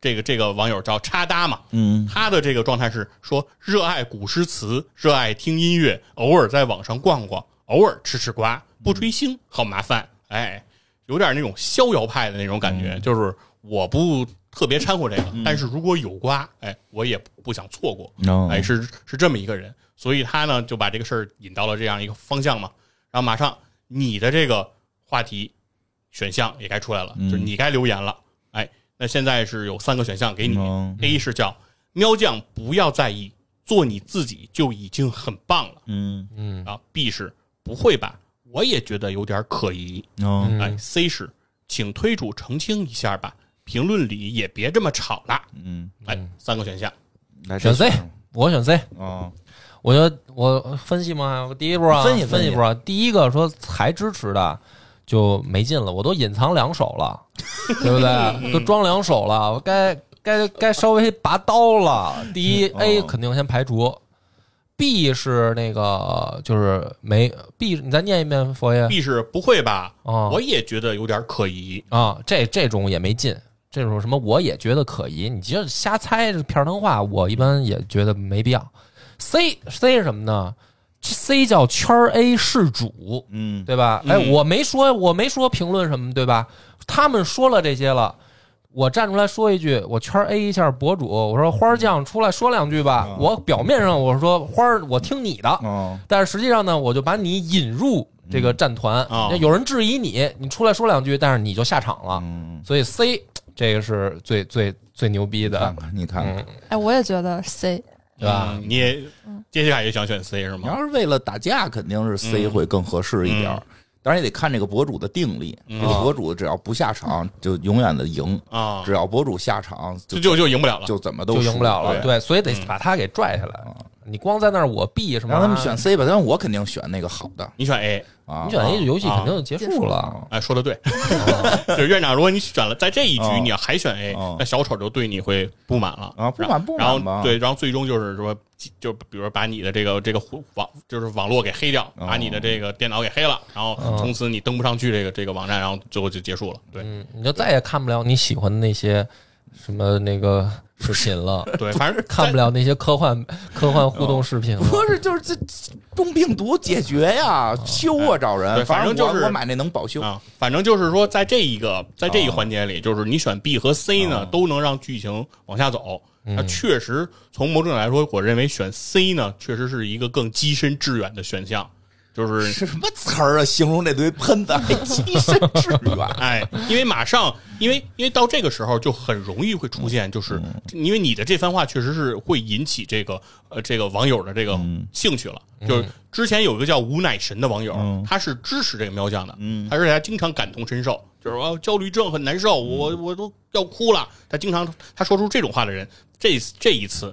[SPEAKER 3] 这个这个网友叫叉搭嘛，
[SPEAKER 2] 嗯，
[SPEAKER 3] 他的这个状态是说热爱古诗词，热爱听音乐，偶尔在网上逛逛，偶尔吃吃瓜，不追星，好麻烦，哎，有点那种逍遥派的那种感觉，就是我不特别掺和这个，但是如果有瓜，哎，我也不想错过，
[SPEAKER 2] 哦
[SPEAKER 3] 哎，是是这么一个人，所以他呢就把这个事儿引到了这样一个方向嘛。然后马上你的这个话题选项也该出来了，就是
[SPEAKER 2] 嗯
[SPEAKER 3] 你该留言了。哎，那现在是有三个选项给你
[SPEAKER 2] 嗯
[SPEAKER 3] ，A 是叫喵酱不要在意，做你自己就已经很棒了
[SPEAKER 2] 嗯
[SPEAKER 1] 嗯
[SPEAKER 3] 啊。B 是不会吧，我也觉得有点可疑。
[SPEAKER 2] 嗯
[SPEAKER 3] 哎
[SPEAKER 1] 嗯
[SPEAKER 3] ，C 是请推主澄清一下吧，评论里也别这么吵了。
[SPEAKER 2] 嗯，
[SPEAKER 3] 哎，三个选项，
[SPEAKER 2] 来
[SPEAKER 1] 选 C，我选 C，
[SPEAKER 2] 啊，
[SPEAKER 1] 我觉得我分析嘛，我第一波啊，
[SPEAKER 2] 分析
[SPEAKER 1] 分
[SPEAKER 2] 分析
[SPEAKER 1] 析波啊，第一个说才支持的就没劲了，我都隐藏两手了，对不对？都装两手了，我该该该稍微拔刀了。第一
[SPEAKER 2] 嗯
[SPEAKER 1] A
[SPEAKER 2] 哦
[SPEAKER 1] 肯定先排除，B 是那个就是没 B，你再念一遍佛爷
[SPEAKER 3] B 是不会吧？
[SPEAKER 2] 啊
[SPEAKER 1] 哦
[SPEAKER 3] 我也觉得有点可疑。
[SPEAKER 1] 啊，这这种也没劲。这种什么我也觉得可疑，你就瞎猜这片儿汤话，我一般也觉得没必要。C C 是什么呢这？C 叫圈儿 A 事主，
[SPEAKER 2] 嗯
[SPEAKER 1] 对吧？
[SPEAKER 3] 嗯
[SPEAKER 1] 哎，我没说，我没说评论什么，对吧？他们说了这些了，我站出来说一句，我圈 A 一下博主，我说花儿酱出来说两句吧。
[SPEAKER 2] 嗯
[SPEAKER 1] 我表面上我说花儿，我听你的，
[SPEAKER 2] 哦，
[SPEAKER 1] 但是实际上呢，我就把你引入这个战团。
[SPEAKER 3] 嗯哦
[SPEAKER 1] 有人质疑你，你出来说两句，但是你就下场了。
[SPEAKER 2] 啊嗯，
[SPEAKER 1] 所以 C 这个是最最最牛逼的
[SPEAKER 2] 看，看你看看，
[SPEAKER 1] 嗯，
[SPEAKER 4] 哎，我也觉得 C，
[SPEAKER 1] 对吧？
[SPEAKER 3] 嗯你也接下来也想选 C 是
[SPEAKER 2] 你
[SPEAKER 3] 吗？
[SPEAKER 2] 要是为了打架，肯定是 C
[SPEAKER 3] 嗯
[SPEAKER 2] 会更合适一点儿
[SPEAKER 3] 嗯。
[SPEAKER 2] 当然也得看这个博主的定力，
[SPEAKER 3] 嗯
[SPEAKER 2] 这个博主只要不下场，就永远的赢；
[SPEAKER 3] 啊
[SPEAKER 2] 只，要博主下场，
[SPEAKER 3] 就
[SPEAKER 2] 就
[SPEAKER 3] 就就赢不了了。
[SPEAKER 2] 就怎么都
[SPEAKER 1] 就赢
[SPEAKER 2] 输嗯
[SPEAKER 1] 不了了，对，
[SPEAKER 3] 对
[SPEAKER 1] 所以得把他给拽下来。你光在那儿我 B 什么？啊
[SPEAKER 2] 让他们选 C 吧，但我肯定选那个好的
[SPEAKER 3] 你选 A，
[SPEAKER 2] 啊。
[SPEAKER 1] 你选 A 游戏肯定就结束了，
[SPEAKER 3] 哎，说的对， 就是院长，如果你选了在这一局
[SPEAKER 2] 啊哦，
[SPEAKER 3] 你要还选 A，
[SPEAKER 2] 哦
[SPEAKER 3] 那小丑就对你会不满了
[SPEAKER 2] 啊不满
[SPEAKER 3] 然后
[SPEAKER 2] 不满
[SPEAKER 3] 然
[SPEAKER 2] 吧
[SPEAKER 3] 后对，然后最终就是说，就比如说把你的这个这个网就是网络给黑掉，
[SPEAKER 2] 哦
[SPEAKER 3] 把你的这个电脑给黑了，然后从此你登不上去这个这个网站，然后最后就结束了。对
[SPEAKER 1] 嗯，你就再也看不了你喜欢的那些什么那个视频 了，
[SPEAKER 3] 对，反正
[SPEAKER 1] 看不了那些科幻科幻互动视频了。
[SPEAKER 2] 哦不是，就是这中病毒解决呀，修啊找
[SPEAKER 3] 哦哎对
[SPEAKER 2] 人，
[SPEAKER 3] 反正
[SPEAKER 2] 正我
[SPEAKER 3] 就是
[SPEAKER 2] 我买那能保修。
[SPEAKER 3] 啊，反正就是说，在这一个在这一环节里，就是你选 B 和 C 呢，都能让剧情往下走。那确实，从某种角度来说，我认为选 C 呢，确实是一个更跻身致远的选项。就是，
[SPEAKER 2] 是什么词儿啊？形容这堆喷子还跻身致远。
[SPEAKER 3] 哎，因为马上，因为因为到这个时候就很容易会出现，就是
[SPEAKER 2] 嗯
[SPEAKER 3] 因为你的这番话确实是会引起这个呃这个网友的这个
[SPEAKER 2] 嗯
[SPEAKER 3] 兴趣了。就是之前有一个叫吴乃神的网友，他是支持这个喵酱的，
[SPEAKER 2] 嗯
[SPEAKER 3] 而且他经常感同身受，就是说、啊焦虑症很难受，
[SPEAKER 2] 嗯
[SPEAKER 3] 我我都要哭了。他经常他说出这种话的人，这这一次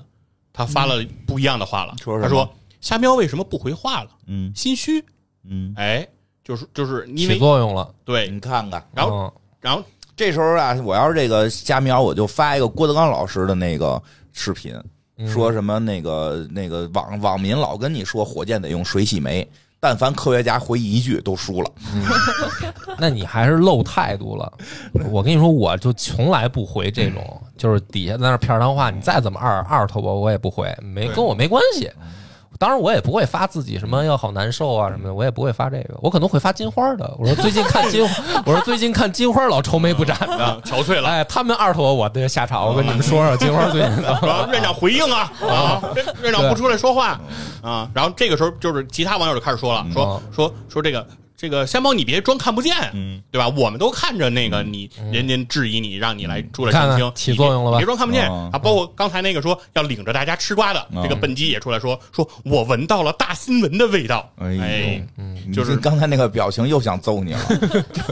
[SPEAKER 3] 他发了不一样的话了，
[SPEAKER 2] 嗯说什么
[SPEAKER 3] 他说虾喵为什么不回话了？
[SPEAKER 2] 嗯
[SPEAKER 3] 心虚，
[SPEAKER 2] 嗯，
[SPEAKER 3] 哎，就是就是因
[SPEAKER 1] 起
[SPEAKER 3] 为
[SPEAKER 1] 作用了，嗯
[SPEAKER 3] 对
[SPEAKER 2] 你，看看，
[SPEAKER 3] 然后
[SPEAKER 1] 后
[SPEAKER 3] 然后
[SPEAKER 2] 这时候啊，我要是这个瞎瞄，我就发一个郭德纲老师的那个视频，
[SPEAKER 1] 嗯
[SPEAKER 2] 说什么那个那个网网民老跟你说火箭得用水洗煤，但凡科学家回忆一句都输了。
[SPEAKER 1] 那你还是露态度了。我跟你说，我就从来不回这种，就是底下在那儿片儿汤话，你再怎么二二头我我也不回，没
[SPEAKER 3] 对
[SPEAKER 1] 跟我没关系。当然，我也不会发自己什么要好难受啊什么的，我也不会发这个，我可能会发金花的。我说最近看金，我说最近看金花老愁眉不展的。
[SPEAKER 3] 啊， 憔悴了。
[SPEAKER 1] 哎，他们二头我的下场，我跟你们说说，金花最近怎么了
[SPEAKER 3] 然后院长回应啊啊，院院长不出来说话啊，然后这个时候就是其他网友就开始说了，说说说这个这个山猫你别装看不见，
[SPEAKER 2] 嗯，
[SPEAKER 3] 对吧？我们都看着那个你，人家质疑你，让你来出来
[SPEAKER 1] 嗯看
[SPEAKER 3] 澄
[SPEAKER 1] 看
[SPEAKER 3] 清，
[SPEAKER 1] 起
[SPEAKER 3] 你别
[SPEAKER 1] 作用了吧
[SPEAKER 3] 你别装看不见
[SPEAKER 2] 哦
[SPEAKER 3] 啊！包括刚才那个说要领着大家吃瓜的
[SPEAKER 2] 嗯
[SPEAKER 3] 这个笨鸡也出来说，说我闻到了大新闻的味道，
[SPEAKER 2] 哎呦
[SPEAKER 3] 哎，
[SPEAKER 1] 嗯
[SPEAKER 2] 你
[SPEAKER 3] 就是
[SPEAKER 2] 这刚才那个表情又想揍你了，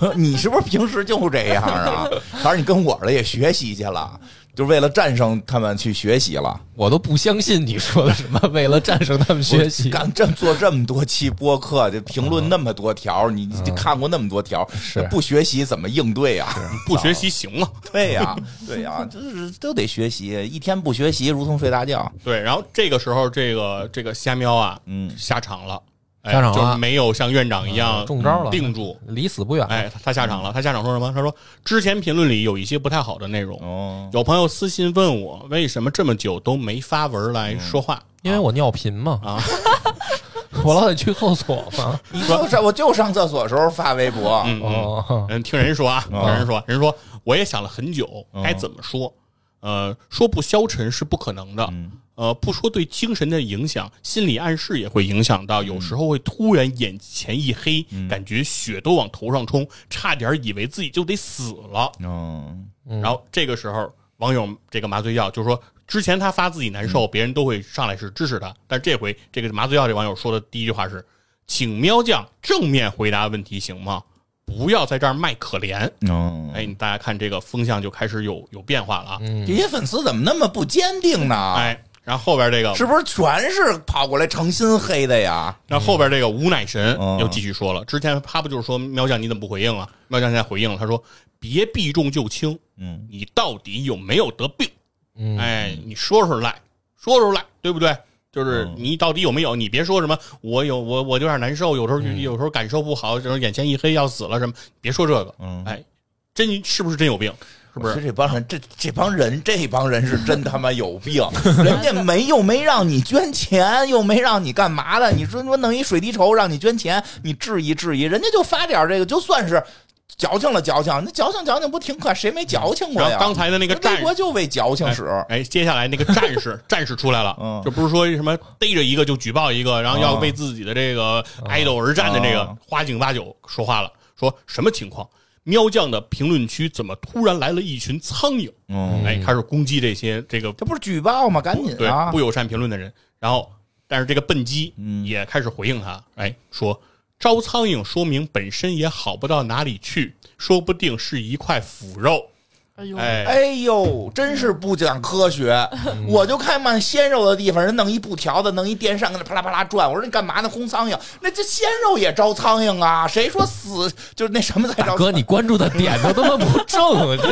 [SPEAKER 2] 你是不是平时就这 样啊？还是你跟我儿子也学习去了，就为了战胜他们去学习了？
[SPEAKER 1] 我都不相信你说的什么，为了战胜他们学习嗯
[SPEAKER 2] 我，干这么做这么多期播客，就评论那么多条，你你看过那么多条，
[SPEAKER 1] 是
[SPEAKER 2] 不学习怎么应对啊呀、
[SPEAKER 3] 不学习行吗？
[SPEAKER 2] 对呀、对呀、就是都得学习，一天不学习如同睡大觉。
[SPEAKER 3] 对，然后这个时候这个这个虾喵啊，
[SPEAKER 2] 嗯
[SPEAKER 3] 下场了，哎
[SPEAKER 1] 下场了啊
[SPEAKER 3] 就没有像院长一样
[SPEAKER 1] 中招了，
[SPEAKER 3] 定住。
[SPEAKER 1] 离死不远。
[SPEAKER 3] 哎，他他下场了。他下场说什么？他说之前评论里有一些不太好的内容，
[SPEAKER 2] 哦，
[SPEAKER 3] 有朋友私信问我为什么这么久都没发文来
[SPEAKER 2] 嗯
[SPEAKER 3] 说话，
[SPEAKER 1] 因为我尿频嘛，
[SPEAKER 3] 啊
[SPEAKER 1] 我老得去厕所嘛。
[SPEAKER 2] 你就上我就上厕所时候发微博，
[SPEAKER 3] 嗯嗯
[SPEAKER 1] 哦，
[SPEAKER 3] 嗯，听人说啊，
[SPEAKER 2] 哦
[SPEAKER 3] 听人说，人说我也想了很久该怎么说，呃，说不消沉是不可能的。呃，不说对精神的影响，心理暗示也会影响到，有时候会突然眼前一黑，感觉血都往头上冲，差点以为自己就得死了。
[SPEAKER 2] 嗯，
[SPEAKER 3] 然后这个时候，网友这个麻醉药就说，之前他发自己难受，别人都会上来是支持他，但这回这个麻醉药这网友说的第一句话是：“请喵酱正面回答问题行吗？不要在这儿卖可怜。”
[SPEAKER 2] 哦
[SPEAKER 3] 哎，你大家看这个风向就开始有有变化了啊！
[SPEAKER 2] 这些粉丝怎么那么不坚定呢？
[SPEAKER 3] 哎，然后后边这个，
[SPEAKER 2] 是不是全是跑过来诚心黑的呀？
[SPEAKER 3] 那后边这个吴乃神
[SPEAKER 2] 嗯
[SPEAKER 3] 又继续说了，之前他不就是说喵酱你怎么不回应啊？喵酱现在回应了，他说：“别避重就轻，
[SPEAKER 2] 嗯，
[SPEAKER 3] 你到底有没有得病？”
[SPEAKER 1] 嗯，
[SPEAKER 3] 哎，你说出来，说出来，对不对？就是
[SPEAKER 2] 嗯
[SPEAKER 3] 你到底有没有？你别说什么我有我我有点难受，有时候
[SPEAKER 2] 嗯
[SPEAKER 3] 有时候感受不好，就是眼前一黑要死了什么，别说这个。
[SPEAKER 2] 嗯
[SPEAKER 3] 哎，真是不是真有病？是不
[SPEAKER 2] 我说
[SPEAKER 3] 是？
[SPEAKER 2] 这帮人，这这帮人，这帮人是真他妈有病！ 人家没又没让你捐钱，又没让你干嘛的？你说说弄一水滴筹让你捐钱，你质疑质疑，人家就发点这个，就算是矫情了矫情，那矫情矫情不挺可？谁没矫情过
[SPEAKER 3] 然
[SPEAKER 2] 呀？
[SPEAKER 3] 后刚才的那个战
[SPEAKER 2] 微博就为矫情使，
[SPEAKER 3] 哎，接下来那个战 士战士出来了
[SPEAKER 2] 嗯，
[SPEAKER 3] 就不是说什么逮着一个就举报一个，然后要
[SPEAKER 2] 嗯
[SPEAKER 3] 为自己的这个爱豆而战的这个
[SPEAKER 2] 嗯
[SPEAKER 3] 花井八九说话了，说什么情况？喵酱的评论区怎么突然来了一群苍蝇？
[SPEAKER 2] 嗯，
[SPEAKER 3] 哎，开始攻击这些这个
[SPEAKER 2] 这不是举报吗？赶紧
[SPEAKER 3] 对
[SPEAKER 2] 啊！
[SPEAKER 3] 不友善评论的人。然后，但是这个笨鸡
[SPEAKER 2] 嗯
[SPEAKER 3] 也开始回应他，哎，说招苍蝇说明本身也好不到哪里去，说不定是一块腐肉。
[SPEAKER 4] 哎呦，
[SPEAKER 3] 哎，
[SPEAKER 2] 哎呦，真是不讲科学！
[SPEAKER 3] 嗯
[SPEAKER 2] 我就看看鲜肉的地方，人弄一布条子，弄一电扇，跟那啪啦啪啦转。我说你干嘛呢？轰苍蝇？那这鲜肉也招苍蝇啊？谁说死就是那什么才
[SPEAKER 1] 大
[SPEAKER 2] 招？
[SPEAKER 3] 啊
[SPEAKER 1] 哥，你关注的点都他妈不正，啊这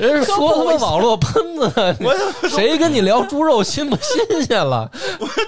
[SPEAKER 1] 人家说他妈网络喷子，谁跟你聊猪肉新不新鲜了？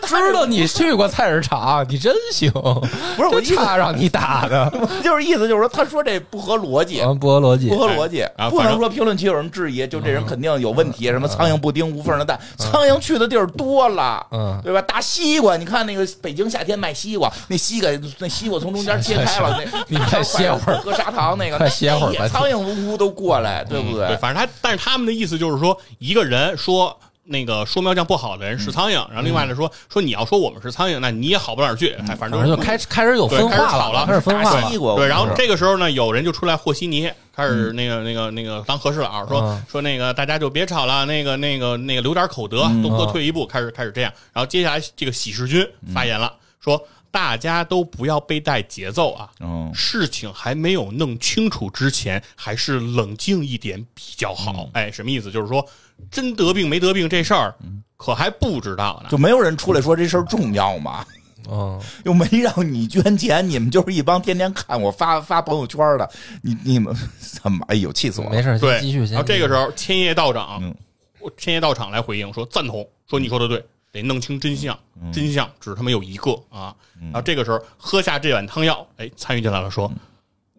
[SPEAKER 1] 知道你去过菜市场，你真行，不
[SPEAKER 2] 是我意思
[SPEAKER 1] 差让你打的，
[SPEAKER 2] 就是意思就是说，他说这不合逻辑。
[SPEAKER 3] 哦
[SPEAKER 1] 嗯，不合逻辑
[SPEAKER 2] 不。合逻辑
[SPEAKER 3] 啊，
[SPEAKER 2] 不
[SPEAKER 3] 反
[SPEAKER 2] 能
[SPEAKER 3] 正嗯
[SPEAKER 2] 说评论区有人质疑，就这人肯定有问题。什么苍蝇不叮无缝的蛋，苍蝇去的地儿多了，
[SPEAKER 1] 嗯
[SPEAKER 2] 对吧？大西瓜，你看那个北京夏天卖西瓜，那西瓜那西瓜从中间切 开了，那
[SPEAKER 1] 哎你快歇会儿
[SPEAKER 2] 喝砂糖那个，
[SPEAKER 1] 快歇会儿吧嗯
[SPEAKER 2] 那也苍蝇呜呜都过来，对不
[SPEAKER 3] 对，？反正他，但是他们的意思就是说，一个人说那个说喵酱不好的人是苍蝇，然后另外
[SPEAKER 1] 嗯
[SPEAKER 3] 呢说说你要说我们是苍蝇，那你也好不到哪儿去。哎，
[SPEAKER 1] 反
[SPEAKER 3] 反正就
[SPEAKER 1] 正
[SPEAKER 3] 是
[SPEAKER 1] 嗯就开开始有分
[SPEAKER 3] 对开始
[SPEAKER 1] 化
[SPEAKER 3] 吵了
[SPEAKER 1] 开始分化
[SPEAKER 2] 大
[SPEAKER 1] 了
[SPEAKER 2] 西。瓜，
[SPEAKER 3] 对，然后
[SPEAKER 2] 我
[SPEAKER 3] 这个时候呢，有人就出来和稀泥，开始那个、那个那个当和事佬、说、
[SPEAKER 1] 嗯
[SPEAKER 3] 说那个大家就别吵了，那个那个那个留点口德，
[SPEAKER 1] 嗯
[SPEAKER 3] 都各退一步，开始开始这样。然后接下来这个喜事君发言了，说大家都不要被带节奏啊，
[SPEAKER 2] 嗯
[SPEAKER 3] 事情还没有弄清楚之前，还是冷静一点比较好。哎，什么意思？就是说真得病没得病这事儿，可还不知道呢。
[SPEAKER 2] 就没有人出来说这事儿重要吗？
[SPEAKER 1] 嗯，
[SPEAKER 2] 又没让你捐钱，你们就是一帮天天看我发发朋友圈的，你你们怎么？哎呦，气死我了！
[SPEAKER 1] 没事，
[SPEAKER 3] 对
[SPEAKER 1] 先，继续。
[SPEAKER 3] 然后这个时
[SPEAKER 1] 候，
[SPEAKER 3] 候，千叶道长，
[SPEAKER 2] 嗯
[SPEAKER 3] 千叶道场来回应说赞同，说你说的对，得弄清真相，
[SPEAKER 2] 嗯
[SPEAKER 3] 真相只他妈有一个啊。然后这个时候喝下这碗汤药，哎，参与进来了，
[SPEAKER 2] 嗯
[SPEAKER 3] 说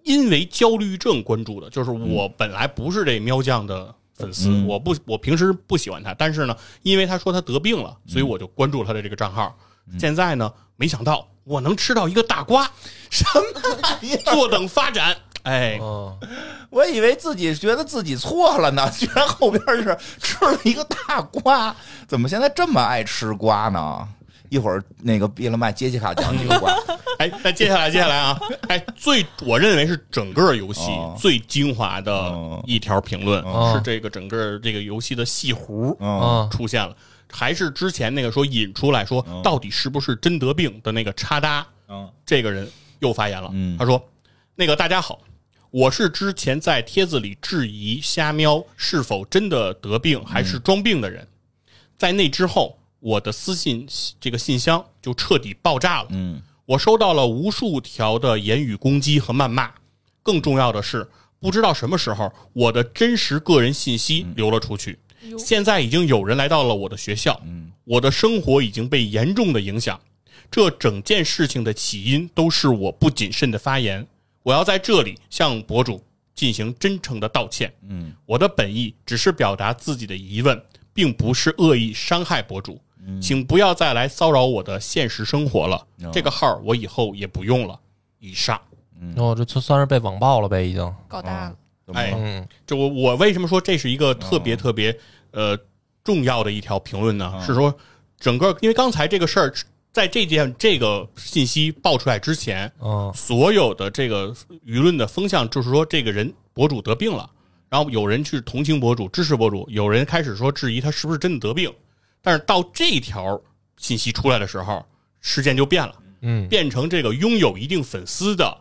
[SPEAKER 3] 因为焦虑症关注的，就是我本来不是这喵酱的。粉丝，
[SPEAKER 2] 嗯嗯
[SPEAKER 3] 我不，我平时不喜欢他，但是呢，因为他说他得病了，所以我就关注了他的这个账号。现在呢，没想到我能吃到一个大瓜，
[SPEAKER 2] 什么玩意儿？
[SPEAKER 3] 坐等发展。哎，
[SPEAKER 1] 嗯，
[SPEAKER 2] 我以为自己觉得自己错了呢， 居然后边是吃了一个大瓜，怎么现在这么爱吃瓜呢？一会儿那个毕了麦杰西卡讲这个 瓜，
[SPEAKER 3] 哎，那接下来，接下来啊，哎，最我认为是整个游戏
[SPEAKER 2] 哦
[SPEAKER 3] 最精华的一条评论、
[SPEAKER 1] 哦
[SPEAKER 3] 是这个整个这个游戏的戏弧
[SPEAKER 2] 嗯
[SPEAKER 1] 嗯
[SPEAKER 3] 出现了，还是之前那个说引出来说到底是不是真得病的那个插搭，
[SPEAKER 2] 嗯
[SPEAKER 3] 这个人又发言了，
[SPEAKER 2] 嗯
[SPEAKER 3] 他说：“那个大家好，我是之前在帖子里质疑虾喵是否真的得病还是装病的人，
[SPEAKER 2] 嗯
[SPEAKER 3] 在那之后，我的私信这个信箱就彻底爆炸了。
[SPEAKER 2] 嗯，
[SPEAKER 3] 我收到了无数条的言语攻击和谩骂，更重要的是，不知道什么时候我的真实个人信息
[SPEAKER 2] 嗯
[SPEAKER 3] 流了出去。
[SPEAKER 4] 哟
[SPEAKER 3] 现在已经有人来到了我的学校，
[SPEAKER 2] 嗯
[SPEAKER 3] 我的生活已经被严重的影响。这整件事情的起因都是我不谨慎的发言。我要在这里向博主进行真诚的道歉。
[SPEAKER 2] 嗯，
[SPEAKER 3] 我的本意只是表达自己的疑问，并不是恶意伤害博主。请不要再来骚扰我的现实生活了。
[SPEAKER 2] 嗯哦
[SPEAKER 3] 这个号我以后也不用了。以上，
[SPEAKER 1] 那哦我这就算是被网暴了呗，已经。
[SPEAKER 4] 搞大了，
[SPEAKER 2] 怎么
[SPEAKER 3] 哎
[SPEAKER 2] 了，哦
[SPEAKER 1] 嗯
[SPEAKER 3] 就我我为什么说这是一个特别特别呃重要的一条评论呢？是说整个因为刚才这个事儿，在这件这个信息爆出来之前，
[SPEAKER 1] 嗯
[SPEAKER 3] 所有的这个舆论的风向就是说，这个人博主得病了，然后有人去同情博主、支持博主，有人开始说质疑他是不是真的得病。但是到这条信息出来的时候，事件就变了，
[SPEAKER 1] 嗯
[SPEAKER 3] 变成这个拥有一定粉丝的、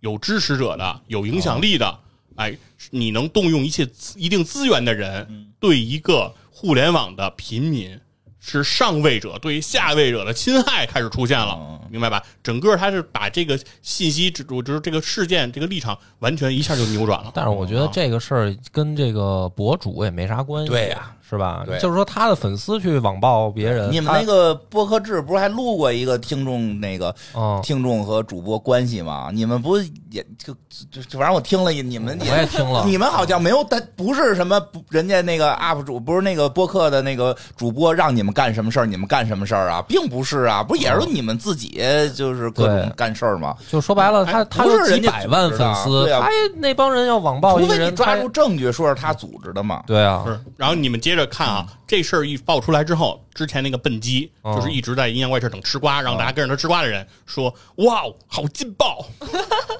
[SPEAKER 3] 有支持者的、有影响力的，哎，你能动用一切资一定资源的人，对一个互联网的平民是上位者对下位者的侵害开始出现了
[SPEAKER 2] 哦，
[SPEAKER 3] 明白吧？整个他是把这个信息制度，就是这个事件这个立场，完全一下就扭转了。
[SPEAKER 1] 但是我觉得这个事儿跟这个博主也没啥关系，
[SPEAKER 2] 嗯对呀
[SPEAKER 1] 是吧？
[SPEAKER 2] 对
[SPEAKER 1] 就是说他的粉丝去网暴别人，
[SPEAKER 2] 你们那个播客制不是还录过一个听众那个
[SPEAKER 1] 他嗯，
[SPEAKER 2] 听众和主播关系吗？你们不也就就就反正我听了你们
[SPEAKER 1] 我也听了，
[SPEAKER 2] 你们好像没有，但不是什么不人家那个 UP 主，不是那个播客的那个主播让你们干什么事儿，你们干什么事儿啊？并不是啊，不也是你们自己就是各种
[SPEAKER 1] 哦对
[SPEAKER 2] 干事儿吗？
[SPEAKER 1] 就说白了，他
[SPEAKER 3] 哎
[SPEAKER 1] 他
[SPEAKER 2] 不是
[SPEAKER 1] 有几
[SPEAKER 2] 人家
[SPEAKER 1] 百万粉
[SPEAKER 2] 组织的
[SPEAKER 1] 丝，
[SPEAKER 2] 对啊
[SPEAKER 1] 他那帮人要网暴
[SPEAKER 2] 除
[SPEAKER 1] 一个
[SPEAKER 2] 非你
[SPEAKER 1] 人，
[SPEAKER 2] 抓
[SPEAKER 1] 他
[SPEAKER 2] 住证据说是他组织的嘛。
[SPEAKER 1] 对啊，
[SPEAKER 3] 是，然后你们接着看啊，这事儿一爆出来之后，之前那个笨鸡
[SPEAKER 1] 哦
[SPEAKER 3] 就是一直在阴阳怪气儿等吃瓜，让
[SPEAKER 1] 嗯
[SPEAKER 3] 大家跟着他吃瓜的人说：“哇，哦，好劲爆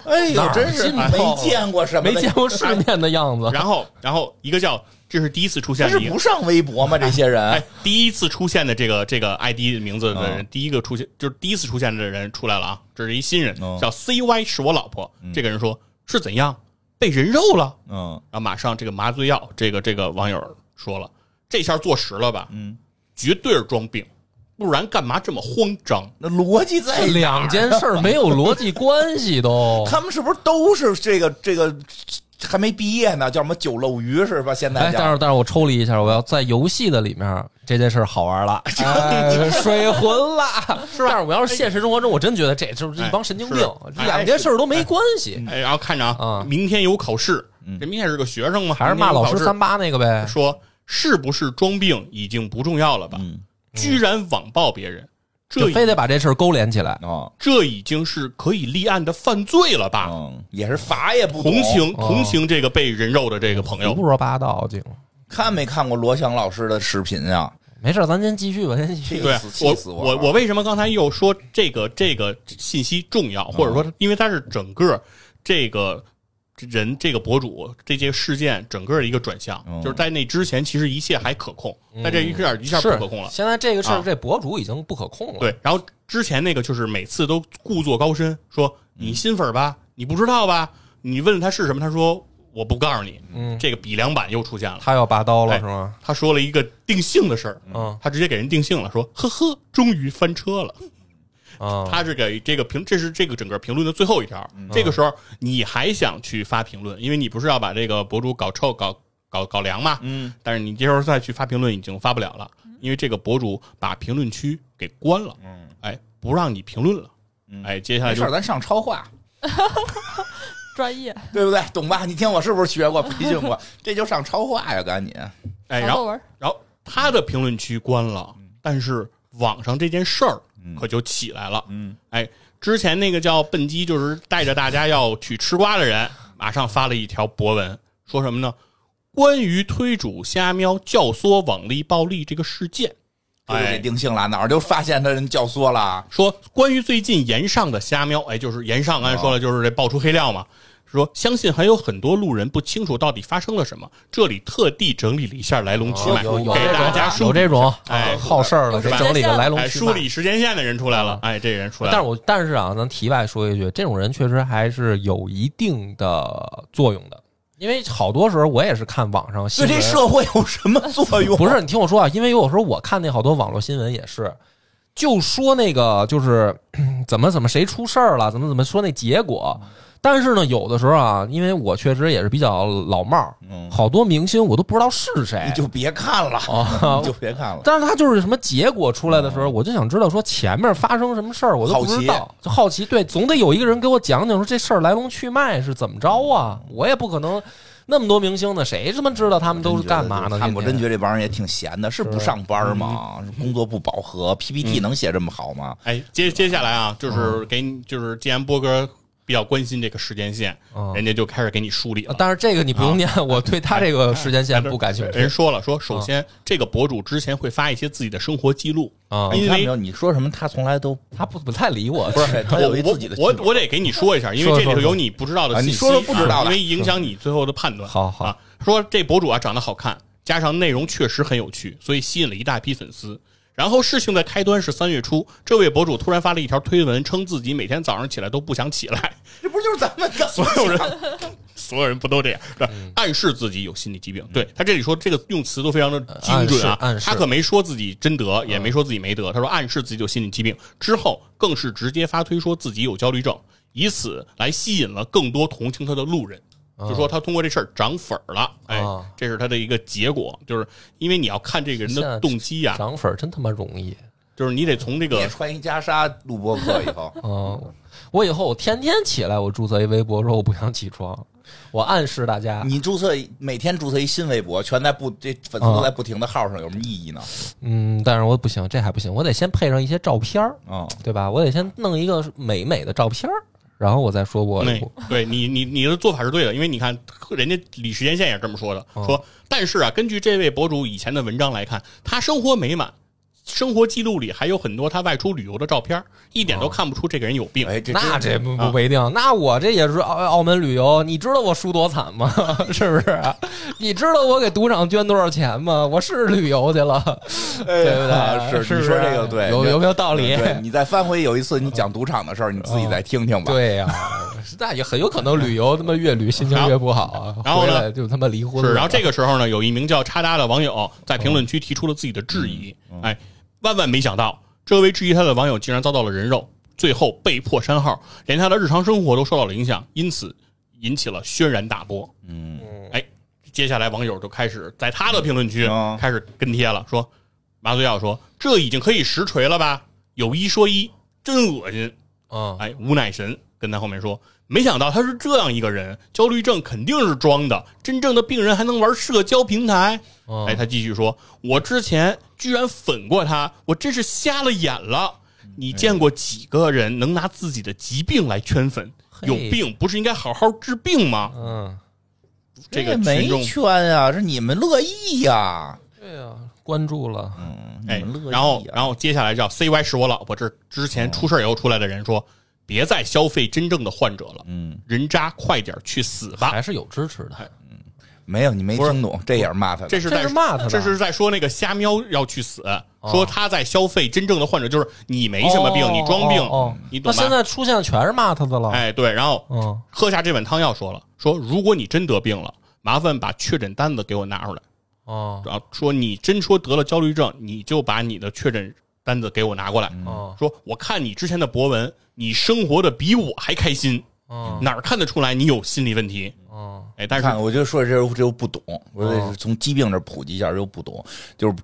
[SPEAKER 2] 哎呦
[SPEAKER 1] 哪，儿
[SPEAKER 2] 真是
[SPEAKER 1] 信呢
[SPEAKER 2] 没见过什么，
[SPEAKER 1] 没见。过世面的样！” 子。
[SPEAKER 3] 然后，然后一个叫这是第一次出
[SPEAKER 2] 他
[SPEAKER 3] 现
[SPEAKER 2] 是
[SPEAKER 3] 的一
[SPEAKER 2] 不
[SPEAKER 3] 个，
[SPEAKER 2] 上微博吗？这些人
[SPEAKER 3] 哎，第一次出现的这个这个 ID 名字的人，第一个出现就是第一次出现的人出来了啊，这是一新人
[SPEAKER 2] 哦，
[SPEAKER 3] 叫 CY 是我老婆。这个人说是怎样被人肉了？
[SPEAKER 2] 嗯
[SPEAKER 3] 然后马上这个麻醉药，这个这个网友说了，这下坐实了吧？
[SPEAKER 2] 嗯，
[SPEAKER 3] 绝对是装病，不然干嘛这么慌张？
[SPEAKER 2] 那逻辑在哪儿
[SPEAKER 1] 两件事儿没有逻辑关系 都。
[SPEAKER 2] 他们是不是都是这个这个还没毕业呢？叫什么酒漏鱼是吧？现在
[SPEAKER 1] 哎，
[SPEAKER 2] 叫
[SPEAKER 1] 但是但是我抽离一下，我要在游戏的里面这件事儿好玩了，哎 水魂了，是吧？但是我要是现实生活中，我真觉得这就是一帮神经病
[SPEAKER 3] 哎，是哎
[SPEAKER 1] 两件事儿都没关系，
[SPEAKER 3] 哎，然后看着啊，
[SPEAKER 1] 啊
[SPEAKER 3] 明天有考试，这明天是个学生嘛，
[SPEAKER 1] 还是骂老师三八那个呗
[SPEAKER 3] 明天有考试，说是不是装病已经不重要了吧？居然网暴别人，
[SPEAKER 1] 嗯
[SPEAKER 3] 这
[SPEAKER 1] 就非得把这事儿勾连起来。
[SPEAKER 2] 哦
[SPEAKER 3] 这已经是可以立案的犯罪了吧？
[SPEAKER 2] 嗯，也是法也不懂
[SPEAKER 3] 同情
[SPEAKER 1] 哦
[SPEAKER 3] 同情这个被人肉的这个朋友，
[SPEAKER 1] 胡说八道，就
[SPEAKER 2] 看没看过罗翔老师的视频啊？
[SPEAKER 1] 没事儿，咱先继续吧，先继续。
[SPEAKER 3] 对啊
[SPEAKER 2] 气死
[SPEAKER 3] 我
[SPEAKER 2] 气死我
[SPEAKER 3] 我
[SPEAKER 2] 了
[SPEAKER 3] 我为什么刚才又说这个这个信息重要，或者说因为它是整个这个人这个博主这件事件整个的一个转向，
[SPEAKER 2] 嗯
[SPEAKER 3] 就是在那之前其实一切还可控，在这一下一下不
[SPEAKER 1] 是
[SPEAKER 3] 可控了。
[SPEAKER 1] 现在这个事
[SPEAKER 3] 啊
[SPEAKER 1] 儿，这博主已经不可控了。
[SPEAKER 3] 对，然后之前那个就是每次都故作高深，说
[SPEAKER 1] 嗯
[SPEAKER 3] 你新粉吧，你不知道吧？你问他是什么，他说我不告诉你。
[SPEAKER 1] 嗯
[SPEAKER 3] 这个比量版又出现了，
[SPEAKER 1] 他要拔刀了
[SPEAKER 3] 哎
[SPEAKER 1] 是吗？
[SPEAKER 3] 他说了一个定性的事儿，
[SPEAKER 1] 嗯
[SPEAKER 3] 他直接给人定性了，说呵呵，终于翻车了。
[SPEAKER 1] 啊，
[SPEAKER 3] 他是给这个评，这是这个整个评论的最后一条。
[SPEAKER 2] 嗯
[SPEAKER 3] 这个时候你还想去发评论，因为你不是要把这个博主搞臭、搞搞搞凉嘛？
[SPEAKER 2] 嗯，
[SPEAKER 3] 但是你这时候再去发评论已经发不了了，因为这个博主把评论区给关了，
[SPEAKER 2] 嗯，
[SPEAKER 3] 哎，不让你评论了，哎，接下来
[SPEAKER 2] 没
[SPEAKER 3] 就
[SPEAKER 2] 事儿，咱上超话，
[SPEAKER 4] 专业
[SPEAKER 3] 哎
[SPEAKER 2] 对不对？懂吧？你听我是不是学过培训 过？这就上超话呀，赶紧。
[SPEAKER 3] 哎，
[SPEAKER 4] 小
[SPEAKER 3] 然
[SPEAKER 4] 作
[SPEAKER 3] 后
[SPEAKER 4] 文，
[SPEAKER 3] 然后他的评论区关了，但是网上这件事儿可就起来了。
[SPEAKER 5] 嗯，
[SPEAKER 3] 哎，之前那个叫笨鸡，就是带着大家要去吃瓜的人，马上发了一条博文，说什么呢？关于推主虾喵教唆网力暴力这个事件，
[SPEAKER 2] 这就
[SPEAKER 3] 哎
[SPEAKER 2] 给，定性了，哪儿就发现他人教唆了？
[SPEAKER 3] 说关于最近岩上的虾喵，哎，就是岩上刚才说了，就是这爆出黑料嘛。说相信还有很多路人不清楚到底发生了什么，这里特地整理了一下来龙去脉，
[SPEAKER 1] 哦有有
[SPEAKER 3] 给大家
[SPEAKER 1] 有
[SPEAKER 3] 梳理
[SPEAKER 1] 这种哦
[SPEAKER 3] 哎
[SPEAKER 1] 好事儿的，给整理个来龙
[SPEAKER 3] 哎
[SPEAKER 1] 去
[SPEAKER 3] 梳
[SPEAKER 1] 脉。
[SPEAKER 3] 理时间线的人出来了，哎，这人出来
[SPEAKER 1] 但是
[SPEAKER 3] 了，
[SPEAKER 1] 我但是啊，咱题外说一句，这种人确实还是有一定的作用的，因为好多时候我也是看网上新
[SPEAKER 2] 对
[SPEAKER 1] 闻，
[SPEAKER 2] 这社会有什么作用？
[SPEAKER 1] 不是，你听我说啊，因为有时候我看那好多网络新闻也是，就说那个就是嗯怎么怎么谁出事儿了，怎么怎么说那结果。但是呢，有的时候啊，因为我确实也是比较老帽儿，
[SPEAKER 5] 嗯
[SPEAKER 1] 好多明星我都不知道是谁
[SPEAKER 2] 你就别看了，
[SPEAKER 1] 啊
[SPEAKER 2] 你。就别看了。
[SPEAKER 1] 但是他就是什么结果出来的
[SPEAKER 2] 嗯
[SPEAKER 1] 时候，我就想知道说前面发生什么事儿，我都不知道，就好奇。对，总得有一个人给我讲讲说这事儿来龙去脉是怎么着啊？我也不可能那么多明星呢，谁他妈知道他们都是干嘛呢？
[SPEAKER 2] 他们我
[SPEAKER 1] 天
[SPEAKER 2] 真
[SPEAKER 1] 天
[SPEAKER 2] 觉得这帮人也挺闲的，是不上班吗？是工作不饱和，PPT 能写这么好吗？
[SPEAKER 3] 哎，接接下来啊，就是给你，就是既然波哥比较关心这个时间线，
[SPEAKER 1] 嗯
[SPEAKER 3] 人家就开始给你梳理
[SPEAKER 1] 啊
[SPEAKER 3] 了。
[SPEAKER 1] 但是这个你不用念，
[SPEAKER 2] 啊
[SPEAKER 1] 我对他这
[SPEAKER 2] 哎
[SPEAKER 1] 个时间线不感兴
[SPEAKER 3] 人
[SPEAKER 1] 趣
[SPEAKER 3] 说了，说首先这个博主之前会发一些自己的生活记录，
[SPEAKER 1] 啊。
[SPEAKER 3] 因
[SPEAKER 2] 你看没
[SPEAKER 3] 为
[SPEAKER 2] 有？你说什么？他从来都
[SPEAKER 1] 他不不太理我，
[SPEAKER 2] 哎不是他有一自己的记录
[SPEAKER 3] 我我我得给你说一下，因为
[SPEAKER 1] 说
[SPEAKER 3] 这里头
[SPEAKER 1] 说
[SPEAKER 3] 有你不知道的
[SPEAKER 2] 啊
[SPEAKER 3] 信息，
[SPEAKER 2] 你说说不知道
[SPEAKER 3] 因
[SPEAKER 2] 的
[SPEAKER 3] 为影响你最后的判断。
[SPEAKER 1] 好好
[SPEAKER 3] 啊，说这博主啊长得好看，加上内容确实很有趣，所以吸引了一大批粉丝。然后事情的开端是三月初，这位博主突然发了一条推文，称自己每天早上起来都不想起来，
[SPEAKER 2] 这不就是咱们 的
[SPEAKER 3] 所有人， 所有人不都这样？是吧
[SPEAKER 1] 嗯
[SPEAKER 3] 暗示自己有心理疾病。对他这里说这个用词都非常的精准啊，
[SPEAKER 1] 暗示暗示嗯
[SPEAKER 3] 他可没说自己真得，也没说自己没得，他说暗示自己有心理疾病，之后更是直接发推说自己有焦虑症，以此来吸引了更多同情他的路人。就说他通过这事儿涨粉儿了，哎
[SPEAKER 1] 啊，
[SPEAKER 3] 这是他的一个结果，就是因为你要看这个人
[SPEAKER 1] 现在
[SPEAKER 3] 的动机呀、
[SPEAKER 1] 涨粉真他妈容易。
[SPEAKER 3] 就是你得从这
[SPEAKER 2] 也
[SPEAKER 3] 个
[SPEAKER 2] 穿一袈裟录播课以后，
[SPEAKER 1] 嗯，我以后我天天起来，我注册一微博说我不想起床，我暗示大家，
[SPEAKER 2] 你注册一每天注册一新微博，全在不这粉丝都在不停的号上，有什么意义呢？
[SPEAKER 1] 嗯，但是我不行，这还不行，我得先配上一些照片儿，
[SPEAKER 2] 啊，
[SPEAKER 1] 对吧？我得先弄一个美美的照片儿，然后我再说我
[SPEAKER 3] 对，对你你你的做法是对的，因为你看人家李时间线也是这么说的，说但是啊，根据这位博主以前的文章来看，他生活美满，生活记录里还有很多他外出旅游的照片，一点都看不出这个人有病。
[SPEAKER 2] 哎，这
[SPEAKER 1] 那这不
[SPEAKER 3] 啊
[SPEAKER 1] 不不一定，那我这也是澳澳门旅游，你知道我输多惨吗？ 是不是？你知道我给赌场捐多少钱吗？我是旅游去了，
[SPEAKER 2] 哎
[SPEAKER 1] 对不
[SPEAKER 2] 啊
[SPEAKER 1] 对？
[SPEAKER 2] 是
[SPEAKER 1] 不
[SPEAKER 2] 你
[SPEAKER 1] 是
[SPEAKER 2] 说这个对，
[SPEAKER 1] 有
[SPEAKER 2] 你
[SPEAKER 1] 有没有道理？
[SPEAKER 2] 对，你再翻回有一次你讲赌场的事儿，你自己再听听吧。
[SPEAKER 1] 对呀、那也很有可能旅游他妈越旅心情越不好啊，
[SPEAKER 3] 然后
[SPEAKER 1] 回
[SPEAKER 3] 呢
[SPEAKER 1] 来就他妈离婚了。
[SPEAKER 3] 是，然后这个时候呢，有一名叫叉叉的网友在评论区提出了自己的质疑，哎，万万没想到，这位质疑他的网友竟然遭到了人肉，最后被迫删号，连他的日常生活都受到了影响，因此引起了轩然大波。
[SPEAKER 2] 嗯，
[SPEAKER 3] 哎，接下来网友就开始在他的评论区
[SPEAKER 2] 嗯
[SPEAKER 3] 开始跟贴了，说麻醉药说这已经可以实锤了吧？有一说一，真恶心。
[SPEAKER 1] 嗯，
[SPEAKER 3] 哎，吾乃神跟他后面说，没想到他是这样一个人，焦虑症肯定是装的，真正的病人还能玩社交平台。
[SPEAKER 1] 嗯
[SPEAKER 3] 哎，他继续说，我之前居然粉过他，我真是瞎了眼了。你见过几个人能拿自己的疾病来圈粉？有
[SPEAKER 1] 嘿
[SPEAKER 3] 病不是应该好好治病吗？
[SPEAKER 1] 嗯，
[SPEAKER 3] 这个
[SPEAKER 2] 没
[SPEAKER 3] 群众
[SPEAKER 2] 圈啊，是你们乐意呀。
[SPEAKER 1] 对呀、关注了，
[SPEAKER 2] 嗯，你
[SPEAKER 3] 哎
[SPEAKER 2] 们
[SPEAKER 1] 啊
[SPEAKER 2] 乐，意。
[SPEAKER 3] 然后然后接下来叫 C Y 是我老婆，这之
[SPEAKER 1] 哦
[SPEAKER 3] 前出事儿以后出来的人说，别再消费真正的患者了，
[SPEAKER 2] 嗯，
[SPEAKER 3] 人渣快点去死吧
[SPEAKER 1] 还！是有支持的。
[SPEAKER 2] 没有，你没
[SPEAKER 3] 不是
[SPEAKER 2] 听懂，这也是骂他的。
[SPEAKER 3] 这是在
[SPEAKER 1] 这是骂他的
[SPEAKER 3] 这是在说那个虾喵要去死，说他在消费真正的患者，就是你没什么病，
[SPEAKER 1] 哦
[SPEAKER 3] 你装病，
[SPEAKER 1] 哦哦
[SPEAKER 3] 你懂
[SPEAKER 1] 那
[SPEAKER 3] 吗？
[SPEAKER 1] 现在哦出现的全是骂他的了。
[SPEAKER 3] 哎，对，然后
[SPEAKER 1] 嗯，
[SPEAKER 3] 喝下这碗汤药说了，说如果你真得病了，麻烦把确诊单子给我拿出来。
[SPEAKER 1] 哦，
[SPEAKER 3] 然后说你真说得了焦虑症，你就把你的确诊单子给我拿过来。
[SPEAKER 1] 哦，
[SPEAKER 3] 说我看你之前的博文，你生活的比我还开心，
[SPEAKER 1] 嗯，
[SPEAKER 3] 哪儿看得出来你有心理问题？
[SPEAKER 1] 哦嗯，
[SPEAKER 3] 哎，但是
[SPEAKER 2] 看，我就说这这又不懂，我
[SPEAKER 1] 哦
[SPEAKER 2] 得从疾病这儿普及一下，又不懂，就是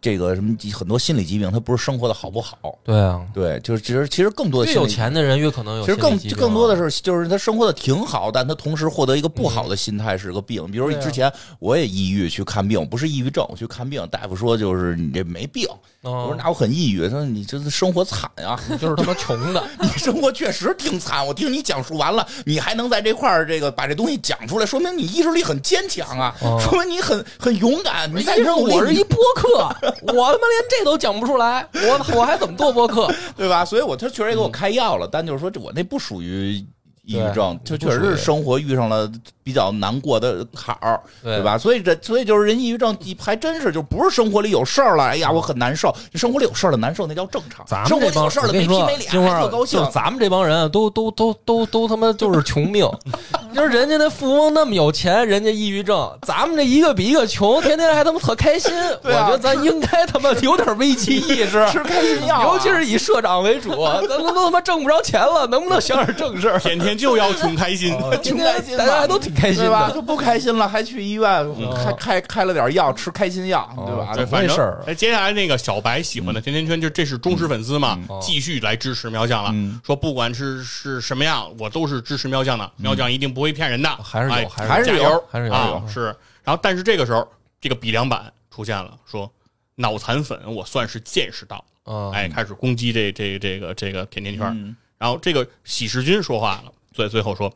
[SPEAKER 2] 这个什么很多心理疾病，它不是生活的好不好，
[SPEAKER 1] 对啊，
[SPEAKER 2] 对，就是其实其实更多的
[SPEAKER 1] 越
[SPEAKER 2] 心
[SPEAKER 1] 有
[SPEAKER 2] 理
[SPEAKER 1] 钱的人越可能有
[SPEAKER 2] 其
[SPEAKER 1] 心
[SPEAKER 2] 实
[SPEAKER 1] 理疾病
[SPEAKER 2] 更
[SPEAKER 1] 啊。
[SPEAKER 2] 更多的是，就是他生活的挺好，但他同时获得一个不好的心态是个病。比如
[SPEAKER 1] 嗯对啊
[SPEAKER 2] 之前我也抑郁去看病，不是抑郁症，我去看病，大夫说就是你这没病。我说
[SPEAKER 1] 嗯，
[SPEAKER 2] 那我很抑郁，他说你这生活惨啊，
[SPEAKER 1] 就是他妈穷 的，
[SPEAKER 2] 你生活确实挺惨。我听你讲述完了，你还能在这块儿这个把这东西讲出来，说明你意志力很坚强啊，
[SPEAKER 1] 哦
[SPEAKER 2] 说明你很很勇敢。你在
[SPEAKER 1] 医生，
[SPEAKER 2] 努力，
[SPEAKER 1] 我是一播客，我他妈连这都讲不出来，我我还怎么做播客？
[SPEAKER 2] 对吧？所以我他确实也给我开药了，但就是说这我那不属于抑郁症，
[SPEAKER 1] 嗯对
[SPEAKER 2] 就
[SPEAKER 1] 不
[SPEAKER 2] 确实
[SPEAKER 1] 属于
[SPEAKER 2] 是生活遇上了比较难过的坎儿，
[SPEAKER 1] 对
[SPEAKER 2] 对吧？所以这所以就是人抑郁症还真是就不是生活里有事儿了，哎呀我很难受，生活里有事儿了难受那叫正常，
[SPEAKER 1] 咱们
[SPEAKER 2] 生活
[SPEAKER 1] 这
[SPEAKER 2] 里
[SPEAKER 1] 帮
[SPEAKER 2] 有事儿
[SPEAKER 1] 我
[SPEAKER 2] 了
[SPEAKER 1] 跟
[SPEAKER 2] 没
[SPEAKER 1] 你
[SPEAKER 2] 皮
[SPEAKER 1] 说
[SPEAKER 2] 没，脸
[SPEAKER 1] 金花
[SPEAKER 2] 还
[SPEAKER 1] 儿
[SPEAKER 2] 特高兴
[SPEAKER 1] 就是。咱们这帮人啊都都都都都他妈就是穷命， 就是人家那富翁那么有钱，人家抑郁症，咱们这一个比一个穷，天天还他妈特开 心。我
[SPEAKER 2] 对啊
[SPEAKER 1] 觉得咱应该他妈有点危机意识，
[SPEAKER 2] 吃开心药啊、
[SPEAKER 1] 尤其是以社长为主，咱们都他妈挣不着钱了，能不能想点正事儿？
[SPEAKER 3] 天天就要穷开心，
[SPEAKER 1] 今
[SPEAKER 2] 挺
[SPEAKER 1] 天
[SPEAKER 2] 开心
[SPEAKER 1] 大
[SPEAKER 2] 的，哦
[SPEAKER 1] 家都挺开心
[SPEAKER 2] 对吧？
[SPEAKER 1] 的，
[SPEAKER 2] 就不开心了，还去医院
[SPEAKER 3] 嗯
[SPEAKER 2] 开开开了点药，吃开心药，对吧？
[SPEAKER 1] 怎
[SPEAKER 3] 对，
[SPEAKER 1] 么
[SPEAKER 3] 反
[SPEAKER 1] 回
[SPEAKER 3] 正
[SPEAKER 1] 事儿啊
[SPEAKER 3] 哎，接下来那个小白喜欢的甜甜圈，就这是忠实粉丝嘛，
[SPEAKER 1] 嗯
[SPEAKER 3] 继续来支持喵酱了。
[SPEAKER 2] 嗯
[SPEAKER 3] 说不管是是什么样，我都是支持喵酱的，喵酱一定不会骗人的，
[SPEAKER 1] 嗯哦还是有还
[SPEAKER 3] 哎
[SPEAKER 1] 是有
[SPEAKER 3] 还加油，
[SPEAKER 1] 还是有
[SPEAKER 3] 啊是。然后，但是这个时候，这个比量版出现了，说脑残粉，我算是见识到了，
[SPEAKER 1] 嗯，
[SPEAKER 3] 哎，开始攻击这这这个这个甜甜圈。
[SPEAKER 2] 嗯
[SPEAKER 3] 然后这个喜事君说话了，最最后说，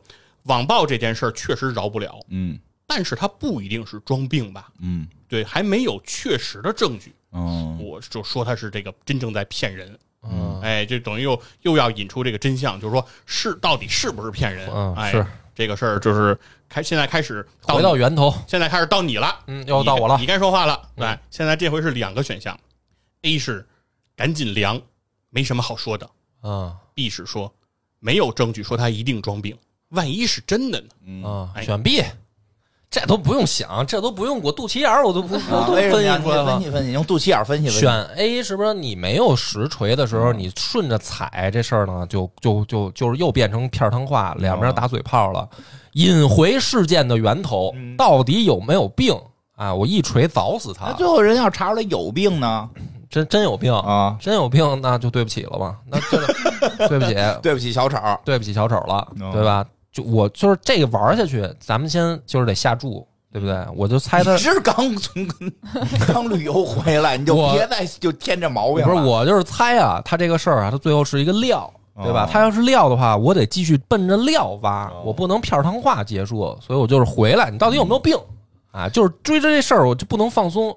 [SPEAKER 3] 网暴这件事儿确实饶不了，
[SPEAKER 2] 嗯
[SPEAKER 3] 但是他不一定是装病吧？
[SPEAKER 2] 嗯
[SPEAKER 3] 对，还没有确实的证据。
[SPEAKER 2] 嗯
[SPEAKER 3] 我就说他是这个真正在骗人，
[SPEAKER 1] 嗯
[SPEAKER 3] 哎，就等于又又要引出这个真相，就是说是到底是不是骗人？
[SPEAKER 1] 嗯
[SPEAKER 3] 哎，
[SPEAKER 1] 是
[SPEAKER 3] 这个事儿就是开现在开始到
[SPEAKER 1] 回到源头，
[SPEAKER 3] 现在开始到你了，
[SPEAKER 1] 嗯，又到我了
[SPEAKER 3] 你，该说话了。
[SPEAKER 1] 嗯
[SPEAKER 3] 来，现在这回是两个选项，A 是赶紧凉，没什么好说的
[SPEAKER 1] 嗯
[SPEAKER 3] ；B 是说没有证据说他一定装病，万一是真的呢？
[SPEAKER 1] 嗯，
[SPEAKER 3] 哎
[SPEAKER 1] 选 B，这都不用想，这都不用我肚脐眼儿我都不我
[SPEAKER 2] 啊
[SPEAKER 1] 都
[SPEAKER 2] 为
[SPEAKER 1] 分
[SPEAKER 2] 什么呀？
[SPEAKER 1] 析
[SPEAKER 2] 你
[SPEAKER 1] 出来
[SPEAKER 2] 得分
[SPEAKER 1] 了。
[SPEAKER 2] 析分析，用肚脐眼儿分析分析。
[SPEAKER 1] 选 A 是不是你没有实锤的时候，你顺着踩这事儿呢，就就就就是又变成片儿汤话，两边打嘴炮了，引回事件的源头，到底有没有病啊？我一锤凿死他，
[SPEAKER 2] 那哎最后人要查出来有病呢？
[SPEAKER 1] 真真有病，
[SPEAKER 2] 啊，
[SPEAKER 1] 真有病，那就对不起了吧？那真的 对不起，
[SPEAKER 2] 对不起，小丑。
[SPEAKER 1] 对不起小丑了，
[SPEAKER 2] 哦
[SPEAKER 1] 对吧？就我就是这个玩下去，咱们先就是得下注，对不对？我就猜 他
[SPEAKER 2] 你是刚从刚旅游回来，你就
[SPEAKER 1] 我
[SPEAKER 2] 别再就添这毛病了。
[SPEAKER 1] 不是，我就是猜啊，他这个事儿啊，他最后是一个料，对吧？
[SPEAKER 2] 哦
[SPEAKER 1] 他要是料的话，我得继续奔着料挖，
[SPEAKER 3] 哦
[SPEAKER 1] 我不能片儿汤话结束，所以我就是回来，你到底有没有病啊？就是追着这事儿，我就不能放松，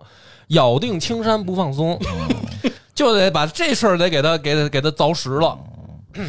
[SPEAKER 1] 咬定青山不放松，
[SPEAKER 3] 哦
[SPEAKER 1] 就得把这事儿得给他给他给他凿实
[SPEAKER 3] 哦
[SPEAKER 1] 了，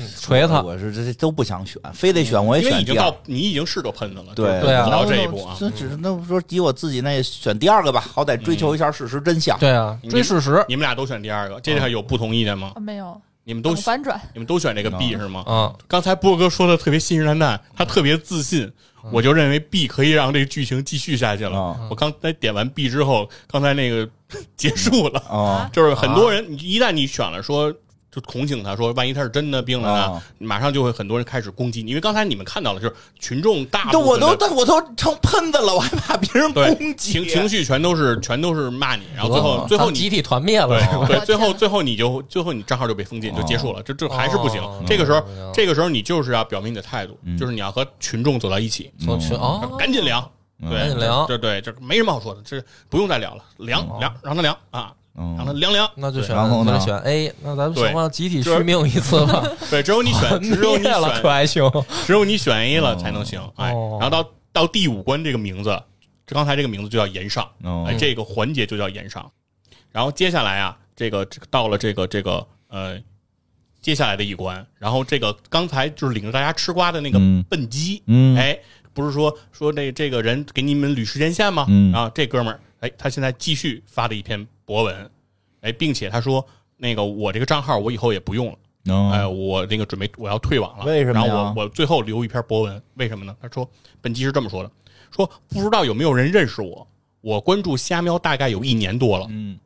[SPEAKER 1] 锤他。
[SPEAKER 2] 我是这这都不想选，非得选我也
[SPEAKER 3] 因为
[SPEAKER 2] 选
[SPEAKER 3] 已经
[SPEAKER 2] 第二
[SPEAKER 3] 到。你已经是个喷子了，
[SPEAKER 2] 对
[SPEAKER 1] 对啊
[SPEAKER 3] 就
[SPEAKER 2] 那
[SPEAKER 3] 到
[SPEAKER 2] 我
[SPEAKER 3] 这一步啊，
[SPEAKER 2] 那只那说以我自己那也选第二个吧，好歹追求一下事实真相。
[SPEAKER 1] 对啊，追事实，
[SPEAKER 3] 你们俩都选第二个，这个
[SPEAKER 1] 嗯
[SPEAKER 3] 有不同意见吗？
[SPEAKER 4] 啊没有
[SPEAKER 3] 你们都
[SPEAKER 4] 等反转，
[SPEAKER 3] 你们都选这个 B 是吗？
[SPEAKER 1] 嗯，
[SPEAKER 3] 刚才波哥说的特别信誓旦旦，他特别自信，
[SPEAKER 1] 嗯
[SPEAKER 3] 我就认为 B 可以让这个剧情继续下去了
[SPEAKER 2] 嗯。
[SPEAKER 3] 我刚才点完 B 之后，刚才那个 结束了，
[SPEAKER 2] 啊，
[SPEAKER 3] 就是很多人，你一旦你选了说。就恐醒他说，万一他是真的病了呢
[SPEAKER 2] 啊？
[SPEAKER 3] 马上就会很多人开始攻击你，因为刚才你们看到了，就是群众大
[SPEAKER 2] 这
[SPEAKER 3] 部
[SPEAKER 2] 我
[SPEAKER 3] 分的
[SPEAKER 2] 都但我都成喷子了，我还怕别人
[SPEAKER 3] 对
[SPEAKER 2] 攻击
[SPEAKER 3] 情情绪全都是全都是骂你，然后最后
[SPEAKER 1] 得
[SPEAKER 3] 最
[SPEAKER 1] 咱
[SPEAKER 3] 后
[SPEAKER 1] 们
[SPEAKER 3] 你
[SPEAKER 1] 集体团灭了，
[SPEAKER 3] 对
[SPEAKER 4] 我
[SPEAKER 3] 对，
[SPEAKER 4] 的
[SPEAKER 3] 最后
[SPEAKER 4] 天
[SPEAKER 3] 最后你就最后你账号就被封禁，就结束了，这这还是不行
[SPEAKER 1] 哦。
[SPEAKER 3] 这个时候
[SPEAKER 1] 不行，
[SPEAKER 3] 这个时候你就是要表明你的态度，就是你要和群众走到一起，
[SPEAKER 1] 从群哦，
[SPEAKER 3] 赶紧凉，对，
[SPEAKER 1] 赶紧凉
[SPEAKER 3] 对对，这没什么好说的，这不用再聊了，凉凉，让他凉啊，
[SPEAKER 2] 哦
[SPEAKER 3] 让他凉凉。
[SPEAKER 1] 那就选
[SPEAKER 2] 然后呢
[SPEAKER 1] 那就选 A，那咱们
[SPEAKER 3] 对
[SPEAKER 1] 想办法集体
[SPEAKER 3] 就是
[SPEAKER 1] 续命一次吧。
[SPEAKER 3] 对，只有你选， 只有你
[SPEAKER 1] 灭了可
[SPEAKER 3] 选，
[SPEAKER 1] 爱熊，
[SPEAKER 3] 只有你选 A 了才能行。哎，
[SPEAKER 1] 哦
[SPEAKER 3] 然后到到第五关这个名字，这刚才这个名字就叫延上，
[SPEAKER 2] 哦
[SPEAKER 3] 哎，这个环节就叫延上。然后接下来啊，这个这个到了这个这个呃，接下来的一关，然后这个刚才就是领着大家吃瓜的那个
[SPEAKER 2] 嗯
[SPEAKER 3] 笨鸡，
[SPEAKER 2] 嗯
[SPEAKER 3] 哎，不是说说这这个人给你们捋时间线吗？
[SPEAKER 2] 嗯
[SPEAKER 3] 然后这哥们儿，哎，他现在继续发的一篇博文，哎，并且他说那个我这个账号我以后也不用了。哎，我那个准备我要退网了，
[SPEAKER 2] 嗯为什么呀
[SPEAKER 3] 然后我我最后留一篇博文，为什么呢？他说，本期是这么说的，说不知道有没有人认识我，我关注虾喵大概有一年多了，
[SPEAKER 2] 嗯，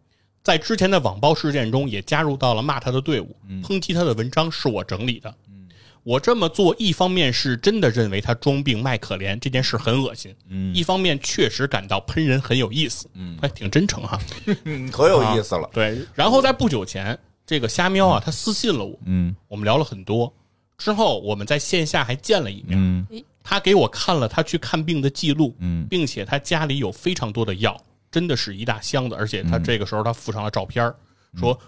[SPEAKER 3] 在之前的网暴事件中也加入到了骂他的队伍，抨击他的文章是我整理的，嗯，我这么做，一方面是真的认为他装病卖可怜这件事很恶心，
[SPEAKER 2] 嗯
[SPEAKER 3] 一方面确实感到喷人很有意思，
[SPEAKER 2] 嗯
[SPEAKER 3] 哎，挺真诚哈。
[SPEAKER 2] 嗯，可有意思了，
[SPEAKER 3] 对，然后在不久前，这个虾喵啊，他私信了我，
[SPEAKER 2] 嗯
[SPEAKER 3] 我们聊了很多。之后我们在线下还见了一面，
[SPEAKER 2] 嗯
[SPEAKER 3] 他给我看了他去看病的记录，
[SPEAKER 2] 嗯
[SPEAKER 3] 并且他家里有非常多的药，真的是一大箱子，而且他这个时候他附上了照片儿，
[SPEAKER 2] 嗯
[SPEAKER 3] 说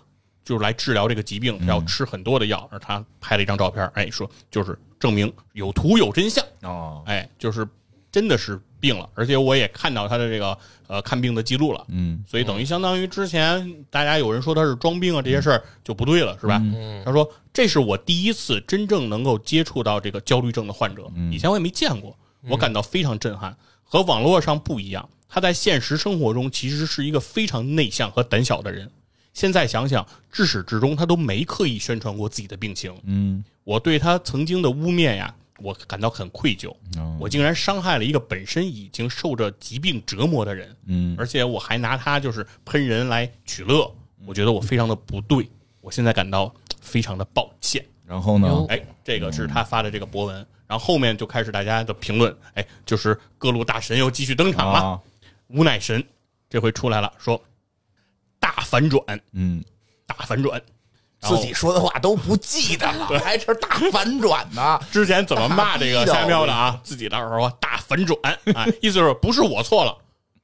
[SPEAKER 3] 就是来治疗这个疾病，他要吃很多的药，而他拍了一张照片儿，哎，说就是证明有图有真相，
[SPEAKER 2] 哦，
[SPEAKER 3] 哎，就是真的是病了，而且我也看到他的这个呃看病的记录了，
[SPEAKER 2] 嗯
[SPEAKER 3] 所以等于相当于之前大家有人说他是装病啊，这些
[SPEAKER 2] 嗯
[SPEAKER 3] 事儿就不对了，是吧？他说这是我第一次真正能够接触到这个焦虑症的患者，
[SPEAKER 2] 嗯
[SPEAKER 3] 以前我也没见过，我感到非常震撼，和网络上不一样。他在现实生活中其实是一个非常内向和胆小的人，现在想想，至始至终他都没刻意宣传过自己的病情。
[SPEAKER 2] 嗯
[SPEAKER 3] 我对他曾经的污蔑呀，我感到很愧疚，
[SPEAKER 2] 嗯
[SPEAKER 3] 我竟然伤害了一个本身已经受着疾病折磨的人。
[SPEAKER 2] 嗯
[SPEAKER 3] 而且我还拿他就是喷人来取乐，
[SPEAKER 2] 嗯
[SPEAKER 3] 我觉得我非常的不对，我现在感到非常的抱歉。
[SPEAKER 2] 然 后呢？
[SPEAKER 1] 哟
[SPEAKER 3] 哎，这个是他发的这个博
[SPEAKER 2] 嗯
[SPEAKER 3] 文，然后后面就开始大家的评论，哎，就是各路大神又继续登场了。
[SPEAKER 2] 啊，
[SPEAKER 3] 无奈神这回出来了，说大反转，
[SPEAKER 2] 嗯，
[SPEAKER 3] 大反转，然后
[SPEAKER 2] 自己说的话都不记得了，还是大反转呢？
[SPEAKER 3] 之前怎么骂这个瞎喵的
[SPEAKER 2] 大
[SPEAKER 3] 啊？自己到时候大反转啊，意思是不是我错了，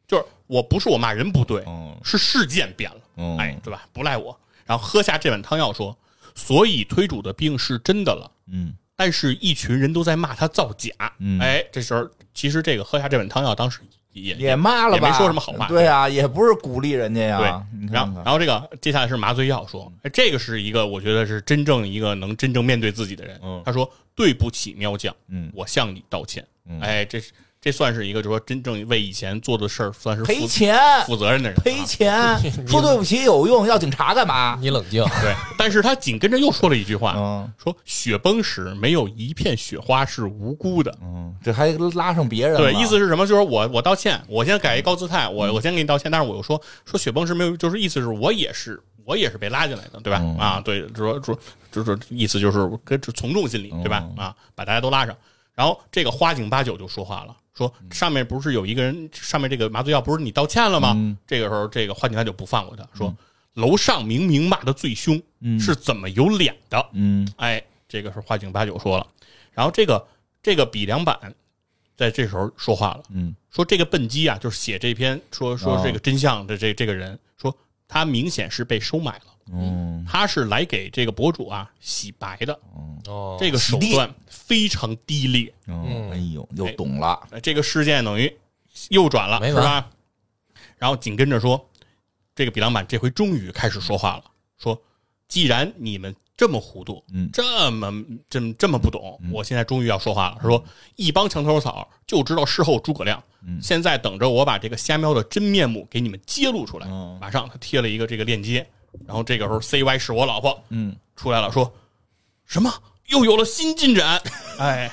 [SPEAKER 3] 就是我不是我骂人不对，
[SPEAKER 2] 嗯
[SPEAKER 3] 是事件变了，
[SPEAKER 2] 嗯
[SPEAKER 3] 哎，对吧？不赖我。然后喝下这碗汤药说，所以推主的病是真的了，
[SPEAKER 2] 嗯
[SPEAKER 3] 但是一群人都在骂他造假，
[SPEAKER 2] 嗯
[SPEAKER 3] 哎，这时候其实这个喝下这碗汤药当时 也
[SPEAKER 2] 也骂了吧，
[SPEAKER 3] 也没说什么好话
[SPEAKER 2] 对啊，也不是鼓励人家
[SPEAKER 3] 对
[SPEAKER 2] 呀。啊你，
[SPEAKER 3] 然
[SPEAKER 2] 看
[SPEAKER 3] 后
[SPEAKER 2] 看
[SPEAKER 3] 然后这个接下来是麻醉药说，哎，这个是一个我觉得是真正一个能真正面对自己的人。
[SPEAKER 2] 嗯
[SPEAKER 3] 他说：“对不起，喵酱，
[SPEAKER 2] 嗯
[SPEAKER 3] 我向你道歉。
[SPEAKER 2] 嗯
[SPEAKER 3] 哎，这是这算是一个，就说真正为以前做的事儿算是
[SPEAKER 2] 赔
[SPEAKER 3] 负
[SPEAKER 2] 钱，
[SPEAKER 3] 负责任的人、啊，
[SPEAKER 2] 赔钱， 说对不起有用，要警察干嘛？
[SPEAKER 1] 你冷静，
[SPEAKER 3] 对，但是他紧跟着又说了一句话，
[SPEAKER 2] 嗯
[SPEAKER 3] 说雪崩时没有一片雪花是无辜的。
[SPEAKER 2] 嗯，这还拉上别人了，
[SPEAKER 3] 对，意思是什么？就是我我道歉，我先改一高姿态，我我先给你道歉，但是我又说说雪崩是没有，就是意思是我也是我也是被拉进来的，对吧？
[SPEAKER 2] 嗯
[SPEAKER 3] 啊，对，说说就说意思就是跟就从众心理，对吧？
[SPEAKER 2] 嗯
[SPEAKER 3] 啊，把大家都拉上。然后这个花井八九就说话了，说
[SPEAKER 2] 嗯
[SPEAKER 3] 上面不是有一个人，上面这个麻醉药不是你道歉了吗？
[SPEAKER 2] 嗯
[SPEAKER 3] 这个时候，这个花井八九不放过他，说、楼上明明骂的最凶，是怎么有脸的？
[SPEAKER 2] 嗯
[SPEAKER 3] 哎，这个是花井八九说了。然后这个这个比良版在这时候说话了，
[SPEAKER 2] 嗯哦
[SPEAKER 3] 说这个笨鸡啊，就是写这篇说说这个真相的这这个人，说他明显是被收买了，
[SPEAKER 2] 嗯
[SPEAKER 3] 他是来给这个博主啊洗白的，
[SPEAKER 1] 哦，
[SPEAKER 3] 这个手
[SPEAKER 2] 洗地
[SPEAKER 3] 段非常低劣。
[SPEAKER 2] 嗯，哎呦，又懂了，
[SPEAKER 3] 哎这个事件等于右转了，
[SPEAKER 1] 没
[SPEAKER 3] 是
[SPEAKER 1] 完
[SPEAKER 3] 吧？然后紧跟着说，这个比良版这回终于开始说话了，说既然你们这么糊涂，
[SPEAKER 2] 嗯
[SPEAKER 3] 这么这么这么不懂，
[SPEAKER 1] 嗯
[SPEAKER 3] 我现在终于要说话了。他说一帮墙头草就知道事后诸葛亮，
[SPEAKER 1] 嗯
[SPEAKER 3] 现在等着我把这个瞎喵的真面目给你们揭露出来。
[SPEAKER 1] 哦
[SPEAKER 2] 嗯
[SPEAKER 3] 马上他贴了一个这个链接，然后这个时候 CY 是我老婆
[SPEAKER 2] 嗯
[SPEAKER 3] 出来了，说什么又有了新进 展，哎。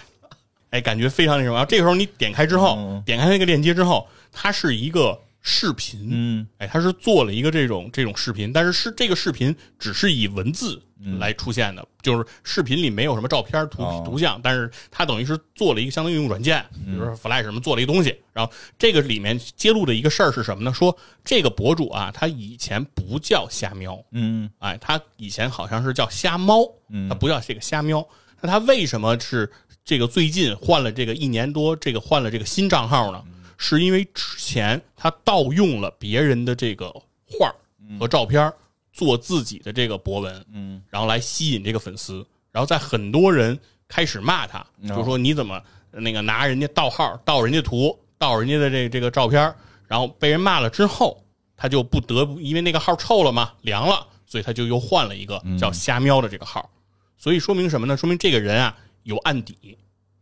[SPEAKER 3] 哎，感觉非常那什么。然后这个时候你点开之后，
[SPEAKER 2] 嗯
[SPEAKER 3] 点开那个链接之后，它是一个视频，
[SPEAKER 2] 嗯
[SPEAKER 3] 哎，他是做了一个这种这种视频，但是是这个视频只是以文字来出现的，就是视频里没有什么照片、图、
[SPEAKER 2] 嗯哦
[SPEAKER 3] 图像，但是他等于是做了一个相当于用软件，比
[SPEAKER 2] 嗯
[SPEAKER 3] 如说 Flash 什么做了一个东西，然后这个里面揭露的一个事儿是什么呢？说这个博主啊，他以前不叫虾喵，
[SPEAKER 2] 嗯
[SPEAKER 3] 哎，他以前好像是叫瞎猫，他不叫这个瞎喵。那他为什么是这个最近换了这个一年多，这个换了这个新账号呢？是因为之前他盗用了别人的这个画儿和照片儿做自己的这个博文，
[SPEAKER 2] 嗯，
[SPEAKER 3] 然后来吸引这个粉丝，然后在很多人开始骂他，就说你怎么那个拿人家盗号、盗人家图、盗人家的这这个照片儿，然后被人骂了之后，他就不得不因为那个号臭了嘛，凉了，所以他就又换了一个叫“瞎喵”的这个号，所以说明什么呢？说明这个人啊有案底，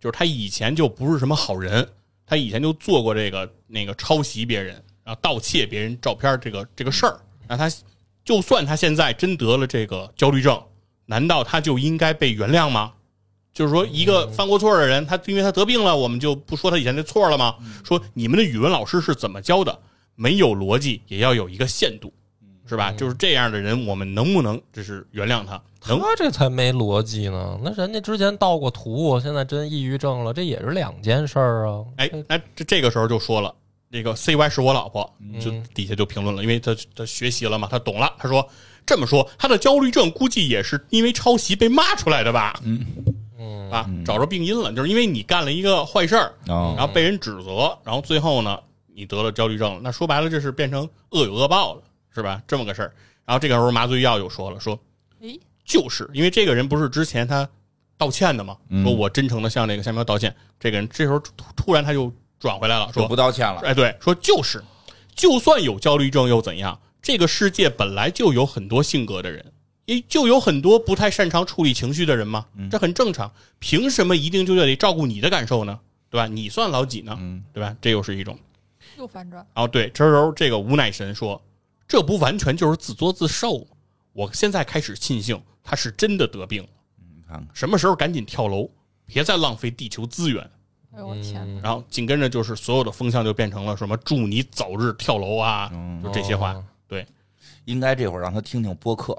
[SPEAKER 3] 就是他以前就不是什么好人，他以前就做过这个那个抄袭别人，然后盗窃别人照片儿这个这个事儿，那他就算他现在真得了这个焦虑症，难道他就应该被原谅吗？就是说，一个犯过错的人，他因为他得病了，我们就不说他以前的错了吗？说你们的语文老师是怎么教的？没有嗯 逻辑也要有一个限度，是吧？就是这样的人，我们能不能就是原谅他？能
[SPEAKER 1] 他这才没逻辑呢。那人家之前盗过图，现在真抑郁症了，这也是两件事儿啊。
[SPEAKER 3] 哎，那这这个时候就说了，这个 C Y 是我老婆，就
[SPEAKER 1] 嗯
[SPEAKER 3] 底下就评论了，因为他他学习了嘛，他懂了。他说这么说，他的焦虑症估计也是因为抄袭被骂出来的吧？嗯嗯嗯啊，找着病因了，就是因为你干了一个坏事儿，
[SPEAKER 2] 哦
[SPEAKER 3] 然后被人指责，然后最后呢，你得了焦虑症了。那说白了，这是变成恶有恶报了，是吧？这么个事儿。然后这个时候麻醉药又说了，说
[SPEAKER 4] 诶，
[SPEAKER 3] 就是因为这个人不是之前他道歉的吗？
[SPEAKER 2] 嗯
[SPEAKER 3] 说我真诚的向那个夏苗道歉。这个人这时候突突然他就转回来了，
[SPEAKER 2] 就
[SPEAKER 3] 说
[SPEAKER 2] 不道歉了。
[SPEAKER 3] 哎，对，说就是，就算有焦虑症又怎样？这个世界本来就有很多性格的人，也就有很多不太擅长处理情绪的人嘛，
[SPEAKER 2] 嗯
[SPEAKER 3] 这很正常。凭什么一定就得照顾你的感受呢？对吧？你算老几
[SPEAKER 2] 嗯
[SPEAKER 3] 呢？对吧？这又是一种。
[SPEAKER 4] 又反转，
[SPEAKER 3] 然后哦对，这时候这个吴乃神说：“这不完全就是自作自受吗？我现在开始庆幸他是真的得病了，
[SPEAKER 2] 你嗯看看，
[SPEAKER 3] 什么时候赶紧跳楼，别再浪费地球资源。”
[SPEAKER 4] 哎呦我天哪！
[SPEAKER 3] 然后紧跟着就是所有的风向就变成了什么祝你早日跳楼啊，
[SPEAKER 2] 嗯
[SPEAKER 3] 就这些话。
[SPEAKER 1] 哦
[SPEAKER 3] 对，
[SPEAKER 2] 应该这会儿让他听听播客。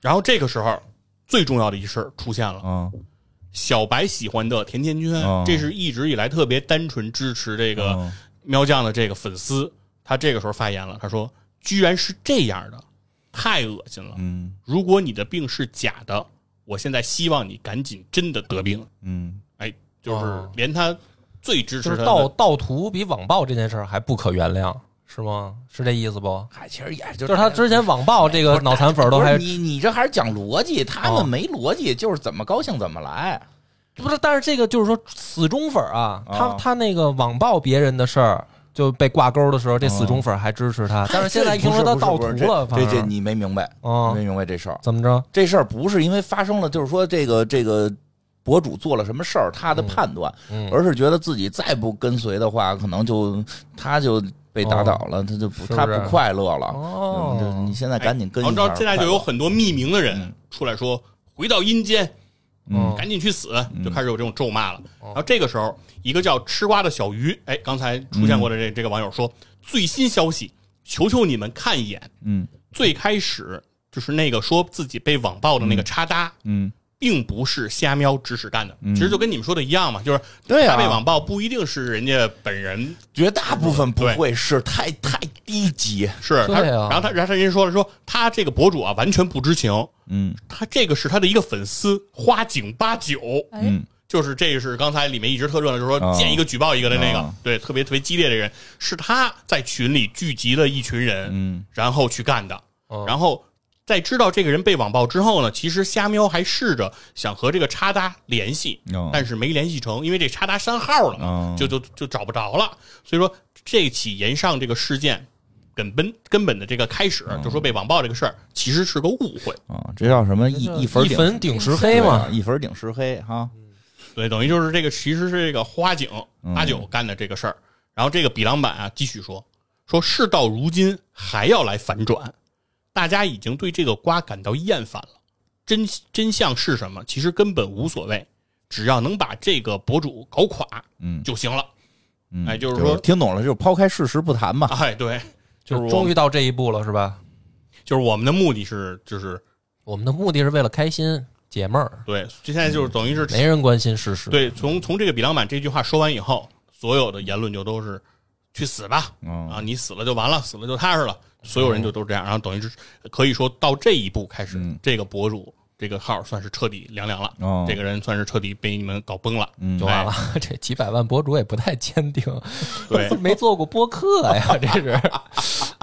[SPEAKER 3] 然后这个时候最重要的一事儿出现了，
[SPEAKER 2] 嗯，
[SPEAKER 3] 小白喜欢的甜甜圈，
[SPEAKER 2] 哦
[SPEAKER 3] 这是一直以来特别单纯支持这
[SPEAKER 2] 嗯呃
[SPEAKER 3] 个喵酱的这个粉丝，他这个时候发言了，他说：“居然是这样的，太恶心了！
[SPEAKER 2] 嗯
[SPEAKER 3] 如果你的病是假的，我现在希望你赶紧真的得病。
[SPEAKER 2] 嗯，”
[SPEAKER 3] 哎，就是
[SPEAKER 1] 哦
[SPEAKER 3] 连他最支
[SPEAKER 1] 就
[SPEAKER 3] 持他
[SPEAKER 1] 是
[SPEAKER 3] 的
[SPEAKER 1] 盗盗图比网暴这件事儿还不可原谅，是吗？是这意思不？
[SPEAKER 2] 嗨，其实也
[SPEAKER 1] 就
[SPEAKER 2] 就
[SPEAKER 1] 是是他之前网暴这个脑残粉儿都
[SPEAKER 2] 不
[SPEAKER 1] 还
[SPEAKER 2] 是你你这还是讲逻辑，他
[SPEAKER 1] 哦
[SPEAKER 2] 们没逻辑，就是怎么高兴怎么来。
[SPEAKER 1] 不是，但是这个就是说死忠粉儿啊，他
[SPEAKER 2] 啊
[SPEAKER 1] 他那个网暴别人的事儿就被挂钩的时候，这死忠粉儿还支持他，啊但是现在一听说他盗图
[SPEAKER 2] 不是不
[SPEAKER 1] 了，
[SPEAKER 2] 是
[SPEAKER 1] 反
[SPEAKER 2] 这这这
[SPEAKER 1] 正
[SPEAKER 2] 你没明白，
[SPEAKER 1] 啊
[SPEAKER 2] 没明白这事儿。
[SPEAKER 1] 怎么着？
[SPEAKER 2] 这事儿不是因为发生了，就是说这个这个博主做了什么事儿，他的
[SPEAKER 1] 嗯
[SPEAKER 2] 判断，
[SPEAKER 1] 嗯，
[SPEAKER 2] 而是觉得自己再不跟随的话，可能就他就被打倒了，他就不
[SPEAKER 1] 哦是不是
[SPEAKER 2] 他不快乐了。
[SPEAKER 1] 哦
[SPEAKER 2] 嗯就你现在
[SPEAKER 3] 哎
[SPEAKER 2] 赶紧跟
[SPEAKER 3] 然
[SPEAKER 2] 一
[SPEAKER 3] 后
[SPEAKER 2] 下。
[SPEAKER 3] 现在就有
[SPEAKER 2] 快乐
[SPEAKER 3] 很多匿名的人
[SPEAKER 2] 嗯
[SPEAKER 3] 出来说：“回到阴间，
[SPEAKER 1] 嗯
[SPEAKER 3] 赶紧去死！”就开始有这种咒骂了。
[SPEAKER 1] 哦
[SPEAKER 3] 然后这个时候，一个叫吃瓜的小鱼，哎，刚才出现过
[SPEAKER 2] 嗯
[SPEAKER 3] 的这这个网友说：“最新消息，求求你们看一眼。
[SPEAKER 2] 嗯
[SPEAKER 3] 最开始就是那个说自己被网暴的那个插搭，
[SPEAKER 2] 嗯，
[SPEAKER 3] 并不是瞎喵指使干的。其实就跟你们说的一样嘛，就是
[SPEAKER 2] 对啊
[SPEAKER 3] 他被网暴不一定是人家本人
[SPEAKER 2] 绝大部分不
[SPEAKER 3] 对
[SPEAKER 2] 会是太太低级。
[SPEAKER 3] 是他，
[SPEAKER 1] 对啊
[SPEAKER 3] 然后他，然后他人家说了说他这个博主啊完全不知情，
[SPEAKER 2] 嗯，
[SPEAKER 3] 他这个是他的一个粉丝花井八九，
[SPEAKER 4] 哎，
[SPEAKER 2] 嗯
[SPEAKER 3] 就是这个是刚才里面一直特热闹，就是说
[SPEAKER 2] 哦
[SPEAKER 3] 见一个举报一个的那个，
[SPEAKER 2] 哦
[SPEAKER 3] 对，特别特别激烈的人，是他在群里聚集了一群人，
[SPEAKER 2] 嗯，
[SPEAKER 3] 然后去干的，
[SPEAKER 1] 哦
[SPEAKER 3] 然后。在知道这个人被网暴之后呢，其实虾喵还试着想和这个插搭联系，
[SPEAKER 2] 哦
[SPEAKER 3] 但是没联系成，因为这插搭删号了嘛，
[SPEAKER 2] 哦
[SPEAKER 3] 就就就找不着了。所以说这起延上这个事件根本根本的这个开始，就说被网暴这个事儿其实是个误会，
[SPEAKER 2] 啊，这叫什么一一分
[SPEAKER 1] 一
[SPEAKER 2] 顶
[SPEAKER 1] 粉顶石黑
[SPEAKER 2] 对
[SPEAKER 1] 嘛
[SPEAKER 2] 啊，一分顶石黑哈。
[SPEAKER 3] 对，等于就是这个其实是这个花井八九干的这个事儿。然后这个比朗版啊，继续说说事到如今还要来反转，大家已经对这个瓜感到厌烦了。真真相是什么？其实根本无所谓，只要能把这个博主搞垮，
[SPEAKER 2] 嗯
[SPEAKER 3] 就行了。
[SPEAKER 2] 嗯
[SPEAKER 3] 哎就是说
[SPEAKER 2] 听懂了，就是抛开事实不谈嘛。
[SPEAKER 3] 哎，对，就
[SPEAKER 1] 就
[SPEAKER 3] 是我
[SPEAKER 1] 终于到这一步了，是吧？
[SPEAKER 3] 就是我们的目的是，就是
[SPEAKER 1] 我们的目的是为了开心解闷儿，
[SPEAKER 3] 对，现在就是等于
[SPEAKER 2] 嗯
[SPEAKER 3] 是
[SPEAKER 1] 没人关心事实。
[SPEAKER 3] 对，从从这个比朗版这句话说完以后，所有的言论就都是去死吧，
[SPEAKER 2] 嗯
[SPEAKER 3] 啊，你死了就完了，死了就踏实了，所有人就都这样，然后等于是可以说到这一步开始，
[SPEAKER 2] 嗯
[SPEAKER 3] 这个博主这个号算是彻底凉凉了，
[SPEAKER 2] 哦
[SPEAKER 3] 这个人算是彻底被你们搞崩了，哎
[SPEAKER 2] 嗯
[SPEAKER 1] 就完了， 这几百万博主也不太坚定，
[SPEAKER 3] 对
[SPEAKER 1] 没做过播客呀， 这是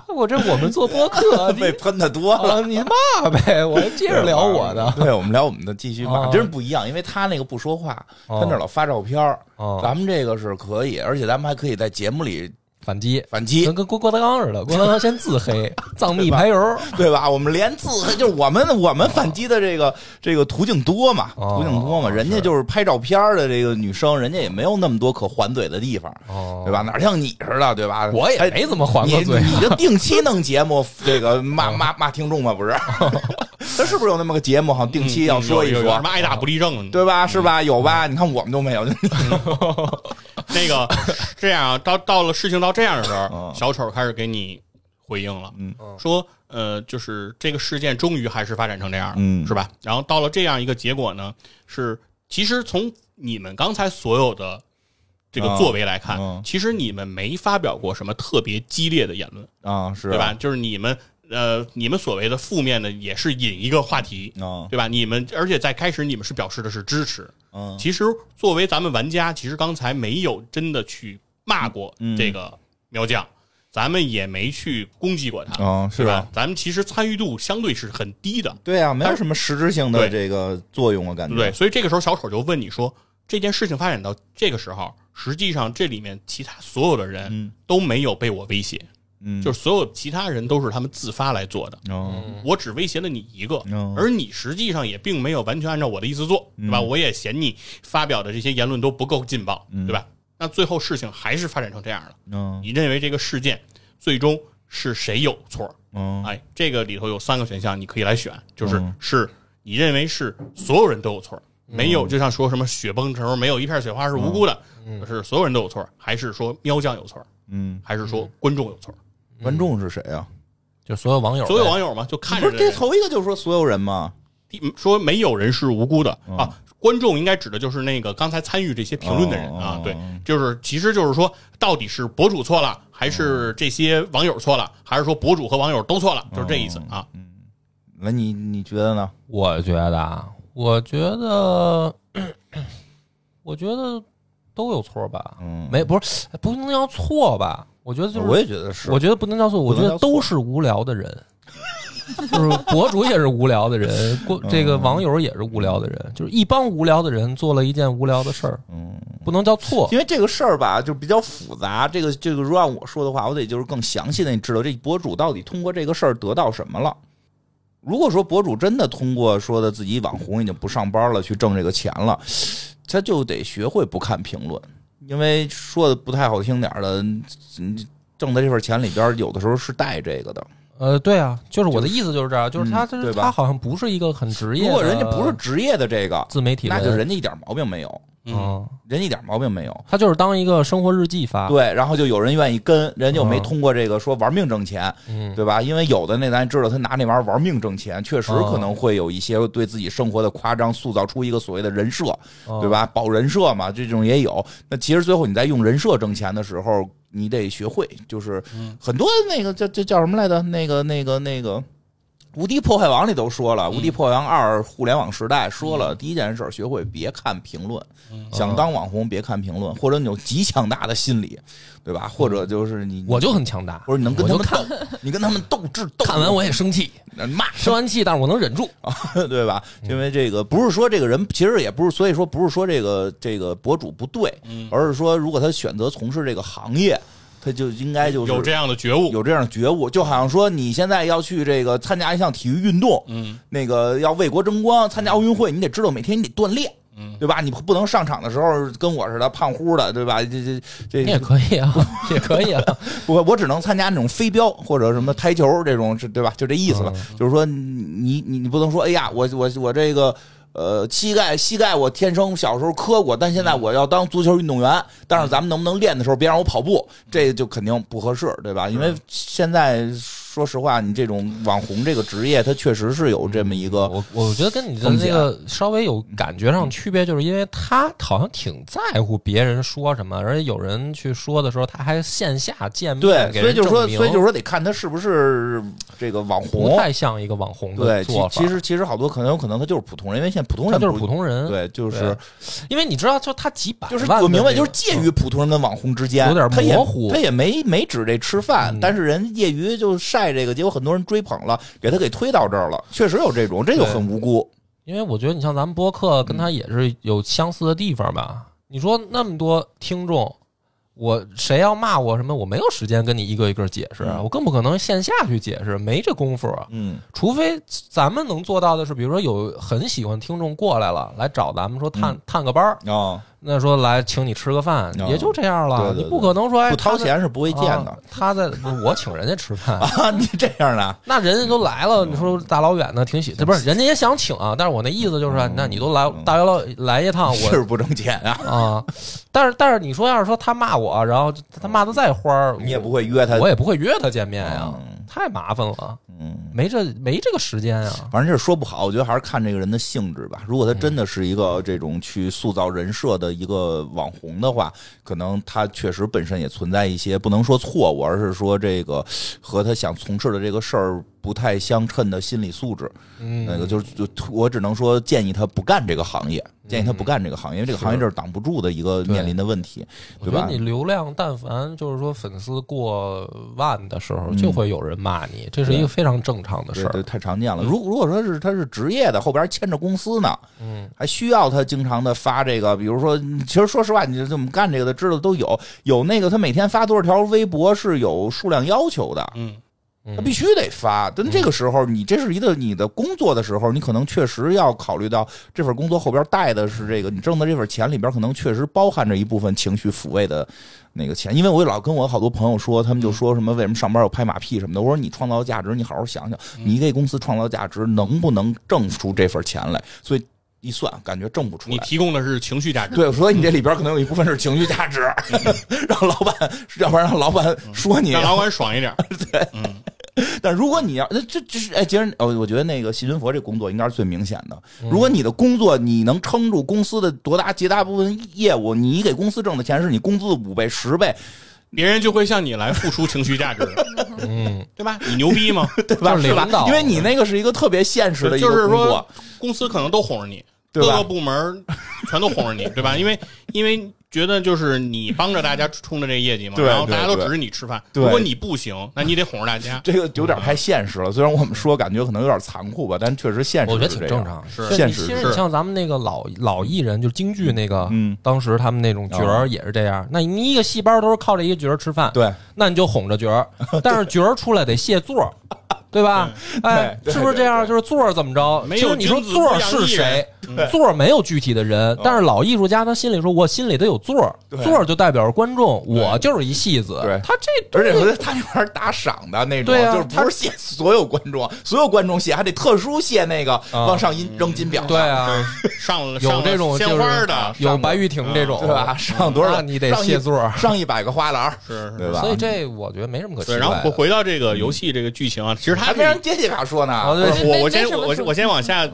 [SPEAKER 1] 我这我们做播客，你
[SPEAKER 2] 被喷的多了。
[SPEAKER 1] 啊，你骂呗，我接着聊我
[SPEAKER 3] 啊
[SPEAKER 1] 的。
[SPEAKER 2] 对我们聊我们的，啊继续骂，
[SPEAKER 1] 哦
[SPEAKER 2] 真是不一样。因为他那个不说话，他那儿老发照片儿
[SPEAKER 1] 哦
[SPEAKER 2] 咱们这个是可以，而且咱们还可以在节目里
[SPEAKER 1] 反击，
[SPEAKER 2] 反击
[SPEAKER 1] 跟，跟郭郭德纲似的，郭德纲先自黑， 藏秘排油，
[SPEAKER 2] 对吧？我们连自就是我们我们反击的这个这个途径多嘛，
[SPEAKER 1] 哦
[SPEAKER 2] 途径多嘛。人家就是拍照片儿的这个女生，人家也没有那么多可还嘴的地方，
[SPEAKER 1] 哦
[SPEAKER 2] 对吧？哪像你似的，对吧？
[SPEAKER 1] 我也
[SPEAKER 2] 哎
[SPEAKER 1] 没怎么还过
[SPEAKER 2] 你
[SPEAKER 1] 嘴啊
[SPEAKER 2] 你这定期弄节目，这个骂
[SPEAKER 3] 哦
[SPEAKER 2] 骂骂听众嘛，不是？他是不是有那么个节目？好像定期要说一
[SPEAKER 3] 嗯有有有嗯
[SPEAKER 2] 说
[SPEAKER 3] 什么，爱打不离正，
[SPEAKER 2] 对吧？是吧？有吧？你看我们都没有， 就
[SPEAKER 3] 那个这样啊，到到了事情到这样的时候，
[SPEAKER 2] 嗯
[SPEAKER 3] 小丑开始给你回应了，
[SPEAKER 2] 嗯
[SPEAKER 3] 说呃，就是这个事件终于还是发展成这样了，
[SPEAKER 2] 嗯
[SPEAKER 3] 是吧？然后到了这样一个结果呢，是其实从你们刚才所有的这个
[SPEAKER 2] 啊
[SPEAKER 3] 作为来看，
[SPEAKER 2] 嗯
[SPEAKER 3] 其实你们没发表过什么特别激烈的言论，
[SPEAKER 2] 啊，是
[SPEAKER 3] 对吧？？就是你们呃，你们所谓的负面的也是引一个话题，
[SPEAKER 2] 啊，
[SPEAKER 3] 对吧？你们而且在开始你们是表示的是支持，
[SPEAKER 2] 嗯
[SPEAKER 3] 其实作为咱们玩家，其实刚才没有真的去骂过
[SPEAKER 2] 嗯
[SPEAKER 3] 这个苗将，咱们也没去攻击过他，
[SPEAKER 2] 啊，
[SPEAKER 3] 是
[SPEAKER 2] 是
[SPEAKER 3] 吧
[SPEAKER 2] 吧？？
[SPEAKER 3] 咱们其实参与度相对是很低的，
[SPEAKER 2] 对啊，没有什么实质性的
[SPEAKER 3] 对
[SPEAKER 2] 这个作用啊，感
[SPEAKER 3] 对
[SPEAKER 2] 觉
[SPEAKER 3] 不对？所以这个时候小丑就问你说，这件事情发展到这个时候，实际上这里面其他所有的人
[SPEAKER 2] 嗯
[SPEAKER 3] 都没有被我威胁，
[SPEAKER 2] 嗯，
[SPEAKER 3] 就是所有其他人都是他们自发来做的，
[SPEAKER 2] 哦
[SPEAKER 3] 我只威胁了你一个
[SPEAKER 2] 嗯，
[SPEAKER 3] 而你实际上也并没有完全按照我的意思做，对吧？我也嫌你发表的这些言论都不够劲爆，对吧？那最后事情还是发展成这样了。
[SPEAKER 2] 嗯
[SPEAKER 3] 你认为这个事件最终是谁有错？
[SPEAKER 2] 嗯
[SPEAKER 3] 哎，这个里头有三个选项，你可以来选，就是
[SPEAKER 2] 嗯
[SPEAKER 3] 是你认为是所有人都有错，没
[SPEAKER 2] 嗯
[SPEAKER 3] 有就像说什么雪崩的时候没有一片雪花是无辜的，
[SPEAKER 1] 嗯
[SPEAKER 3] 是所有人都有错，还是说喵酱有错，
[SPEAKER 2] 嗯，
[SPEAKER 3] 还是说观众有错？
[SPEAKER 2] 观众是谁啊？
[SPEAKER 1] 就所有网友呗，
[SPEAKER 3] 所有网友嘛，就看
[SPEAKER 2] 不
[SPEAKER 3] 着
[SPEAKER 2] 是
[SPEAKER 3] 这
[SPEAKER 2] 这
[SPEAKER 3] 人
[SPEAKER 2] 头一个就是说所有人嘛？
[SPEAKER 3] 第说没有人是无辜的、
[SPEAKER 2] 嗯
[SPEAKER 3] 啊，观众应该指的就是那个刚才参与这些评论的人、
[SPEAKER 2] 哦
[SPEAKER 3] 啊
[SPEAKER 2] 哦，
[SPEAKER 3] 对
[SPEAKER 2] 哦，
[SPEAKER 3] 就是其实就是说，到底是博主错了，还
[SPEAKER 2] 嗯
[SPEAKER 3] 是这些网友错了，还是说博主和网友都错了，就是这意思啊。
[SPEAKER 2] 嗯那你你觉得呢？
[SPEAKER 1] 我觉得啊，我觉得， 我觉得都有错吧，
[SPEAKER 2] 嗯
[SPEAKER 1] 没不是不能叫错吧？我觉得就是，
[SPEAKER 2] 我也觉得是
[SPEAKER 1] 我觉得不能叫错，我觉
[SPEAKER 2] 不能
[SPEAKER 1] 得
[SPEAKER 2] 叫错
[SPEAKER 1] 都是无聊的人， 就是博主也是无聊的人，过这
[SPEAKER 2] 嗯
[SPEAKER 1] 个网友也是无聊的人，就是一帮无聊的人做了一件无聊的事儿，
[SPEAKER 2] 嗯，
[SPEAKER 1] 不能叫错。
[SPEAKER 2] 因为这个事儿吧，就比较复杂。这个这个，如果让我说的话，我得就是更详细的知道这博主到底通过这个事儿得到什么了。如果说博主真的通过说的自己网红已经不上班了去挣这个钱了，他就得学会不看评论，因为说的不太好听点儿的，嗯挣的这份钱里边儿有的时候是带这个的。
[SPEAKER 1] 呃，对啊，就是我的意思就是这样，就是他
[SPEAKER 2] 嗯
[SPEAKER 1] 就是
[SPEAKER 2] 对吧
[SPEAKER 1] 他好像不是一个很职业的，
[SPEAKER 2] 如果人家不是职业的这个，
[SPEAKER 1] 自媒体人，
[SPEAKER 2] 那就人家一点毛病没有，
[SPEAKER 1] 嗯，
[SPEAKER 2] 人家一点毛病没有。
[SPEAKER 1] 他就是当一个生活日记发，
[SPEAKER 2] 对，然后就有人愿意跟，人就没
[SPEAKER 1] 嗯
[SPEAKER 2] 通过这个说玩命挣钱，
[SPEAKER 1] 嗯
[SPEAKER 2] 对吧？因为有的那咱知道他拿那玩意儿玩命挣钱，确实
[SPEAKER 1] 嗯
[SPEAKER 2] 可能会有一些对自己生活的夸张，塑造出一个所谓的人设，
[SPEAKER 1] 嗯
[SPEAKER 2] 对吧？保人设嘛，这种也有。那其实最后你在用人设挣钱的时候，你得学会，就是
[SPEAKER 1] 嗯
[SPEAKER 2] 很多那个叫叫叫什么来着？那个那个那个。无敌破坏王》里都说了，《无
[SPEAKER 1] 嗯
[SPEAKER 2] 敌破坏王二》互联网时代说了，第一件事儿学会别看评论，
[SPEAKER 1] 嗯
[SPEAKER 2] 想当网红别看评论，或者你有极强大的心理，对吧？或者就是你，
[SPEAKER 1] 我就很强大，
[SPEAKER 2] 或者你能跟
[SPEAKER 1] 我
[SPEAKER 2] 他
[SPEAKER 1] 就
[SPEAKER 2] 们
[SPEAKER 1] 看
[SPEAKER 2] 斗， 你跟他们斗智斗勇，
[SPEAKER 1] 看完我也生气，
[SPEAKER 2] 骂
[SPEAKER 1] 生完气，但是嗯我能忍住。
[SPEAKER 2] 对吧？因为这个不是说这个人，其实也不是，所以说不是说这个这个博主不对，
[SPEAKER 1] 嗯
[SPEAKER 2] 而是说如果他选择从事这个行业，他就应该就是
[SPEAKER 3] 嗯有这样的觉悟，
[SPEAKER 2] 有这样的觉悟，就好像说你现在要去这个参加一项体育运动，
[SPEAKER 3] 嗯，
[SPEAKER 2] 那个要为国争光，参加奥运会，你得知道每天你得锻炼，
[SPEAKER 3] 嗯，
[SPEAKER 2] 对吧？你不能上场的时候跟我似的胖乎的，对吧？这这
[SPEAKER 1] 你也
[SPEAKER 2] 这，
[SPEAKER 1] 可以啊，也可以 啊，
[SPEAKER 2] 我我只能参加那种飞镖或者什么台球这种，是对吧？就这意思吧。
[SPEAKER 1] 嗯
[SPEAKER 2] 就是说你你你不能说，哎呀，我我我这个。呃，膝盖膝盖，我天生小时候磕过，但现在我要当足球运动员。但是咱们能不能练的时候别让我跑步，这就肯定不合适，对吧？因为现在说实话，你这种网红这个职业，它确实是有这么一个，
[SPEAKER 1] 我我觉得跟你的
[SPEAKER 2] 风
[SPEAKER 1] 那
[SPEAKER 2] 险嗯
[SPEAKER 1] 个稍微有感觉上区别，就是因为他好像挺在乎别人说什么，而且有人去说的时候，他还线下见面，
[SPEAKER 2] 对，
[SPEAKER 1] 给
[SPEAKER 2] 所以
[SPEAKER 1] 人
[SPEAKER 2] 就是说，
[SPEAKER 1] 证明
[SPEAKER 2] 所以就是说得看他是不是这个网
[SPEAKER 1] 不
[SPEAKER 2] 红。
[SPEAKER 1] 太像一个网红的
[SPEAKER 2] 对，其
[SPEAKER 1] 做法。
[SPEAKER 2] 其实其实好多可能有可能他就是普通人，因为现在普通
[SPEAKER 1] 他
[SPEAKER 2] 人
[SPEAKER 1] 就是
[SPEAKER 2] 不
[SPEAKER 1] 普，通人，
[SPEAKER 2] 对，就是
[SPEAKER 1] 对因为你知道，就他几百万
[SPEAKER 2] 就
[SPEAKER 1] 的
[SPEAKER 2] 是
[SPEAKER 1] 那个，
[SPEAKER 2] 我明白，就是介于普通人跟网红之间，
[SPEAKER 1] 有点
[SPEAKER 2] 他也
[SPEAKER 1] 模糊
[SPEAKER 2] 他也没没指这吃饭
[SPEAKER 1] 嗯，
[SPEAKER 2] 但是人业余就晒这个，结果很多人追捧了，给他给推到这儿了，确实有这种，这就很无辜。
[SPEAKER 1] 因为我觉得你像咱们播客跟他也是有相似的地方
[SPEAKER 2] 嗯
[SPEAKER 1] 吧。你说那么多听众，我谁要骂我什么，我没有时间跟你一个一个解释啊，
[SPEAKER 2] 嗯
[SPEAKER 1] 我更不可能线下去解释，没这功夫啊。
[SPEAKER 2] 嗯
[SPEAKER 1] 除非咱们能做到的是，比如说有很喜欢听众过来了，来找咱们说
[SPEAKER 2] 嗯
[SPEAKER 1] 探、探个班儿，
[SPEAKER 2] 啊，
[SPEAKER 1] 那说来请你吃个饭，
[SPEAKER 2] 哦
[SPEAKER 1] 也就这样了。
[SPEAKER 2] 对对对
[SPEAKER 1] 你不可能说哎
[SPEAKER 2] 不掏钱是不
[SPEAKER 1] 不
[SPEAKER 2] 会见的
[SPEAKER 1] 啊、他在不是我请人家吃饭，
[SPEAKER 2] 啊， 你这样的，
[SPEAKER 1] 那人家都来了，你说大老远的挺喜，不是人家也想请啊，但是我那意思就是，那你都来大老远来一趟，
[SPEAKER 2] 嗯是
[SPEAKER 1] 我
[SPEAKER 2] 不挣钱啊，
[SPEAKER 1] 啊，但是但是你说要是说他骂我，然后他骂的再花儿，
[SPEAKER 2] 你也不会约他
[SPEAKER 1] 我，我也不会约他见面呀、
[SPEAKER 2] 嗯
[SPEAKER 1] 太麻烦了，
[SPEAKER 2] 嗯，
[SPEAKER 1] 没这没这个时间啊。
[SPEAKER 2] 反正这说不好，我觉得还是看这个人的性质吧。如果他真的是一个这种去塑造人设的一个网红的话，可能他确实本身也存在一些不能说错误，而是说这个和他想从事的这个事儿不太相称的心理素质。
[SPEAKER 1] 嗯，
[SPEAKER 2] 那个就是就我只能说建议他不干这个行业，建议他不干这个行业，因为这个行业这是挡不住的一个面临的问题，
[SPEAKER 1] 我
[SPEAKER 2] 对
[SPEAKER 1] 觉得
[SPEAKER 2] 吧？
[SPEAKER 1] 你流量但凡就是说粉丝过万的时候，就会有人骂你，这是一个非常正常的
[SPEAKER 2] 嗯对
[SPEAKER 1] 事
[SPEAKER 2] 对，
[SPEAKER 1] 儿。
[SPEAKER 2] 太常见了。如如果说是他是职业的，后边牵着公司呢，
[SPEAKER 1] 嗯，
[SPEAKER 2] 还需要他经常的发这个，比如说，其实说实话，你这么干这个的知道都有，有那个他每天发多少条微博是有数量要求的，
[SPEAKER 3] 嗯，
[SPEAKER 1] 嗯
[SPEAKER 2] 他必须得发。但这个时候，你这是一个你的工作的时候，你可能确实要考虑到这份工作后边带的是这个你挣的这份钱里边，可能确实包含着一部分情绪抚慰的那个钱。因为我老跟我好多朋友说，他们就
[SPEAKER 3] 嗯
[SPEAKER 2] 说什么为什么上班要拍马屁什么的。我说你创造价值，你好好想想，
[SPEAKER 3] 嗯
[SPEAKER 2] 你给公司创造价值能不能挣出这份钱来？所以一算，感觉挣不出
[SPEAKER 3] 你
[SPEAKER 2] 来。
[SPEAKER 3] 提供的是情绪价值，
[SPEAKER 2] 对，所以你这里边可能有一部分是情绪价值， 让老板，要不然让老板说你，
[SPEAKER 3] 嗯让老板爽一点。
[SPEAKER 2] 但如果你要，这这这是哎，既然哦，我觉得那个细菌佛这工作应该是最明显的。
[SPEAKER 1] 嗯
[SPEAKER 2] 如果你的工作你能撑住公司的多大绝大部分业务，你给公司挣的钱是你工资的五倍、十倍，
[SPEAKER 3] 别人就会向你来付出情绪价值，
[SPEAKER 1] 嗯，
[SPEAKER 3] 对吧？你牛逼吗？
[SPEAKER 2] 对吧？
[SPEAKER 1] 就是
[SPEAKER 2] 是吧
[SPEAKER 1] 领导？
[SPEAKER 2] 因为你那个是一个特别现实的一个
[SPEAKER 3] 就
[SPEAKER 2] 工
[SPEAKER 3] 是
[SPEAKER 2] 作，
[SPEAKER 3] 说，公司可能都哄着你，
[SPEAKER 2] 对
[SPEAKER 3] 各
[SPEAKER 2] 吧
[SPEAKER 3] 个部门全都哄着你，对吧？因为因为觉得就是你帮着大家冲着这业绩嘛，
[SPEAKER 2] 对
[SPEAKER 3] 然后大家
[SPEAKER 2] 对
[SPEAKER 3] 都
[SPEAKER 2] 对
[SPEAKER 3] 指着你吃饭。
[SPEAKER 2] 对
[SPEAKER 3] 如果你不行，那你得哄着大家。
[SPEAKER 2] 这个有点太现实了。虽然我们说感觉可能有点残酷吧，但确实现实
[SPEAKER 1] 我觉得
[SPEAKER 2] 是
[SPEAKER 1] 挺
[SPEAKER 2] 这
[SPEAKER 1] 正
[SPEAKER 2] 样。
[SPEAKER 1] 常。
[SPEAKER 3] 是
[SPEAKER 1] 就
[SPEAKER 2] 现
[SPEAKER 1] 你
[SPEAKER 2] 实
[SPEAKER 1] 其实
[SPEAKER 3] 是
[SPEAKER 1] 你像咱们那个老老艺人，就是京剧那个，
[SPEAKER 2] 嗯哦
[SPEAKER 1] 当时他们那种角儿也是这样。那你一个戏班都是靠这一个角儿吃饭，
[SPEAKER 2] 对，
[SPEAKER 1] 那你就哄着角 儿，但是角儿出来得谢座儿，对吧？哎，
[SPEAKER 2] 对对
[SPEAKER 1] 是不是这样？就是座儿怎么着？
[SPEAKER 3] 没
[SPEAKER 1] 其
[SPEAKER 3] 有
[SPEAKER 1] 实你说
[SPEAKER 3] 君子
[SPEAKER 1] 座
[SPEAKER 3] 不
[SPEAKER 1] 儿
[SPEAKER 3] 养
[SPEAKER 1] 是
[SPEAKER 3] 艺
[SPEAKER 1] 谁？座儿没有具体的
[SPEAKER 2] 哦
[SPEAKER 1] 人，但是老艺术家他心里说，我心里得有座儿，座儿就代表着观众，我就是一戏子
[SPEAKER 2] 对。
[SPEAKER 1] 他这
[SPEAKER 2] 而且我觉得他那玩意儿打赏的那种，
[SPEAKER 1] 对啊
[SPEAKER 2] 就是不是谢所有观众，所有观众谢还得特殊谢那个
[SPEAKER 1] 啊
[SPEAKER 2] 往上音扔金表的，
[SPEAKER 1] 对啊，
[SPEAKER 3] 对，上了
[SPEAKER 1] 有
[SPEAKER 3] 上
[SPEAKER 1] 这种
[SPEAKER 3] 了鲜
[SPEAKER 1] 就是啊
[SPEAKER 3] 花的，
[SPEAKER 1] 有白玉亭这种，
[SPEAKER 2] 嗯
[SPEAKER 1] 啊
[SPEAKER 2] 对吧？ 上多
[SPEAKER 3] 啊
[SPEAKER 2] 少
[SPEAKER 1] 那你得
[SPEAKER 2] 上一
[SPEAKER 1] 谢座儿。
[SPEAKER 2] 上一百个花篮儿，
[SPEAKER 3] 是是
[SPEAKER 2] 对吧？
[SPEAKER 1] 所以这我觉得没什么可
[SPEAKER 3] 对，
[SPEAKER 1] 奇
[SPEAKER 3] 然后
[SPEAKER 1] 怪
[SPEAKER 3] 回
[SPEAKER 1] 的。
[SPEAKER 3] 回到这个游戏这个剧情啊，其实它
[SPEAKER 2] 还
[SPEAKER 3] 这
[SPEAKER 2] 没
[SPEAKER 3] 个
[SPEAKER 2] 人接杰卡说
[SPEAKER 1] 哦，
[SPEAKER 2] 呢。
[SPEAKER 1] 对
[SPEAKER 3] 不，呃是我我
[SPEAKER 4] 没
[SPEAKER 3] 先
[SPEAKER 4] 没什么
[SPEAKER 3] 我
[SPEAKER 4] 说嗯
[SPEAKER 3] 我先往下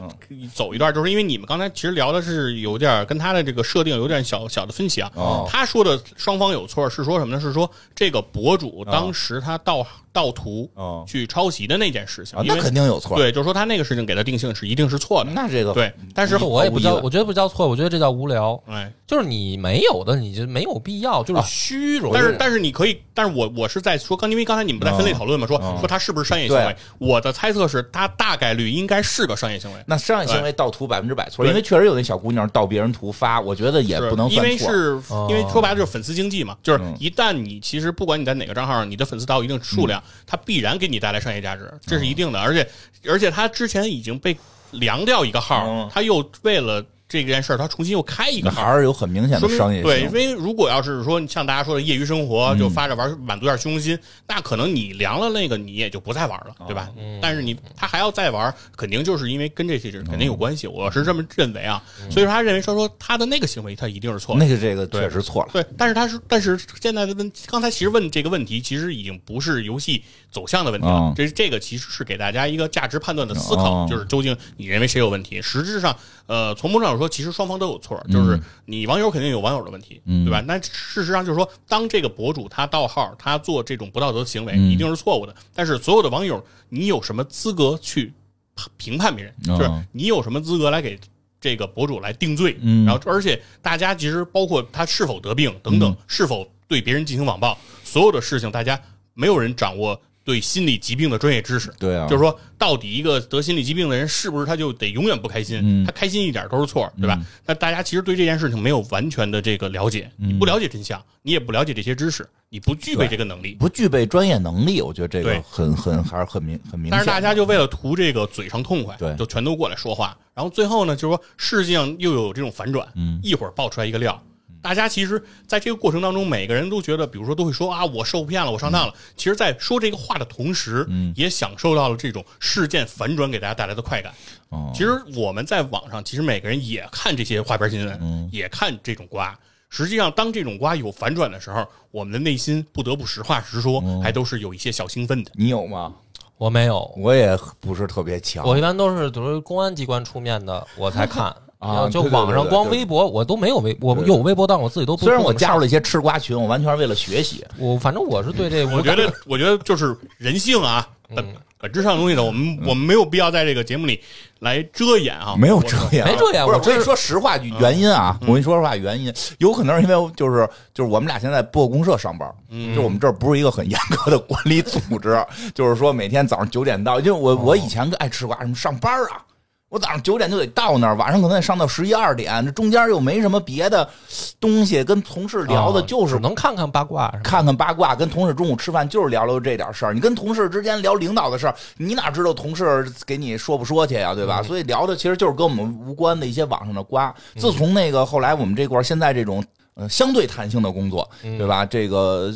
[SPEAKER 3] 走一段，就是因为你们刚才其实聊的是有点儿跟他的这个设定有点小小的分歧啊。
[SPEAKER 2] 哦
[SPEAKER 3] 他说的双方有错是说什么呢？是说这个博主当时他盗盗图
[SPEAKER 2] 哦
[SPEAKER 3] 去抄袭的那件事情
[SPEAKER 2] 啊，，
[SPEAKER 3] 因
[SPEAKER 2] 那
[SPEAKER 3] 为
[SPEAKER 2] 肯定有错。，
[SPEAKER 3] 对，就是说他那个事情给他定性是一定是错的。
[SPEAKER 2] 那这个
[SPEAKER 3] 对，但是
[SPEAKER 1] 这我也不叫，
[SPEAKER 2] 毫无疑问
[SPEAKER 1] 我觉得不叫错，我觉得这叫无聊。
[SPEAKER 3] 哎，
[SPEAKER 1] 就是你没有的，你就没有必要，
[SPEAKER 2] 哦
[SPEAKER 1] 就是虚荣。
[SPEAKER 3] 但是但是你可以，但是我我是在说，刚因为刚才你们在分类讨论嘛，说说他是不是商业行为
[SPEAKER 2] 哦对？
[SPEAKER 3] 我的猜测是他大概率应该是个商业行为。
[SPEAKER 2] 那商业行为盗图百分之百错，
[SPEAKER 3] 对
[SPEAKER 2] 因为确实有那小姑娘盗别人图发，我觉得也
[SPEAKER 3] 是
[SPEAKER 2] 不能
[SPEAKER 3] 因
[SPEAKER 2] 算
[SPEAKER 3] 为
[SPEAKER 2] 错。
[SPEAKER 3] 是
[SPEAKER 1] 哦
[SPEAKER 3] 因为说白了就是粉丝经济嘛，就是
[SPEAKER 2] 嗯
[SPEAKER 3] 一旦你其实不管你在哪个账号上，你的粉丝达到一定数量，
[SPEAKER 2] 嗯
[SPEAKER 3] 它必然给你带来商业价值，这是一定的。而且而且他之前已经被凉掉一个号
[SPEAKER 2] 嗯，
[SPEAKER 3] 他又为了这件事儿，他重新又开一个
[SPEAKER 2] 那
[SPEAKER 3] 号。
[SPEAKER 2] 还是有很明显的
[SPEAKER 3] 说明
[SPEAKER 2] 商业嗯
[SPEAKER 3] 对，
[SPEAKER 2] 行
[SPEAKER 3] 因
[SPEAKER 2] 为。
[SPEAKER 3] 为如果要是说像大家说的业余生活，就发着玩儿满足点虚荣心，那可能你凉了那个，你也就不再玩
[SPEAKER 2] 哦
[SPEAKER 3] 了，对吧？但是你他还要再玩，肯定就是因为跟这些人肯定有关系，我是这么认为啊。
[SPEAKER 2] 嗯
[SPEAKER 3] 所以说他认为说说他的那个行为，他一定是错的。
[SPEAKER 2] 那个这个确实错了，
[SPEAKER 3] 对，但是他是，但是现在的问，刚才其实问这个问题，其实已经不是游戏走向的问题了。
[SPEAKER 2] 嗯
[SPEAKER 3] 这这个其实是给大家一个价值判断的思考，
[SPEAKER 2] 嗯
[SPEAKER 3] 就是究竟你认为谁有问题。实质上，呃，从某种角度说，其实双方都有错，就是你网友肯定有网友的问题，
[SPEAKER 2] 嗯
[SPEAKER 3] 对吧？那事实上就是说，当这个博主他盗号，他做这种不道德的行为，
[SPEAKER 2] 嗯
[SPEAKER 3] 一定是错误的。但是所有的网友，你有什么资格去评判别人？就是
[SPEAKER 2] 嗯
[SPEAKER 3] 你有什么资格来给这个博主来定罪？
[SPEAKER 2] 嗯
[SPEAKER 3] 然后而且大家其实包括他是否得病等
[SPEAKER 2] 嗯
[SPEAKER 3] 等，是否对别人进行网暴，所有的事情，大家没有人掌握对心理疾病的专业知识。
[SPEAKER 2] 对啊
[SPEAKER 3] 就是说，到底一个得心理疾病的人是不是他就得永远不开心？
[SPEAKER 2] 嗯
[SPEAKER 3] 他开心一点都是错儿，对吧？那大家其实对这件事情没有完全的这个了解，你
[SPEAKER 2] 嗯
[SPEAKER 3] 不了解真相，你也不了解这些知识，你不具备这个能力。
[SPEAKER 2] 不具备专业能力，我觉得这个
[SPEAKER 3] 对
[SPEAKER 2] 很很还是很明很明显。
[SPEAKER 3] 但是大家就为了图这个嘴上痛快，
[SPEAKER 2] 对
[SPEAKER 3] 就全都过来说话。然后最后呢，就是说事情又有这种反转，
[SPEAKER 2] 嗯
[SPEAKER 3] 一会儿爆出来一个料。大家其实在这个过程当中，每个人都觉得，比如说都会说啊，我受骗了，我上当了。其实，在说这个话的同时，
[SPEAKER 2] 嗯
[SPEAKER 3] 也享受到了这种事件反转给大家带来的快感。
[SPEAKER 2] 哦
[SPEAKER 3] 其实我们在网上，其实每个人也看这些花边新闻，
[SPEAKER 2] 嗯
[SPEAKER 3] 也看这种瓜。实际上，当这种瓜有
[SPEAKER 2] 哦
[SPEAKER 3] 反转的时候，我们的内心不得不实话实说，还都是有一些小兴奋的。
[SPEAKER 2] 你有吗？
[SPEAKER 1] 我没有，
[SPEAKER 2] 我也不是特别强。
[SPEAKER 1] 我一般都是都是公安机关出面的我 才看
[SPEAKER 2] 啊
[SPEAKER 1] 然后就
[SPEAKER 2] 对对对
[SPEAKER 1] 网上
[SPEAKER 2] 对
[SPEAKER 1] 光
[SPEAKER 2] 对
[SPEAKER 1] 微博我都没有微，我
[SPEAKER 2] 对
[SPEAKER 1] 有微博，但我自己都不
[SPEAKER 2] 虽然我
[SPEAKER 1] 不怎么
[SPEAKER 2] 加
[SPEAKER 1] 上
[SPEAKER 2] 入了一些吃瓜群，我完全是为了学习。
[SPEAKER 1] 我反正我是对这，
[SPEAKER 3] 我觉得，我觉得就是人性啊，
[SPEAKER 1] 嗯
[SPEAKER 3] 本本质上的东西呢，我们我们没有必要在这个节目里来遮掩啊，
[SPEAKER 2] 没有
[SPEAKER 3] 我
[SPEAKER 2] 遮掩，
[SPEAKER 1] 没遮掩
[SPEAKER 2] 不
[SPEAKER 1] 我
[SPEAKER 2] 是，我跟
[SPEAKER 1] 这嗯
[SPEAKER 2] 你说实话，原因啊，我跟你说实话原因，有可能是因为就是就是我们俩现在播客公社上班，
[SPEAKER 1] 嗯
[SPEAKER 2] 就是我们这儿不是一个很严格的管理组织，就是说每天早上九点到，因为我
[SPEAKER 1] 哦
[SPEAKER 2] 我以前爱吃瓜，什么上班啊。我早上九点就得到那儿，晚上可能得上到十一二点，这中间又没什么别的东西跟同事聊的，
[SPEAKER 1] 啊
[SPEAKER 2] 就是
[SPEAKER 1] 只能看看八卦什么的。
[SPEAKER 2] 看看八卦，跟同事中午吃饭就是聊聊这点事儿。你跟同事之间聊领导的事儿，你哪知道同事给你说不说去呀，对吧？所以聊的其实就是跟我们无关的一些网上的瓜。自从那个后来我们这块儿现在这种呃相对弹性的工作，对吧？这个。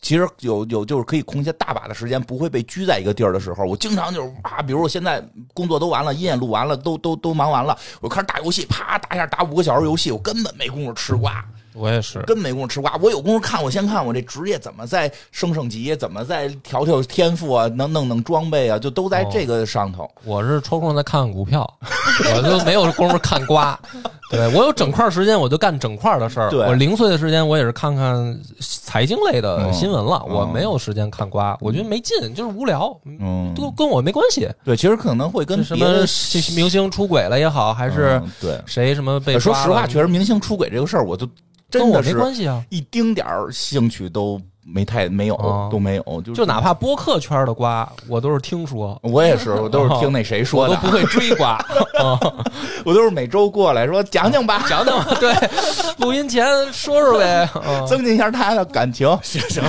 [SPEAKER 2] 其实有有就是可以空下大把的时间，不会被拘在一个地儿的时候，我经常就是啊，比如我现在工作都完了，音也录完了，都都都忙完了，我开始打游戏，啪打一下打五个小时游戏，我根本没工夫吃瓜。
[SPEAKER 1] 我也是，
[SPEAKER 2] 根本没工夫吃瓜。我有功夫看，我先看我这职业怎么再升升级，怎么再调调天赋啊，能弄弄装备啊，就都
[SPEAKER 1] 哦
[SPEAKER 2] 在这个上头。
[SPEAKER 1] 我是抽空在看看股票， 我就没有功夫看瓜。对我有整块时间，我就干整块的事儿。
[SPEAKER 2] 对
[SPEAKER 1] 我零碎的时间，我也是看看财经类的新闻了。
[SPEAKER 2] 嗯
[SPEAKER 1] 我没有时间看瓜，我觉得没劲，就是无聊，
[SPEAKER 2] 嗯
[SPEAKER 1] 都跟我没关系。
[SPEAKER 2] 对，其实可能会跟
[SPEAKER 1] 什
[SPEAKER 2] 别
[SPEAKER 1] 么
[SPEAKER 2] 的
[SPEAKER 1] 这明星出轨了也好，还是
[SPEAKER 2] 嗯对。
[SPEAKER 1] 谁什么被
[SPEAKER 2] 说
[SPEAKER 1] 抓
[SPEAKER 2] 实话，
[SPEAKER 1] 了
[SPEAKER 2] 确实明星出轨这个事儿，我就
[SPEAKER 1] 跟
[SPEAKER 2] 真
[SPEAKER 1] 我
[SPEAKER 2] 的
[SPEAKER 1] 没
[SPEAKER 2] 是
[SPEAKER 1] 关系啊。
[SPEAKER 2] 一丁点儿兴趣都没太没有，
[SPEAKER 1] 哦
[SPEAKER 2] 都没有。就
[SPEAKER 1] 就
[SPEAKER 2] 就
[SPEAKER 1] 哪怕播客圈的瓜，我都是听说，
[SPEAKER 2] 我也是，我都是听那谁说
[SPEAKER 1] 我
[SPEAKER 2] 的
[SPEAKER 1] 都，不会追 瓜。啊
[SPEAKER 2] 我都是每周过来说讲讲吧，
[SPEAKER 1] 哦讲讲吧，对，录音前说说呗。啊
[SPEAKER 2] 增进一下他的感情。
[SPEAKER 1] 哦
[SPEAKER 3] 行行，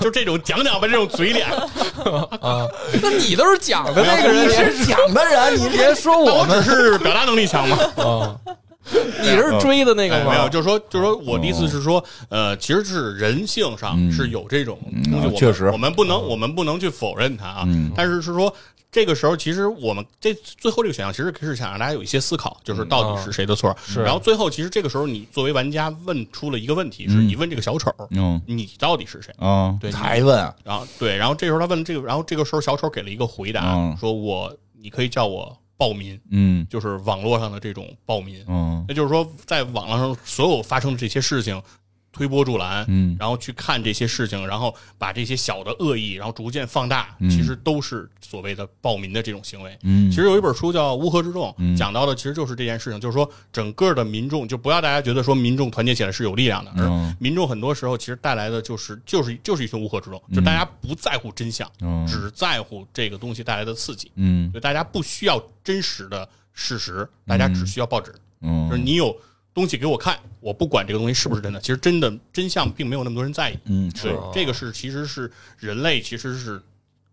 [SPEAKER 3] 就这种讲讲吧，这种嘴 脸，
[SPEAKER 1] 啊，那你都是讲的那个
[SPEAKER 2] 你
[SPEAKER 1] 人，
[SPEAKER 2] 是讲的人，你
[SPEAKER 1] 别说
[SPEAKER 3] 那
[SPEAKER 1] 我
[SPEAKER 3] 我只
[SPEAKER 1] 们
[SPEAKER 3] 是表达能 力强嘛。
[SPEAKER 1] 啊，你是追的那个
[SPEAKER 3] 哎，
[SPEAKER 1] 吗？
[SPEAKER 3] 没有，就是说，就是说我的意思是说，呃，其实是人性上
[SPEAKER 2] 哦嗯
[SPEAKER 3] 是有这种
[SPEAKER 2] 嗯
[SPEAKER 3] 东西，
[SPEAKER 2] 啊
[SPEAKER 3] 我们
[SPEAKER 2] 确实
[SPEAKER 3] 我们不能，我们不能去否认它啊
[SPEAKER 2] 嗯。
[SPEAKER 3] 但是是说，这个时候其实我们这最后这个选项其实是想让大家有一些思考，就是到底是谁的错。
[SPEAKER 1] 嗯啊是
[SPEAKER 3] 然后最后，其实这个时候你作为玩家问出了一个问题，是你问这个小丑，
[SPEAKER 2] 嗯
[SPEAKER 3] 你到底是谁？
[SPEAKER 2] 嗯，
[SPEAKER 3] 对
[SPEAKER 2] 才问啊，
[SPEAKER 3] 然后对，然后这时候他问了这个，然后这个时候小丑给了一个回答
[SPEAKER 2] 嗯，
[SPEAKER 3] 说我你可以叫我暴民，
[SPEAKER 2] 嗯
[SPEAKER 3] 就是网络上的这种暴民。
[SPEAKER 2] 嗯
[SPEAKER 3] 那就是说，在网络上所有发生的这些事情，推波助澜，
[SPEAKER 2] 嗯
[SPEAKER 3] 然后去看这些事情，然后把这些小的恶意，然后逐渐放大，
[SPEAKER 2] 嗯
[SPEAKER 3] 其实都是所谓的暴民的这种行为。
[SPEAKER 2] 嗯
[SPEAKER 3] 其实有一本书叫《乌合之众》，
[SPEAKER 2] 嗯
[SPEAKER 3] 讲到的其实就是这件事情，就是说整个的民众，就不要大家觉得说民众团结起来是有力量的，
[SPEAKER 2] 嗯
[SPEAKER 3] 而民众很多时候其实带来的就是就是就是一群乌合之众，就大家不在乎真相，
[SPEAKER 2] 嗯
[SPEAKER 3] 只在乎这个东西带来的刺激，
[SPEAKER 2] 嗯
[SPEAKER 3] 就大家不需要真实的事实，大家只需要报纸。
[SPEAKER 2] 嗯
[SPEAKER 3] 就是你有东西给我看，我不管这个东西是不是真的，其实真的真相并没有那么多人在意。
[SPEAKER 2] 嗯
[SPEAKER 3] 对，这个是其实是人类其实是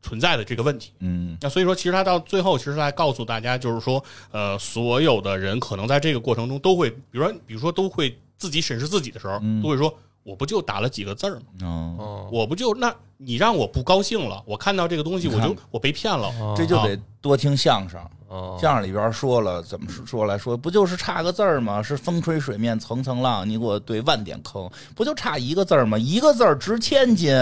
[SPEAKER 3] 存在的这个问题。
[SPEAKER 2] 嗯
[SPEAKER 3] 那所以说，其实他到最后，其实他还告诉大家，就是说，呃，所有的人可能在这个过程中都会，比如说，比如说都会自己审视自己的时候，都会说，我不就打了几个字儿吗？
[SPEAKER 2] 嗯，
[SPEAKER 1] 嗯，
[SPEAKER 3] 我不就那你让我不高兴了，我看到这个东西，我就我被骗了，
[SPEAKER 2] 这就得多听相声。
[SPEAKER 1] 嗯
[SPEAKER 2] 相声里边说了，怎么说说来说，不就是差个字儿吗？是风吹水面层层浪，你给我对万点坑，不就差一个字儿吗？一个字儿值千金，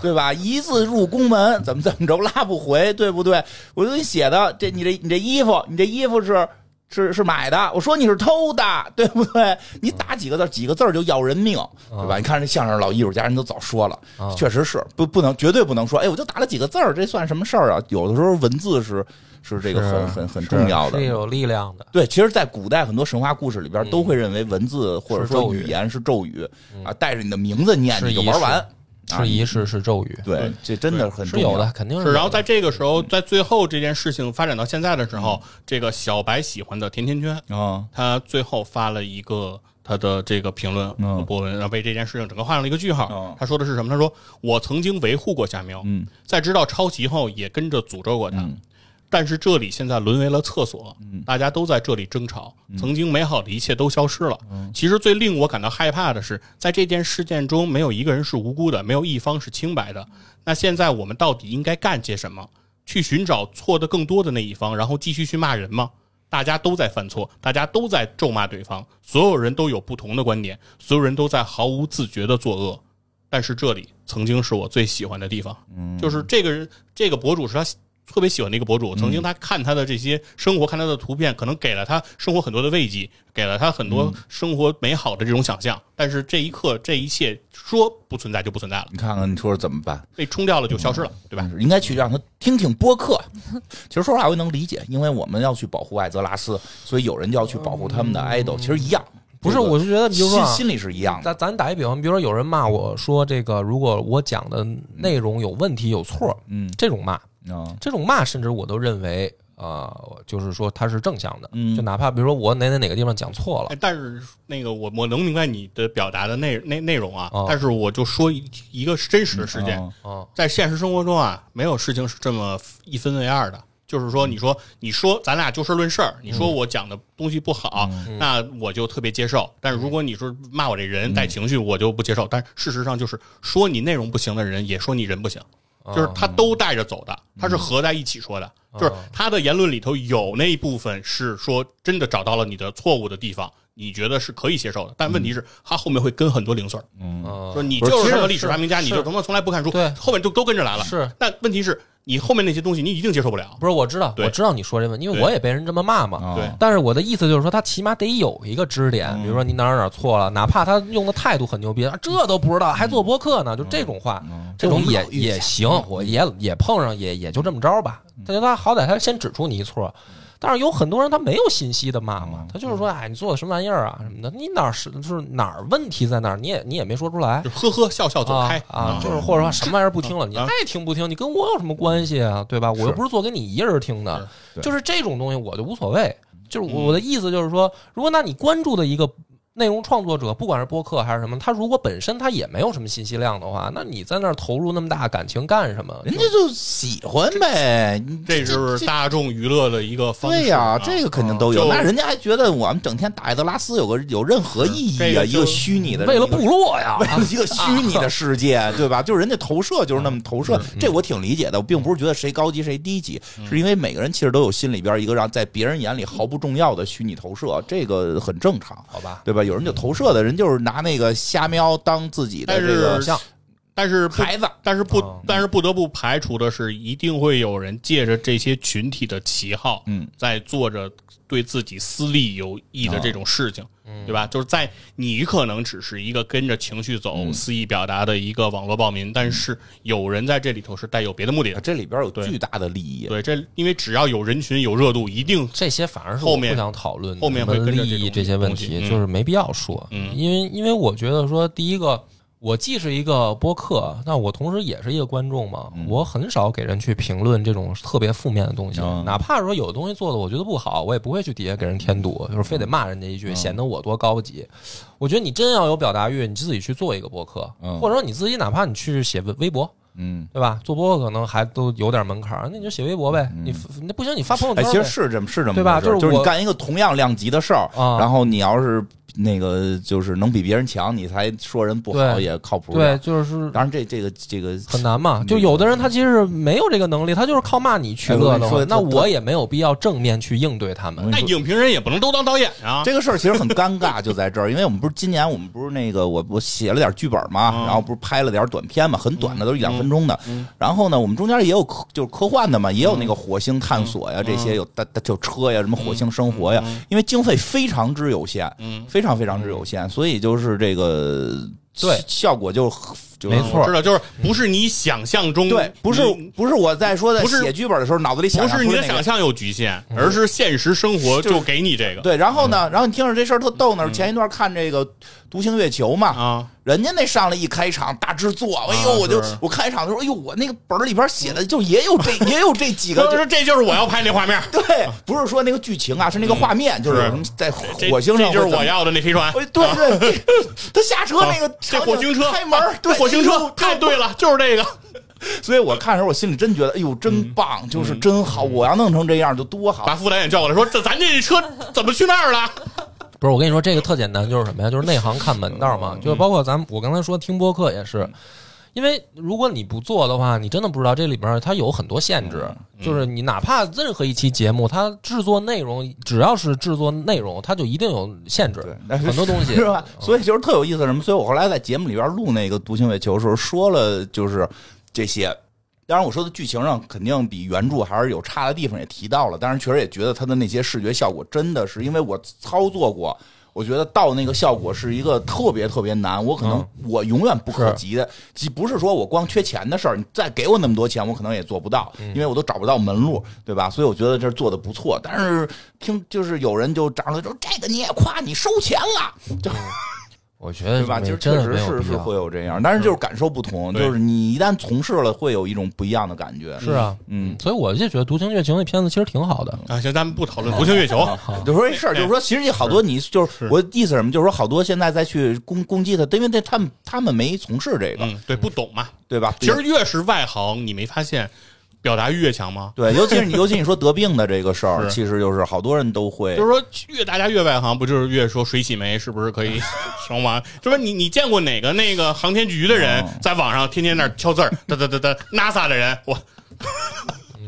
[SPEAKER 2] 对吧？一字入宫门，怎么怎么着拉不回，对不对？我就给你写的，这你这你这衣服，你这衣服是。是是买的，我说你是偷的，对不对？你
[SPEAKER 1] 嗯
[SPEAKER 2] 打几个字儿，几个字儿就要人命，对吧？你看这相声老艺术家人都早说了，
[SPEAKER 1] 嗯
[SPEAKER 2] 确实是不不能绝对不能说，哎，我就打了几个字儿，这算什么事儿啊？有的时候文字是是这个
[SPEAKER 1] 是
[SPEAKER 2] 很很很重要的
[SPEAKER 1] 是。有力量的。
[SPEAKER 2] 对，其实，在古代很多神话故事里边，都会认为文字或者
[SPEAKER 1] 是咒
[SPEAKER 2] 说
[SPEAKER 1] 语嗯
[SPEAKER 2] 语言是咒语啊，带着你的名字念，
[SPEAKER 1] 是
[SPEAKER 2] 你就
[SPEAKER 1] 仪
[SPEAKER 2] 玩
[SPEAKER 1] 式
[SPEAKER 2] 完。啊
[SPEAKER 1] 是仪式，是咒语，
[SPEAKER 2] 对，这真的很
[SPEAKER 1] 是
[SPEAKER 2] 重要
[SPEAKER 1] 有的，。肯定
[SPEAKER 3] 是，
[SPEAKER 1] 有
[SPEAKER 3] 然后在这个时候，在最后这件事情发展到现在的时候，这个小白喜欢的甜甜圈，
[SPEAKER 2] 啊，
[SPEAKER 3] 他最后发了一个他的这个评论
[SPEAKER 2] 嗯
[SPEAKER 3] 和博文，然后为这件事情整个画上了一个句号
[SPEAKER 2] 嗯。
[SPEAKER 3] 他说的是什么？他说：“我曾经维护过夏苗，
[SPEAKER 2] 嗯
[SPEAKER 3] 在知道抄袭后也跟着诅咒过他。
[SPEAKER 2] 嗯
[SPEAKER 3] 但是这里现在沦为了厕所，大家都在这里争吵，曾经美好的一切都消失了。其实最令我感到害怕的是，在这件事件中，没有一个人是无辜的，没有一方是清白的。那现在我们到底应该干些什么？去寻找错的更多的那一方，然后继续去骂人吗？大家都在犯错，大家都在咒骂对方，所有人都有不同的观点，所有人都在毫无自觉的作恶。但是这里曾经是我最喜欢的地方，就是这个人，这个博主是他特别喜欢的一个博主，曾经他看他的这些生活，看他的图片，可能给了他生活很多的慰藉，给了他很多生活美好的这种想象。但是这一刻，这一切说不存在就不存在了，
[SPEAKER 2] 你看看，你说怎么办？
[SPEAKER 3] 被冲掉了就消失了，对吧？
[SPEAKER 2] 应该去让他听听播客。其实说实话，我也能理解，因为我们要去保护艾泽拉斯，所以有人就要去保护他们的 idol，其实一样。
[SPEAKER 1] 嗯不是，
[SPEAKER 2] 这个
[SPEAKER 1] 我是觉得，比如说
[SPEAKER 2] 心
[SPEAKER 1] 啊
[SPEAKER 2] 心里是一样的。
[SPEAKER 1] 咱咱打一比方，比如说有人骂我说这个，如果我讲的内容有问题有错，
[SPEAKER 2] 嗯
[SPEAKER 1] 这种骂，
[SPEAKER 2] 啊，
[SPEAKER 1] 这种骂，甚至我都认为，呃，就是说它是正向的，
[SPEAKER 2] 嗯
[SPEAKER 1] 就哪怕比如说我哪哪哪个地方讲错了
[SPEAKER 3] 哎，但是那个我我能明白你的表达的内内内容啊，
[SPEAKER 1] 哦
[SPEAKER 3] 但是我就说一一个真实的事件，
[SPEAKER 2] 嗯
[SPEAKER 1] 啊，
[SPEAKER 3] 在现实生活中啊，没有事情是这么一分为二的。就是说，你说你说咱俩就事论事儿，你说我讲的东西不好，那我就特别接受。但是如果你说骂我这人带情绪，我就不接受。但事实上就是说你内容不行的人，也说你人不行，就是他都带着走的，他是合在一起说的。就是他的言论里头有那一部分是说真的找到了你的错误的地方，你觉得是可以接受的。但问题是，他后面会跟很多零碎儿。
[SPEAKER 1] 嗯
[SPEAKER 3] 说你
[SPEAKER 1] 不是
[SPEAKER 3] 就是
[SPEAKER 1] 其
[SPEAKER 3] 那
[SPEAKER 1] 实
[SPEAKER 3] 个历史发明家，
[SPEAKER 1] 是
[SPEAKER 3] 你就他妈从来不看书，
[SPEAKER 1] 对
[SPEAKER 3] 后面就都跟着来了。
[SPEAKER 1] 是，
[SPEAKER 3] 但问题是你后面那些东西你一定接受不了。
[SPEAKER 1] 不是，我知道，
[SPEAKER 3] 对
[SPEAKER 1] 我知道你说这问题，因为
[SPEAKER 3] 对
[SPEAKER 1] 我也被人这么骂嘛。
[SPEAKER 2] 啊
[SPEAKER 3] 对
[SPEAKER 1] 但是我的意思就是说，他起码得有一个支点，比如说你哪儿哪儿错了，哪怕他用的态度很牛逼，啊这都不知道还做播客呢，就这种话，
[SPEAKER 2] 嗯
[SPEAKER 1] 这种也也行，我也也碰上也也就这么着吧。但是他好歹他先指出你一错，但是有很多人他没有信息的骂嘛，他就是说，哎，你做的什么玩意儿啊什么的，你哪儿是就是哪儿问题在哪儿，你也你也没说出来
[SPEAKER 3] 就。呵呵笑笑走
[SPEAKER 1] 啊
[SPEAKER 3] 开
[SPEAKER 2] 嗯
[SPEAKER 1] 啊，就是或者说什么玩意儿不听了，你
[SPEAKER 3] 啊
[SPEAKER 1] 爱听不听，你跟我有什么关系啊？对吧？我又
[SPEAKER 2] 是
[SPEAKER 1] 不是做给你一人听的，
[SPEAKER 2] 对
[SPEAKER 1] 就是这种东西我就无所谓。就是我我
[SPEAKER 2] 嗯
[SPEAKER 1] 的意思就是说，如果那你关注的一个内容创作者，不管是播客还是什么，他如果本身他也没有什么信息量的话，那你在那儿投入那么大感情干什么？
[SPEAKER 2] 人家就喜欢呗，你
[SPEAKER 3] 这就是大众娱乐的一个方式。
[SPEAKER 2] 对呀、
[SPEAKER 3] 啊
[SPEAKER 2] 这个肯定都有。
[SPEAKER 3] 就
[SPEAKER 2] 那人家还觉得我们整天打艾德拉斯有个有任
[SPEAKER 1] 嗯
[SPEAKER 2] 何意义
[SPEAKER 3] 这
[SPEAKER 2] 啊？
[SPEAKER 3] 个
[SPEAKER 2] 一
[SPEAKER 3] 就
[SPEAKER 2] 个虚拟的，
[SPEAKER 1] 为了部落呀啊
[SPEAKER 2] 为！了 一个虚拟的世界，对吧？就是人家投射就是那么投
[SPEAKER 1] 嗯
[SPEAKER 2] 射，这我挺理解的。我并不是觉得谁高级谁低级，是因为每个人其实都有心里边一个让在别人眼里毫不重要的虚拟投射，这个很正常，
[SPEAKER 1] 好吧，
[SPEAKER 2] 对吧？有人就投射的人就是拿那个瞎喵当自己的
[SPEAKER 3] 但
[SPEAKER 2] 这个
[SPEAKER 3] 是
[SPEAKER 1] 像
[SPEAKER 3] 但是不
[SPEAKER 2] 孩子，
[SPEAKER 3] 但是不
[SPEAKER 1] 啊
[SPEAKER 3] 但是不得不排除的是，一定会有人借着这些群体的旗号，
[SPEAKER 2] 嗯，
[SPEAKER 3] 在做着对自己私利有益
[SPEAKER 1] 啊
[SPEAKER 3] 的这种事情，嗯
[SPEAKER 1] 嗯
[SPEAKER 3] 对吧？就是在你可能只是一个跟着情绪
[SPEAKER 1] 嗯
[SPEAKER 3] 走、肆意表达的一个网络暴民，但是有人在这里头是带有别的目的的。
[SPEAKER 2] 这里边有
[SPEAKER 3] 对
[SPEAKER 2] 巨大的利益。
[SPEAKER 3] 对，这因为只要有人群有热度，一定
[SPEAKER 1] 这些反而是
[SPEAKER 3] 后
[SPEAKER 1] 我
[SPEAKER 3] 面
[SPEAKER 1] 不想讨论的
[SPEAKER 3] 后面会跟着
[SPEAKER 1] 利益
[SPEAKER 3] 这种
[SPEAKER 1] 些问
[SPEAKER 3] 东
[SPEAKER 1] 题，
[SPEAKER 3] 西嗯
[SPEAKER 1] 就是没必要说。
[SPEAKER 3] 嗯
[SPEAKER 1] 因为因为我觉得说，第一个，我既是一个播客，但我同时也是一个观众嘛，
[SPEAKER 3] 嗯
[SPEAKER 1] 我很少给人去评论这种特别负面的东西，
[SPEAKER 2] 嗯
[SPEAKER 1] 哪怕说有的东西做的我觉得不好，我也不会去底下给人添堵，就是非得骂人家一句，
[SPEAKER 3] 嗯
[SPEAKER 1] 显得我多高级。我觉得你真要有表达欲，你自己去做一个博客，
[SPEAKER 2] 嗯
[SPEAKER 1] 或者说你自己哪怕你去写微微博。
[SPEAKER 2] 嗯，
[SPEAKER 1] 对吧？做播客可能还都有点门槛儿，那你就写微博呗。
[SPEAKER 3] 嗯
[SPEAKER 1] 你那不行，你发朋友
[SPEAKER 2] 哎，
[SPEAKER 1] 圈呗。
[SPEAKER 2] 其实是这么是这么
[SPEAKER 1] 对吧
[SPEAKER 2] 回事
[SPEAKER 1] 就是
[SPEAKER 2] 就是你
[SPEAKER 1] 我
[SPEAKER 2] 干一个同样量级的事儿，
[SPEAKER 1] 啊
[SPEAKER 2] 然后你要是那个就是能比别人强，你才说人不好
[SPEAKER 1] 对
[SPEAKER 2] 也靠谱点
[SPEAKER 1] 对，。就是
[SPEAKER 2] 当然这这个这个
[SPEAKER 1] 很难嘛。
[SPEAKER 2] 个
[SPEAKER 1] 就有的人他其实是没有这个能力，他就是靠骂你取乐的话，
[SPEAKER 2] 哎我嗯跟你说
[SPEAKER 1] 那
[SPEAKER 2] 他
[SPEAKER 1] 我也没有必要正面去应对他们
[SPEAKER 2] 嗯。
[SPEAKER 3] 那影评人也不能都当导演啊。
[SPEAKER 2] 这个事儿其实很尴尬，就在这儿，因为我们不是今年我们不是那个我我写了点剧本嘛，
[SPEAKER 3] 嗯
[SPEAKER 2] 然后不是拍了点短片嘛，很短的都是一两分钟的。然后呢，我们中间也有科就是科幻
[SPEAKER 3] 嗯
[SPEAKER 2] 的嘛，也有那个火星探索呀，这些有大大就车呀，什么火星生活呀，
[SPEAKER 3] 嗯
[SPEAKER 2] 因为经费非常之有限，非常非常之有
[SPEAKER 3] 嗯
[SPEAKER 2] 限，所以就是这个
[SPEAKER 1] 对
[SPEAKER 2] 效果就就
[SPEAKER 1] 没错
[SPEAKER 3] 我知道，就是不是你想象中
[SPEAKER 2] 对，不是
[SPEAKER 3] 你
[SPEAKER 2] 不是我在说在
[SPEAKER 3] 不是
[SPEAKER 2] 写剧本的时候脑子里想
[SPEAKER 3] 不
[SPEAKER 2] 象
[SPEAKER 3] 是
[SPEAKER 2] 出
[SPEAKER 3] 你
[SPEAKER 2] 的
[SPEAKER 3] 的
[SPEAKER 2] 那个嗯
[SPEAKER 3] 想象有局限，而是现实生活就给你这个。
[SPEAKER 2] 对，然后
[SPEAKER 3] 嗯
[SPEAKER 2] 呢，然后你听着这事儿特逗呢，是前一段看这个《独行月球》嘛，
[SPEAKER 3] 啊，
[SPEAKER 2] 人家那上来一开场大制作，哎呦，
[SPEAKER 3] 啊
[SPEAKER 2] 我就是我开场的时候，哎呦，我那个本儿里边写的就也有 这也有这几个，
[SPEAKER 3] 就
[SPEAKER 2] 就是是
[SPEAKER 3] 这就是我要拍那画面，
[SPEAKER 2] 对，不是说那个剧情啊，是那个画面，就是
[SPEAKER 3] 嗯是
[SPEAKER 2] 什么在
[SPEAKER 3] 这
[SPEAKER 2] 火星上
[SPEAKER 3] 这就是
[SPEAKER 2] 会怎
[SPEAKER 3] 我
[SPEAKER 2] 么。
[SPEAKER 3] 要的那飞船。
[SPEAKER 2] 哎，对对，对他下车那个
[SPEAKER 3] 啊这火星车啊
[SPEAKER 2] 开门儿，对
[SPEAKER 3] 火星
[SPEAKER 2] 哎
[SPEAKER 3] 车
[SPEAKER 2] 呦
[SPEAKER 3] 太对了，就是这 个。
[SPEAKER 2] 所以我看的时候我心里真觉得，哎呦，
[SPEAKER 3] 嗯
[SPEAKER 2] 真棒，就是真好，我要弄成这样就多好
[SPEAKER 3] 把。副导演叫过来说：“这咱这车怎么去那儿了
[SPEAKER 1] 不是，我跟你说这个特简单，就是什么呀？就是内行看门道
[SPEAKER 2] 嗯
[SPEAKER 1] 嘛。就是包括咱们，我刚才说听播客也是。因为如果你不做的话，你真的不知道这里边它有很多限制。
[SPEAKER 2] 嗯
[SPEAKER 1] 就是你哪怕任何一期节目，它制作内容只要是制作内容，它就一定有限制，
[SPEAKER 2] 但是
[SPEAKER 1] 很多东西哦
[SPEAKER 2] 是吧？所以就是特有意思，什么？所以我后来在节目里边录那个《独行月球》的时候，说了就是这些当然，我说的剧情上肯定比原著还是有差的地方，也提到了。当然，确实也觉得它的那些视觉效果真的是，因为我操作过，我觉得到那个效果是一个特别特别难，我可能我永远不可及的。即不是说我光缺钱的事儿，你再给我那么多钱，我可能也做不到，因为我都找不到门路，对吧？所以我觉得这做的不错。但是听就是有人就长出来说这个你也夸，你收钱了。
[SPEAKER 1] 我觉得
[SPEAKER 2] 对吧？其实
[SPEAKER 1] 真
[SPEAKER 2] 确
[SPEAKER 1] 的
[SPEAKER 2] 实
[SPEAKER 1] 没有
[SPEAKER 2] 是
[SPEAKER 1] 必
[SPEAKER 2] 是
[SPEAKER 1] 要
[SPEAKER 2] 会有这样，但是就是感受不同，
[SPEAKER 3] 对
[SPEAKER 2] 就是你一旦从事了，会有一种不一样的感觉。
[SPEAKER 1] 是啊，
[SPEAKER 2] 嗯，
[SPEAKER 1] 所以我就觉得《独行月球》那片子其实挺好的，
[SPEAKER 3] 啊，行，咱们不讨论《独行月球》
[SPEAKER 2] 嗯就说一事儿，就是说，其实好多你就是
[SPEAKER 3] 是
[SPEAKER 2] 我意思是什么，就是说好多现在再去攻攻击他，因为这他们他们没从事这个，
[SPEAKER 3] 嗯，对，不懂嘛。
[SPEAKER 2] 对吧？
[SPEAKER 3] 其实越是外行，你没发现表达欲越强吗？
[SPEAKER 2] 对，尤其是你尤其你说得病的这个事儿，
[SPEAKER 3] 是
[SPEAKER 2] 其实就是好多人都会
[SPEAKER 3] 就。是说，越大家越外行，不就是越说水洗煤是不是可 以双亡？就说你你见过哪个那个航天局的人
[SPEAKER 2] 哦
[SPEAKER 3] 在网上天天那儿敲 字儿，哒哒哒哒，NASA 的人，我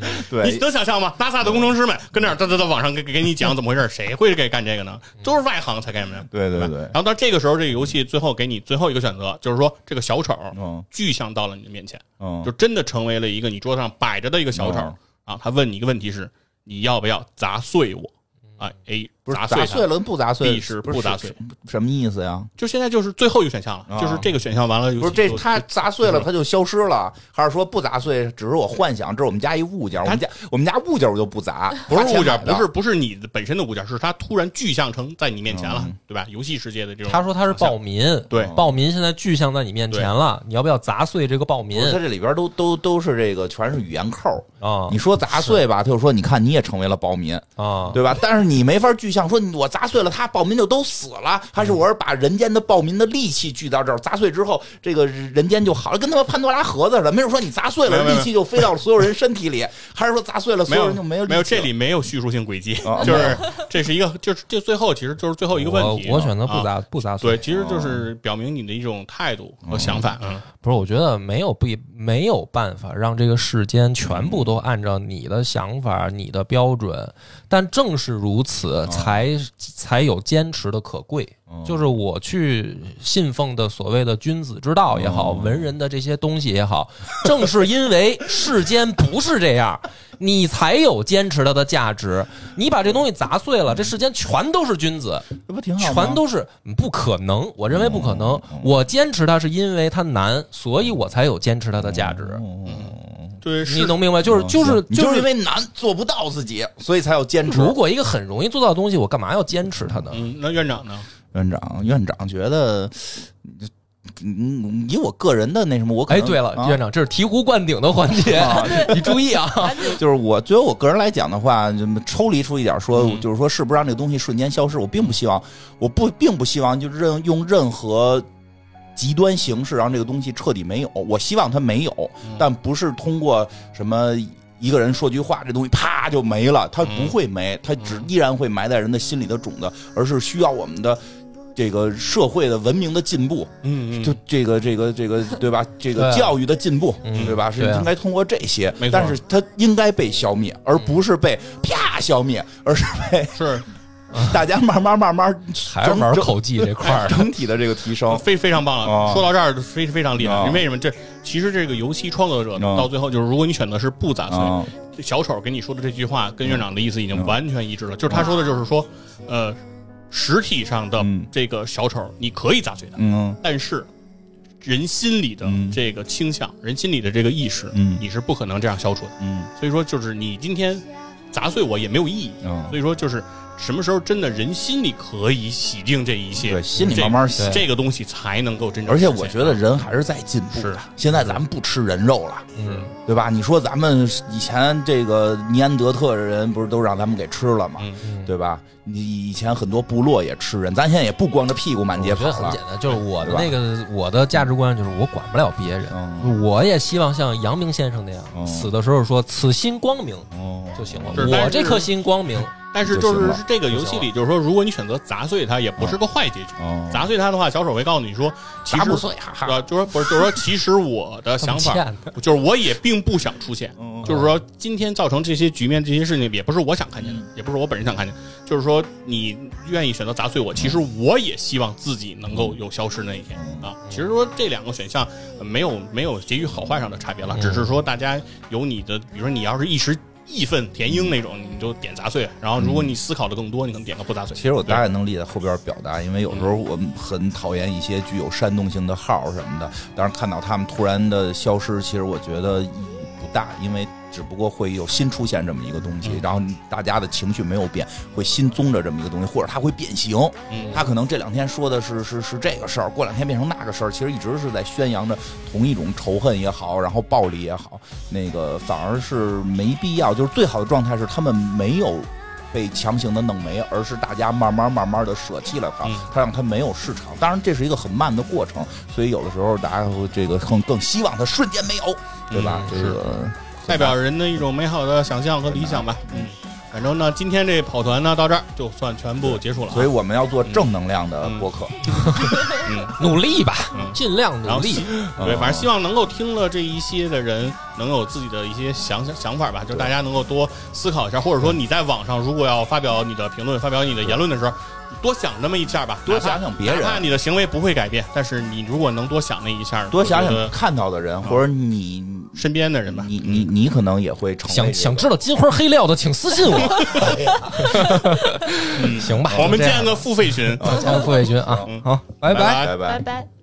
[SPEAKER 3] 你
[SPEAKER 2] 对，
[SPEAKER 3] 能想象吗？NASA 的工程师们跟那儿哒哒哒网上给给你讲怎么回事，谁会给干这个呢？都是外行才干的。
[SPEAKER 2] 对对
[SPEAKER 3] 吧
[SPEAKER 2] 对
[SPEAKER 3] 然后到这个时候，这个游戏最后给你最后一个选择，就是说这个小丑
[SPEAKER 2] 嗯
[SPEAKER 3] 具象到了你的面前，
[SPEAKER 2] 嗯
[SPEAKER 3] 就，真的成为了一个你桌上摆着的一个小丑
[SPEAKER 2] 嗯
[SPEAKER 3] 啊。他问你一个问题是：你要不要砸碎我？啊，A
[SPEAKER 2] 嗯不是
[SPEAKER 3] 砸
[SPEAKER 2] 砸
[SPEAKER 3] 碎
[SPEAKER 2] 碎
[SPEAKER 3] 它。
[SPEAKER 2] 了跟不砸碎
[SPEAKER 3] 必是
[SPEAKER 2] 不
[SPEAKER 3] 不砸碎，
[SPEAKER 2] 什么意思呀？
[SPEAKER 3] 就现在就是最后一个选项
[SPEAKER 2] 啊
[SPEAKER 3] 了，就是这个选项完了游戏
[SPEAKER 2] 不是
[SPEAKER 3] 就，
[SPEAKER 2] 这它砸碎了，
[SPEAKER 3] 就
[SPEAKER 2] 它就消失了，还是说不砸碎？只是我幻想，这是我们家一物件，我们家我们家物件我就不砸，
[SPEAKER 3] 不
[SPEAKER 2] 花
[SPEAKER 3] 是
[SPEAKER 2] 钱
[SPEAKER 3] 物件
[SPEAKER 2] 买，的
[SPEAKER 3] 不是不是你的本身的物件，是它突然具象成在你面前
[SPEAKER 2] 嗯
[SPEAKER 3] 了，对吧？游戏世界的这种，
[SPEAKER 1] 他说他是暴民，
[SPEAKER 3] 对
[SPEAKER 1] 暴民现在具象在你面前了，你要不要砸碎这个暴民
[SPEAKER 2] 不是它这里边都都都是这个全是语言扣儿。
[SPEAKER 1] 嗯啊
[SPEAKER 2] 你说砸碎吧，他就说你看你也成为了暴民，
[SPEAKER 1] 啊？
[SPEAKER 2] 对吧？但是你没法具象说我砸碎了他，暴民就都死了，还
[SPEAKER 3] 嗯
[SPEAKER 2] 是我是把人间的暴民的戾气聚到这儿，砸碎之后，这个人间就好了，跟他妈潘多拉盒子似的。没有说你砸碎了，
[SPEAKER 3] 没有没有
[SPEAKER 2] 戾气就飞到了所有人身体里，还是说砸碎了所
[SPEAKER 3] 没
[SPEAKER 2] 有
[SPEAKER 3] 有
[SPEAKER 2] 人就没有
[SPEAKER 3] 没有
[SPEAKER 2] 戾气
[SPEAKER 3] 这
[SPEAKER 2] 了
[SPEAKER 3] 里没有叙述性轨迹
[SPEAKER 2] 啊，
[SPEAKER 3] 就是这是一个就是这最后其实就是最后一个问题，
[SPEAKER 1] 哦我我选择
[SPEAKER 3] 啊
[SPEAKER 1] 不砸、不砸碎
[SPEAKER 3] 对，。其实就是表明你的一种态度和
[SPEAKER 2] 哦
[SPEAKER 3] 想法。嗯，
[SPEAKER 1] 不是，我觉得没有不没有办法让这个世间全部都按照你的想法、你的标准，但正是如此，才才有坚持的可贵。就是我去信奉的所谓的君子之道也好，文人的这些东西也好，正是因为世间不是这样，你才有坚持它的价值。你把这东西砸碎了，这世间全都是君子，
[SPEAKER 2] 这不挺好吗？哦嗯
[SPEAKER 1] 全都是嗯不可能，我认为不可能。我坚持它是因为它难，所以我才有坚持它的价值。
[SPEAKER 2] 哦
[SPEAKER 3] 对，是
[SPEAKER 1] 你能明白？就是就是
[SPEAKER 2] 嗯你嗯就是因为难做不到自己，所以才要坚持。
[SPEAKER 1] 如果一个很容易做到的东西，我干嘛要坚持它呢？
[SPEAKER 3] 嗯，那院长呢？
[SPEAKER 2] 院长，院长觉得，嗯，以我个人的那什么，我可
[SPEAKER 1] 哎，
[SPEAKER 2] 能
[SPEAKER 1] 对了，
[SPEAKER 2] 啊
[SPEAKER 1] 院长，这是醍醐灌顶的环节， 你注意啊！
[SPEAKER 4] 赶 紧
[SPEAKER 2] 就是我觉得我个人来讲的话，就抽离出一点说，就是说是不是让这个东西瞬间消失？我并不希望，我不并不希望就任用任何极端形式让这个东西彻底没有。我希望它没有，但不是通过什么。一个人说句话，这东西啪就没了，它不会没，它只依然会埋在人的心里的种子，而是需要我们的这个社会的文明的进步，
[SPEAKER 3] 嗯
[SPEAKER 2] 就这个这个这个对吧？这个
[SPEAKER 1] 对啊
[SPEAKER 2] 教育的进步，
[SPEAKER 1] 嗯
[SPEAKER 2] 对吧？是
[SPEAKER 1] 对啊
[SPEAKER 2] 应该通过这些
[SPEAKER 3] 没，错
[SPEAKER 2] 但是它应该被消灭，而不是被啪消灭，而是被
[SPEAKER 3] 是
[SPEAKER 2] 大家慢慢慢慢
[SPEAKER 1] 还是
[SPEAKER 2] 整
[SPEAKER 1] 玩
[SPEAKER 2] 整
[SPEAKER 1] 口技这块儿，
[SPEAKER 2] 整体的这个提升。
[SPEAKER 3] 非非常棒
[SPEAKER 2] 啊
[SPEAKER 3] 了。说到这儿非非常厉
[SPEAKER 2] 啊
[SPEAKER 3] 害，为什么？这其实这个游戏创作者
[SPEAKER 2] 啊
[SPEAKER 3] 到最后就是，如果你选择是不砸碎，
[SPEAKER 2] 啊，
[SPEAKER 3] 小丑跟你说的这句话跟院长的意思已
[SPEAKER 2] 嗯
[SPEAKER 3] 经完全一致了，就是他说的就是说，呃，实体上的
[SPEAKER 2] 嗯
[SPEAKER 3] 这个小丑你可以砸碎他，
[SPEAKER 2] 嗯
[SPEAKER 3] 但是人心里的
[SPEAKER 2] 嗯
[SPEAKER 3] 这个倾向，人心里的这个意识，
[SPEAKER 2] 嗯
[SPEAKER 3] 你是不可能这样消除的。
[SPEAKER 2] 嗯
[SPEAKER 3] 所以说，就是你今天砸碎我也没有意义。
[SPEAKER 2] 嗯，
[SPEAKER 3] 所以说，就是什么时候真的人心里可以洗净这一切，
[SPEAKER 2] 对，心里
[SPEAKER 3] 这
[SPEAKER 2] 慢慢想。
[SPEAKER 3] 这个东西才能够真正
[SPEAKER 2] 而
[SPEAKER 3] 实
[SPEAKER 2] 且
[SPEAKER 3] 现。
[SPEAKER 2] 我觉得人还是在进步的
[SPEAKER 3] 是。
[SPEAKER 2] 现在咱们不吃人肉了，
[SPEAKER 1] 嗯，
[SPEAKER 2] 对吧？你说咱们以前这个尼安德特人不是都让咱们给吃了吗？
[SPEAKER 3] 嗯
[SPEAKER 2] 对吧？你以前很多部落也吃人，咱现在也不光着屁股满街
[SPEAKER 1] 我觉
[SPEAKER 2] 跑
[SPEAKER 1] 得很
[SPEAKER 2] 了
[SPEAKER 1] 简。单，就是我的
[SPEAKER 2] 对吧
[SPEAKER 1] 那个我的价值观就是我管不了别人，
[SPEAKER 2] 嗯
[SPEAKER 1] 我也希望像阳明先生那样，
[SPEAKER 2] 嗯
[SPEAKER 1] 死的时候说此心光明
[SPEAKER 2] 哦
[SPEAKER 1] 就行了
[SPEAKER 3] 是，但
[SPEAKER 1] 我
[SPEAKER 3] 是
[SPEAKER 1] 这颗心光明。
[SPEAKER 3] 但是
[SPEAKER 2] 就
[SPEAKER 3] 就
[SPEAKER 2] 行
[SPEAKER 3] 是
[SPEAKER 2] 了
[SPEAKER 3] 这个游戏里，就是说，如果你选择砸碎它，也不是个坏结局。
[SPEAKER 2] 哦
[SPEAKER 3] 砸碎它的话，小丑会告诉你说，其
[SPEAKER 2] 砸
[SPEAKER 3] 实
[SPEAKER 2] 不碎，哈哈。
[SPEAKER 3] 呃，就说不是，就是说，其实我的想
[SPEAKER 1] 这么
[SPEAKER 3] 法
[SPEAKER 1] 欠
[SPEAKER 3] 就是我也并不想出现
[SPEAKER 2] 嗯嗯，
[SPEAKER 3] 就是说今天造成这些局面、这些事情，也不是我想看见
[SPEAKER 2] 嗯
[SPEAKER 3] 的，也不是我本人想看见的。就
[SPEAKER 2] 嗯
[SPEAKER 3] 是
[SPEAKER 2] 嗯
[SPEAKER 3] 说，你愿意选择砸碎我，其实我也希望自己能够有消失那一天啊。其实说这两个选项呃没有没有结局好坏上的差别
[SPEAKER 2] 嗯
[SPEAKER 3] 了，只是说大家有你的，比如说你要是一时义愤填膺那种，你就点杂碎；然后如果你思考的更多，你可能点个不杂碎。
[SPEAKER 2] 其实我大概能理解后边表达，因为有时候我们很讨厌一些具有煽动性的号什么的，但是看到他们突然的消失，其实我觉得意义不大，因为只不过会有新出现这么一个东西，
[SPEAKER 1] 嗯
[SPEAKER 2] 然后大家的情绪没有变，会新宗着这么一个东西，或者它会变形。
[SPEAKER 3] 嗯
[SPEAKER 2] 他可能这两天说的是是是这个事儿，过两天变成那个事儿，其实一直是在宣扬着同一种仇恨也好，然后暴力也好，那个反而是没必要。就是最好的状态是他们没有被强行的弄没，而是大家慢慢慢慢的舍弃了它
[SPEAKER 3] 嗯，
[SPEAKER 2] 它让它没有市场。当然这是一个很慢的过程，所以有的时候大家会这个更更希望它瞬间没有，对吧？
[SPEAKER 3] 嗯
[SPEAKER 2] 这个
[SPEAKER 3] 代表人的一种美好的想象和理想吧。嗯，反正呢，今天这跑团呢到这儿就算全部结束了啊。
[SPEAKER 2] 所以我们要做正能量的播客。
[SPEAKER 3] 嗯，
[SPEAKER 1] 努力吧
[SPEAKER 3] 嗯，
[SPEAKER 1] 尽量
[SPEAKER 3] 然
[SPEAKER 1] 努
[SPEAKER 3] 后希
[SPEAKER 1] 力。
[SPEAKER 2] 啊
[SPEAKER 3] 对，反正希望能够听了这一些的人，能有自己的一些想想想法吧，就是大家能够多思考一下，或者说你在网上如果要发表你的评论、发表你的言论的时候，多想那么一下吧，
[SPEAKER 2] 多
[SPEAKER 3] 哪怕
[SPEAKER 2] 想想别人
[SPEAKER 3] 哪怕你的行为不会改变，但是你如果能多想那一下，
[SPEAKER 2] 多想
[SPEAKER 3] 我觉
[SPEAKER 2] 想
[SPEAKER 3] 得嗯
[SPEAKER 2] 看到的人，或者你
[SPEAKER 3] 身边的人吧。嗯
[SPEAKER 2] 你你你可能也会成为这
[SPEAKER 1] 想
[SPEAKER 2] 个
[SPEAKER 1] 想知道金花黑料的，请私信我。行吧，
[SPEAKER 3] 我们
[SPEAKER 1] 就这
[SPEAKER 3] 建
[SPEAKER 1] 样
[SPEAKER 3] 个付费群，嗯
[SPEAKER 1] 啊，加个付费群啊，好，拜
[SPEAKER 3] 拜
[SPEAKER 1] 拜。
[SPEAKER 2] 拜拜
[SPEAKER 4] 拜。